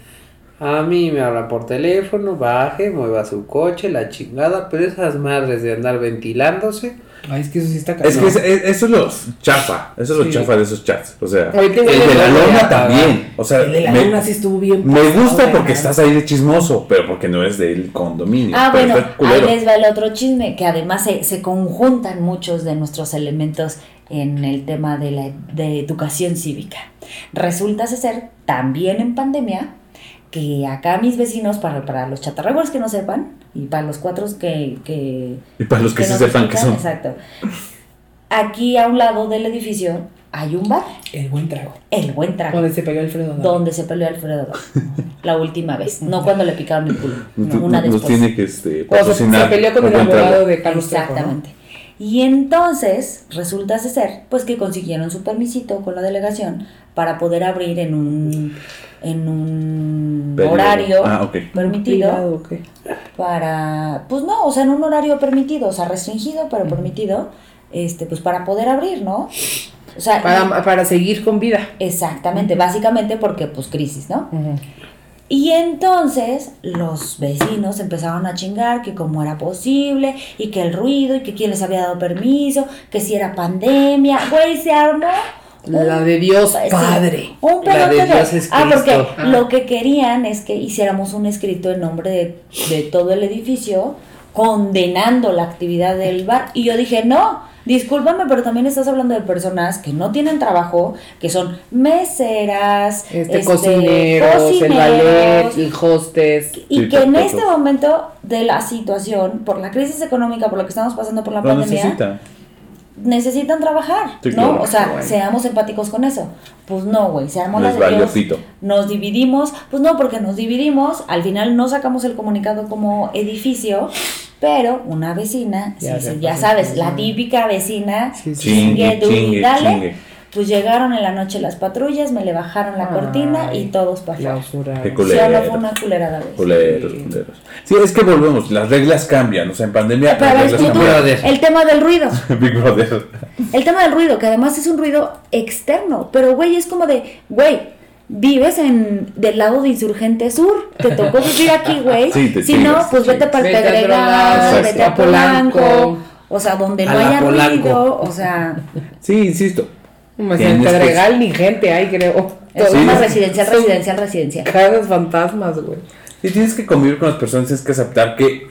Speaker 5: a mí me habla por teléfono, baje, mueva su coche, la chingada, pero esas madres de andar ventilándose.
Speaker 8: Ay, es que eso sí está
Speaker 1: Es que
Speaker 8: cabrón.
Speaker 1: es- es- eso es los chafa, eso es lo
Speaker 8: Sí.
Speaker 1: chafa de esos chats. O sea,
Speaker 8: Ahorita
Speaker 1: el
Speaker 8: igual
Speaker 1: de
Speaker 8: le
Speaker 1: la
Speaker 8: voy a
Speaker 1: lona
Speaker 8: apagar.
Speaker 1: también. O sea,
Speaker 3: El de la
Speaker 1: me,
Speaker 3: luna sí estuvo bien.
Speaker 1: me
Speaker 3: pasado
Speaker 1: gusta
Speaker 3: de
Speaker 1: porque
Speaker 3: lanza.
Speaker 1: estás ahí de chismoso, pero porque no es del condominio.
Speaker 2: Ah,
Speaker 1: pero
Speaker 2: bueno,
Speaker 1: está
Speaker 2: ahí
Speaker 1: culero.
Speaker 2: les va el otro chisme, que además se, se conjuntan muchos de nuestros elementos en el tema de la de educación cívica. Resulta ser también en pandemia que acá mis vecinos, para, para los chatarreros que no sepan, y para los cuatro que, que,
Speaker 1: Y para los que, sí
Speaker 2: no
Speaker 1: sepan que son.
Speaker 2: escuchan, Exacto. Aquí a un lado del edificio hay un bar,
Speaker 3: El buen trago.
Speaker 2: el buen trago,
Speaker 3: Donde se pegó Alfredo. Adame.
Speaker 2: donde se peleó Alfredo Adame, la última vez, no cuando le picaron el culo, no,
Speaker 1: Nos-
Speaker 2: una
Speaker 1: nos
Speaker 2: después.
Speaker 1: tiene que este,
Speaker 3: O sea,
Speaker 1: patrocinar.
Speaker 3: se peleó con
Speaker 1: un
Speaker 3: el
Speaker 1: buen trago.
Speaker 3: abogado de Carlos Trejo, ¿no?
Speaker 2: Exactamente. Y entonces resulta ser pues que consiguieron su permisito con la delegación para poder abrir en un en un
Speaker 1: Periodo.
Speaker 2: horario
Speaker 1: Ah, ok.
Speaker 2: permitido
Speaker 3: Privado, ¿o qué?
Speaker 2: para pues no, o sea, en un horario permitido, o sea, restringido pero permitido, este pues para poder abrir, ¿no? O sea,
Speaker 3: Para, para seguir con vida.
Speaker 2: Exactamente, básicamente porque pues crisis, ¿no? Y entonces los vecinos empezaron a chingar que cómo era posible y que el ruido y que quién les había dado permiso, que si era pandemia, güey, se armó. un-
Speaker 3: La de Dios
Speaker 2: sí,
Speaker 3: Padre.
Speaker 2: un
Speaker 5: La de
Speaker 2: pedote de-
Speaker 5: Dios es
Speaker 2: Ah, porque
Speaker 5: Cristo.
Speaker 2: lo que querían es que hiciéramos un escrito en nombre de, de todo el edificio condenando la actividad del bar. Y yo dije, no, discúlpame, pero también estás hablando de personas que no tienen trabajo, que son meseras,
Speaker 5: Este,
Speaker 2: este,
Speaker 5: cocineros, el ballet, el hostess.
Speaker 2: y
Speaker 1: Sí,
Speaker 2: que en
Speaker 1: tampoco.
Speaker 2: este momento de la situación, por la crisis económica, por lo que estamos pasando por la
Speaker 1: Lo
Speaker 2: pandemia,
Speaker 1: necesita.
Speaker 2: necesitan trabajar,
Speaker 1: Sí,
Speaker 2: ¿no?
Speaker 1: claro,
Speaker 2: o sea,
Speaker 1: güey.
Speaker 2: seamos empáticos con eso. Pues no, güey, seamos
Speaker 1: Les
Speaker 2: las de
Speaker 1: valió
Speaker 2: Dios.
Speaker 1: pito.
Speaker 2: Nos dividimos, pues no, porque nos dividimos, al final no sacamos el comunicado como edificio, pero una vecina, sí,
Speaker 5: Ya
Speaker 2: sí,
Speaker 5: había
Speaker 2: ya
Speaker 5: pasado.
Speaker 2: sabes, la típica vecina,
Speaker 5: Sí, sí.
Speaker 1: Chingue,
Speaker 2: Chingue, du-
Speaker 1: chingue,
Speaker 2: dale.
Speaker 1: chingue.
Speaker 2: pues llegaron en la noche las patrullas, me le bajaron la cortina y
Speaker 5: Ay,
Speaker 2: todos para afuera.
Speaker 5: Clausura.
Speaker 1: Qué
Speaker 2: Solo
Speaker 1: culero.
Speaker 2: fue una culerada, güey.
Speaker 1: Culeros, culeros. Sí, es que volvemos, las reglas cambian, o sea, en pandemia
Speaker 2: Pero
Speaker 1: las
Speaker 2: es
Speaker 1: reglas
Speaker 2: que tú-
Speaker 1: cambian.
Speaker 5: Brother.
Speaker 2: el tema del ruido.
Speaker 1: [LAUGHS] Big Brother.
Speaker 2: El tema del ruido, que además es un ruido externo, pero güey, es como de, güey, vives en del lado de Insurgente Sur, te
Speaker 1: [LAUGHS]
Speaker 2: tocó vivir aquí, güey.
Speaker 1: Sí, te
Speaker 2: si
Speaker 1: chingas,
Speaker 2: no, pues vete
Speaker 1: sí.
Speaker 2: para el
Speaker 5: Vete a
Speaker 2: Pedregal,
Speaker 5: Drogas,
Speaker 2: vete a
Speaker 5: a Polanco,
Speaker 2: Polanco, o sea, donde no
Speaker 5: a la
Speaker 2: haya
Speaker 5: Polanco.
Speaker 2: ruido, o sea, [LAUGHS]
Speaker 1: Sí, insisto.
Speaker 3: Más en
Speaker 1: Tienes que-
Speaker 3: Pedregal ni gente hay, creo.
Speaker 2: es
Speaker 1: Sí.
Speaker 2: una residencial, residencial, residencial.
Speaker 3: Casas fantasmas, güey.
Speaker 1: Si tienes que convivir con las personas, tienes que aceptar que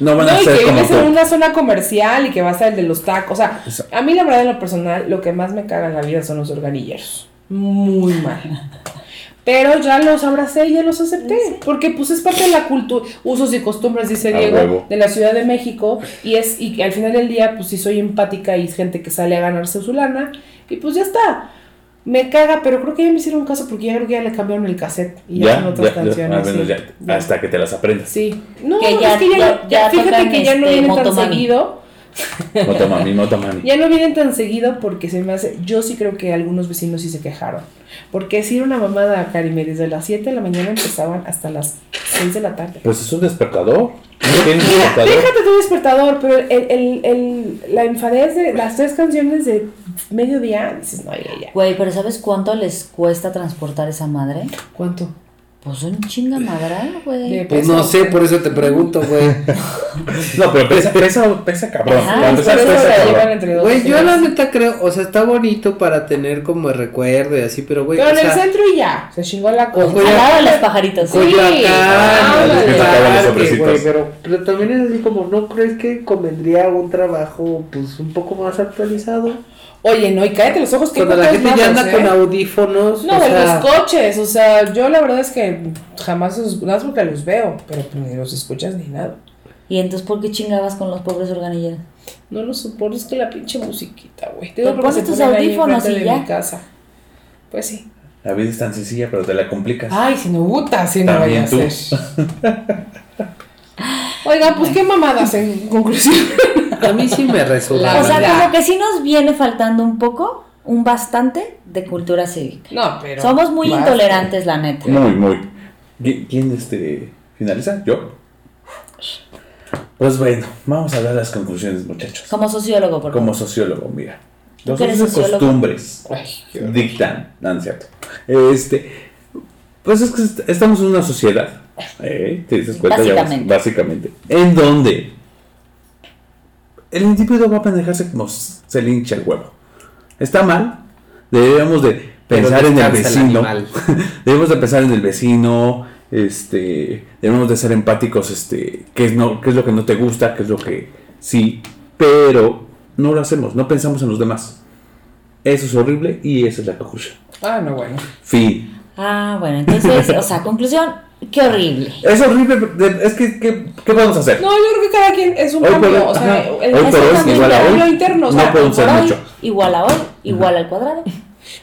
Speaker 1: no van
Speaker 3: No,
Speaker 1: a
Speaker 3: y
Speaker 1: ser
Speaker 3: que
Speaker 1: como
Speaker 3: vives
Speaker 1: tú.
Speaker 3: en una zona comercial y que vas al de los tacos. O sea,
Speaker 1: Exacto.
Speaker 3: a mí la verdad en lo personal, lo que más me caga en la vida son los organilleros. Muy mal. Pero ya los abracé y ya los acepté. Porque pues es parte de la cultura, usos y costumbres, dice
Speaker 1: A
Speaker 3: Diego,
Speaker 1: huevo.
Speaker 3: de la Ciudad de México. Y es, y que al final del día, pues sí soy empática y es gente que sale a ganarse su lana. Y pues ya está. Me caga, pero creo que ya me hicieron caso porque ya creo que ya le cambiaron el cassette y ya,
Speaker 1: Ya,
Speaker 3: son
Speaker 1: ya,
Speaker 3: otras
Speaker 1: ya,
Speaker 3: canciones.
Speaker 1: al menos
Speaker 3: sí.
Speaker 1: ya,
Speaker 3: Ya.
Speaker 1: hasta que te las aprendas.
Speaker 3: Sí. No,
Speaker 2: Que
Speaker 3: es
Speaker 2: ya-
Speaker 3: que ya,
Speaker 2: ya-
Speaker 3: no-
Speaker 2: ya
Speaker 3: ya fíjate
Speaker 2: tocan,
Speaker 3: que ya no
Speaker 2: este,
Speaker 3: vienen tan
Speaker 2: Motomami.
Speaker 3: seguido.
Speaker 1: Motomami, motomami.
Speaker 3: Ya no vienen tan seguido porque se me hace. Yo sí creo que algunos vecinos sí se quejaron. Porque si era una mamada, Karime, desde las 7 de la mañana empezaban hasta las 6 de la tarde.
Speaker 1: Pues es un despertador. No tienes un despertador.
Speaker 3: Déjate tu despertador, pero el, el- el- la enfadez de las tres canciones de mediodía, dices, no, ya, ya.
Speaker 2: Güey, pero ¿sabes cuánto les cuesta transportar esa madre?
Speaker 3: ¿Cuánto?
Speaker 2: Pues un chinga madral,
Speaker 3: De
Speaker 2: güey.
Speaker 5: Pues no sé, por eso te pregunto, güey.
Speaker 3: [LAUGHS]
Speaker 1: No, pero pesa, pesa, pesa cabrón.
Speaker 2: Ajá,
Speaker 1: Para
Speaker 2: es
Speaker 1: empezar,
Speaker 3: Por eso
Speaker 1: pesa
Speaker 3: la
Speaker 1: cabrón.
Speaker 3: llevan entre dos.
Speaker 5: Güey, yo
Speaker 3: señoras.
Speaker 5: la neta creo, o sea, está bonito para tener como recuerdo y así, pero güey,
Speaker 3: Pero
Speaker 5: o
Speaker 3: en el
Speaker 5: sea,
Speaker 3: centro y ya. Se chingó la cosa.
Speaker 5: Ojo,
Speaker 2: Al lado de los pajaritos.
Speaker 3: Sí. Ah,
Speaker 5: Coyoacán,
Speaker 3: les
Speaker 5: el
Speaker 1: tocaban los
Speaker 5: parque,
Speaker 1: hombrecitos.
Speaker 5: güey, pero, pero también es así como, ¿no crees que convendría un trabajo pues un poco más actualizado?
Speaker 3: Oye, no, y cállate los ojos que
Speaker 5: Cuando la
Speaker 3: encuentras
Speaker 5: gente ya
Speaker 3: mapas,
Speaker 5: anda
Speaker 3: ¿eh?
Speaker 5: con audífonos,
Speaker 3: No,
Speaker 5: o
Speaker 3: de
Speaker 5: sea,
Speaker 3: los coches, o sea, yo la verdad es que jamás los, nada más porque los veo, pero pues ni los escuchas ni nada.
Speaker 2: Y entonces, ¿por qué chingabas con los pobres organilleros?
Speaker 3: No lo soporto, es que la pinche musiquita, güey. Te
Speaker 2: Pero
Speaker 3: digo porque
Speaker 2: pones
Speaker 3: se
Speaker 2: tus
Speaker 3: ponen ahí
Speaker 2: audífonos
Speaker 3: enfrente
Speaker 2: y
Speaker 3: de
Speaker 2: ya.
Speaker 3: mi casa. Pues sí.
Speaker 1: La vida es tan sencilla, pero te la complicas.
Speaker 5: Ah,
Speaker 3: Ay, si no gusta, si no voy a
Speaker 1: También tú.
Speaker 3: hacer. [LAUGHS] Oiga, pues qué mamadas en conclusión.
Speaker 5: a mí sí me resulta.
Speaker 3: La
Speaker 2: O sea,
Speaker 3: verdad.
Speaker 2: como que sí nos viene faltando un poco, un bastante de cultura cívica.
Speaker 3: No, pero.
Speaker 2: Somos muy
Speaker 3: Basta.
Speaker 2: intolerantes, la neta.
Speaker 1: Muy, muy. Eh, ¿Qui- ¿Quién este, finaliza? ¿Yo? Pues bueno, vamos a dar las conclusiones, muchachos.
Speaker 2: Como sociólogo, por
Speaker 1: Como sociólogo, mira.
Speaker 2: ¿Tú
Speaker 1: Los
Speaker 2: que eres
Speaker 1: usos y
Speaker 2: sociólogo?
Speaker 1: costumbres dictan, no, no es cierto. Este, pues es que est- estamos en una sociedad, ¿eh? te dices cuenta ya,
Speaker 2: Básicamente.
Speaker 1: básicamente, en donde el individuo va a manejarse como s- se le hincha el huevo. Está mal, deberíamos de pensar en el
Speaker 5: descansa
Speaker 1: vecino,
Speaker 5: animal.
Speaker 1: debemos de pensar en el vecino, este, debemos de ser empáticos, este, qué es no, qué es lo que no te gusta, qué es lo que sí, pero no lo hacemos, no pensamos en los demás. Eso es horrible y esa es la conclusión.
Speaker 5: Ah, no, bueno.
Speaker 1: Fin.
Speaker 2: Ah, bueno, entonces, o sea, conclusión, qué horrible.
Speaker 1: Es horrible, pero de- es que, ¿qué, qué podemos hacer?
Speaker 3: No, yo creo que cada quien es un
Speaker 1: Hoy
Speaker 3: cambio.
Speaker 1: por-
Speaker 3: o sea,
Speaker 1: ajá,
Speaker 3: el-
Speaker 1: hoy por hoy,
Speaker 3: exactamente,
Speaker 1: igual a
Speaker 3: el
Speaker 1: hoy,
Speaker 3: cambio interno. o
Speaker 1: no
Speaker 3: sea,
Speaker 1: podemos
Speaker 2: Por
Speaker 1: ser
Speaker 2: hoy,
Speaker 1: mucho.
Speaker 2: Igual a hoy, igual al cuadrado.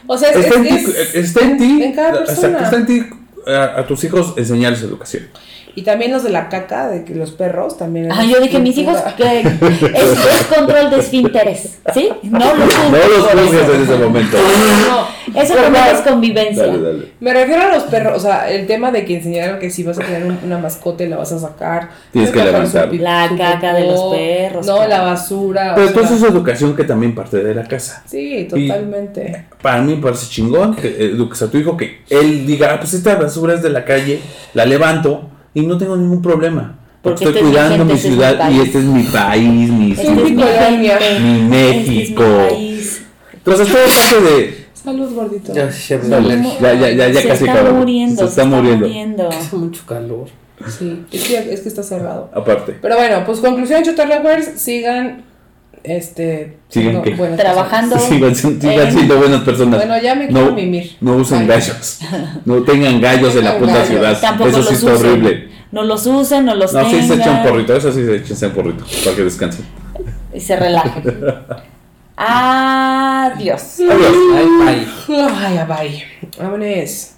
Speaker 3: o sea, es,
Speaker 1: Está en,
Speaker 3: es-
Speaker 1: ti,
Speaker 3: es-
Speaker 1: está en ti,
Speaker 3: en cada
Speaker 1: exacto,
Speaker 3: persona.
Speaker 1: está en ti a, a tus hijos enseñarles educación.
Speaker 3: Y también los de la caca, de que los perros también.
Speaker 2: Ah, yo dije, mis hijos,
Speaker 1: [LAUGHS]
Speaker 2: que es, es control de esfínteres, ¿sí? No lo
Speaker 1: No los juzgues en
Speaker 2: juzgues.
Speaker 1: ese momento.
Speaker 2: No, eso también es convivencia.
Speaker 1: Dale, dale.
Speaker 3: [LAUGHS] Me refiero a los perros, o sea, el tema de que enseñaron que si vas a tener un- una mascota y la vas a sacar.
Speaker 1: Tienes que
Speaker 3: sacar su
Speaker 1: levantarlo.
Speaker 3: pi-
Speaker 2: La
Speaker 3: su
Speaker 2: caca de los
Speaker 3: popó,
Speaker 2: perros,
Speaker 3: No,
Speaker 2: claro.
Speaker 3: la basura. o
Speaker 1: Pero
Speaker 3: sea,
Speaker 1: entonces es educación que también parte de la casa.
Speaker 3: Sí, totalmente.
Speaker 1: Para mí me parece chingón que eduques a tu hijo, que él diga, ah, pues esta basura es de la calle, la levanto y no tengo ningún problema. Porque,
Speaker 2: Porque
Speaker 1: estoy
Speaker 2: este es mi
Speaker 1: cuidando
Speaker 2: gente,
Speaker 1: mi
Speaker 2: este es
Speaker 1: ciudad
Speaker 2: mi
Speaker 1: y
Speaker 2: país.
Speaker 1: este es mi país, mi
Speaker 2: Este
Speaker 1: ciudad.
Speaker 2: es mi
Speaker 3: colonia.
Speaker 2: gente,
Speaker 1: Mi
Speaker 2: este es mi
Speaker 1: México.
Speaker 2: país.
Speaker 1: Entonces todo parte de...
Speaker 3: Salud, gordito.
Speaker 5: Ya, se me alergia.
Speaker 1: Ya, ya, ya, ya
Speaker 2: se
Speaker 1: casi
Speaker 2: está
Speaker 1: acabó.
Speaker 2: muriendo,
Speaker 1: Se está muriendo. Ah,
Speaker 5: Hace mucho calor.
Speaker 3: Sí, es que, es que está cerrado.
Speaker 1: Aparte.
Speaker 3: Pero bueno, pues conclusión, Chotarlawers, sigan. Este.
Speaker 1: ¿Sigan qué?
Speaker 3: buenas
Speaker 1: [LAUGHS]
Speaker 2: Trabajando.
Speaker 1: Sigan, siendo- sigan
Speaker 2: Eh,
Speaker 1: siendo buenas personas.
Speaker 3: personas. Bueno, ya me quiero
Speaker 1: no,
Speaker 3: mimir.
Speaker 1: no usen
Speaker 3: Bye.
Speaker 1: gallos. No tengan gallos en la
Speaker 2: [LAUGHS]
Speaker 3: No
Speaker 1: puta
Speaker 3: gallos.
Speaker 1: ciudad.
Speaker 2: Tampoco
Speaker 1: Eso
Speaker 2: los
Speaker 1: sí está
Speaker 2: usen.
Speaker 1: horrible.
Speaker 2: No los usen, no los
Speaker 1: No, sí se echan
Speaker 2: tengan.
Speaker 1: porrito. Eso sí se echan porrito. Para que descansen.
Speaker 2: y
Speaker 1: [LAUGHS]
Speaker 2: se relajen. Adiós.
Speaker 1: Adiós.
Speaker 5: Ay, bye.
Speaker 3: Ay, bye. Vámonos.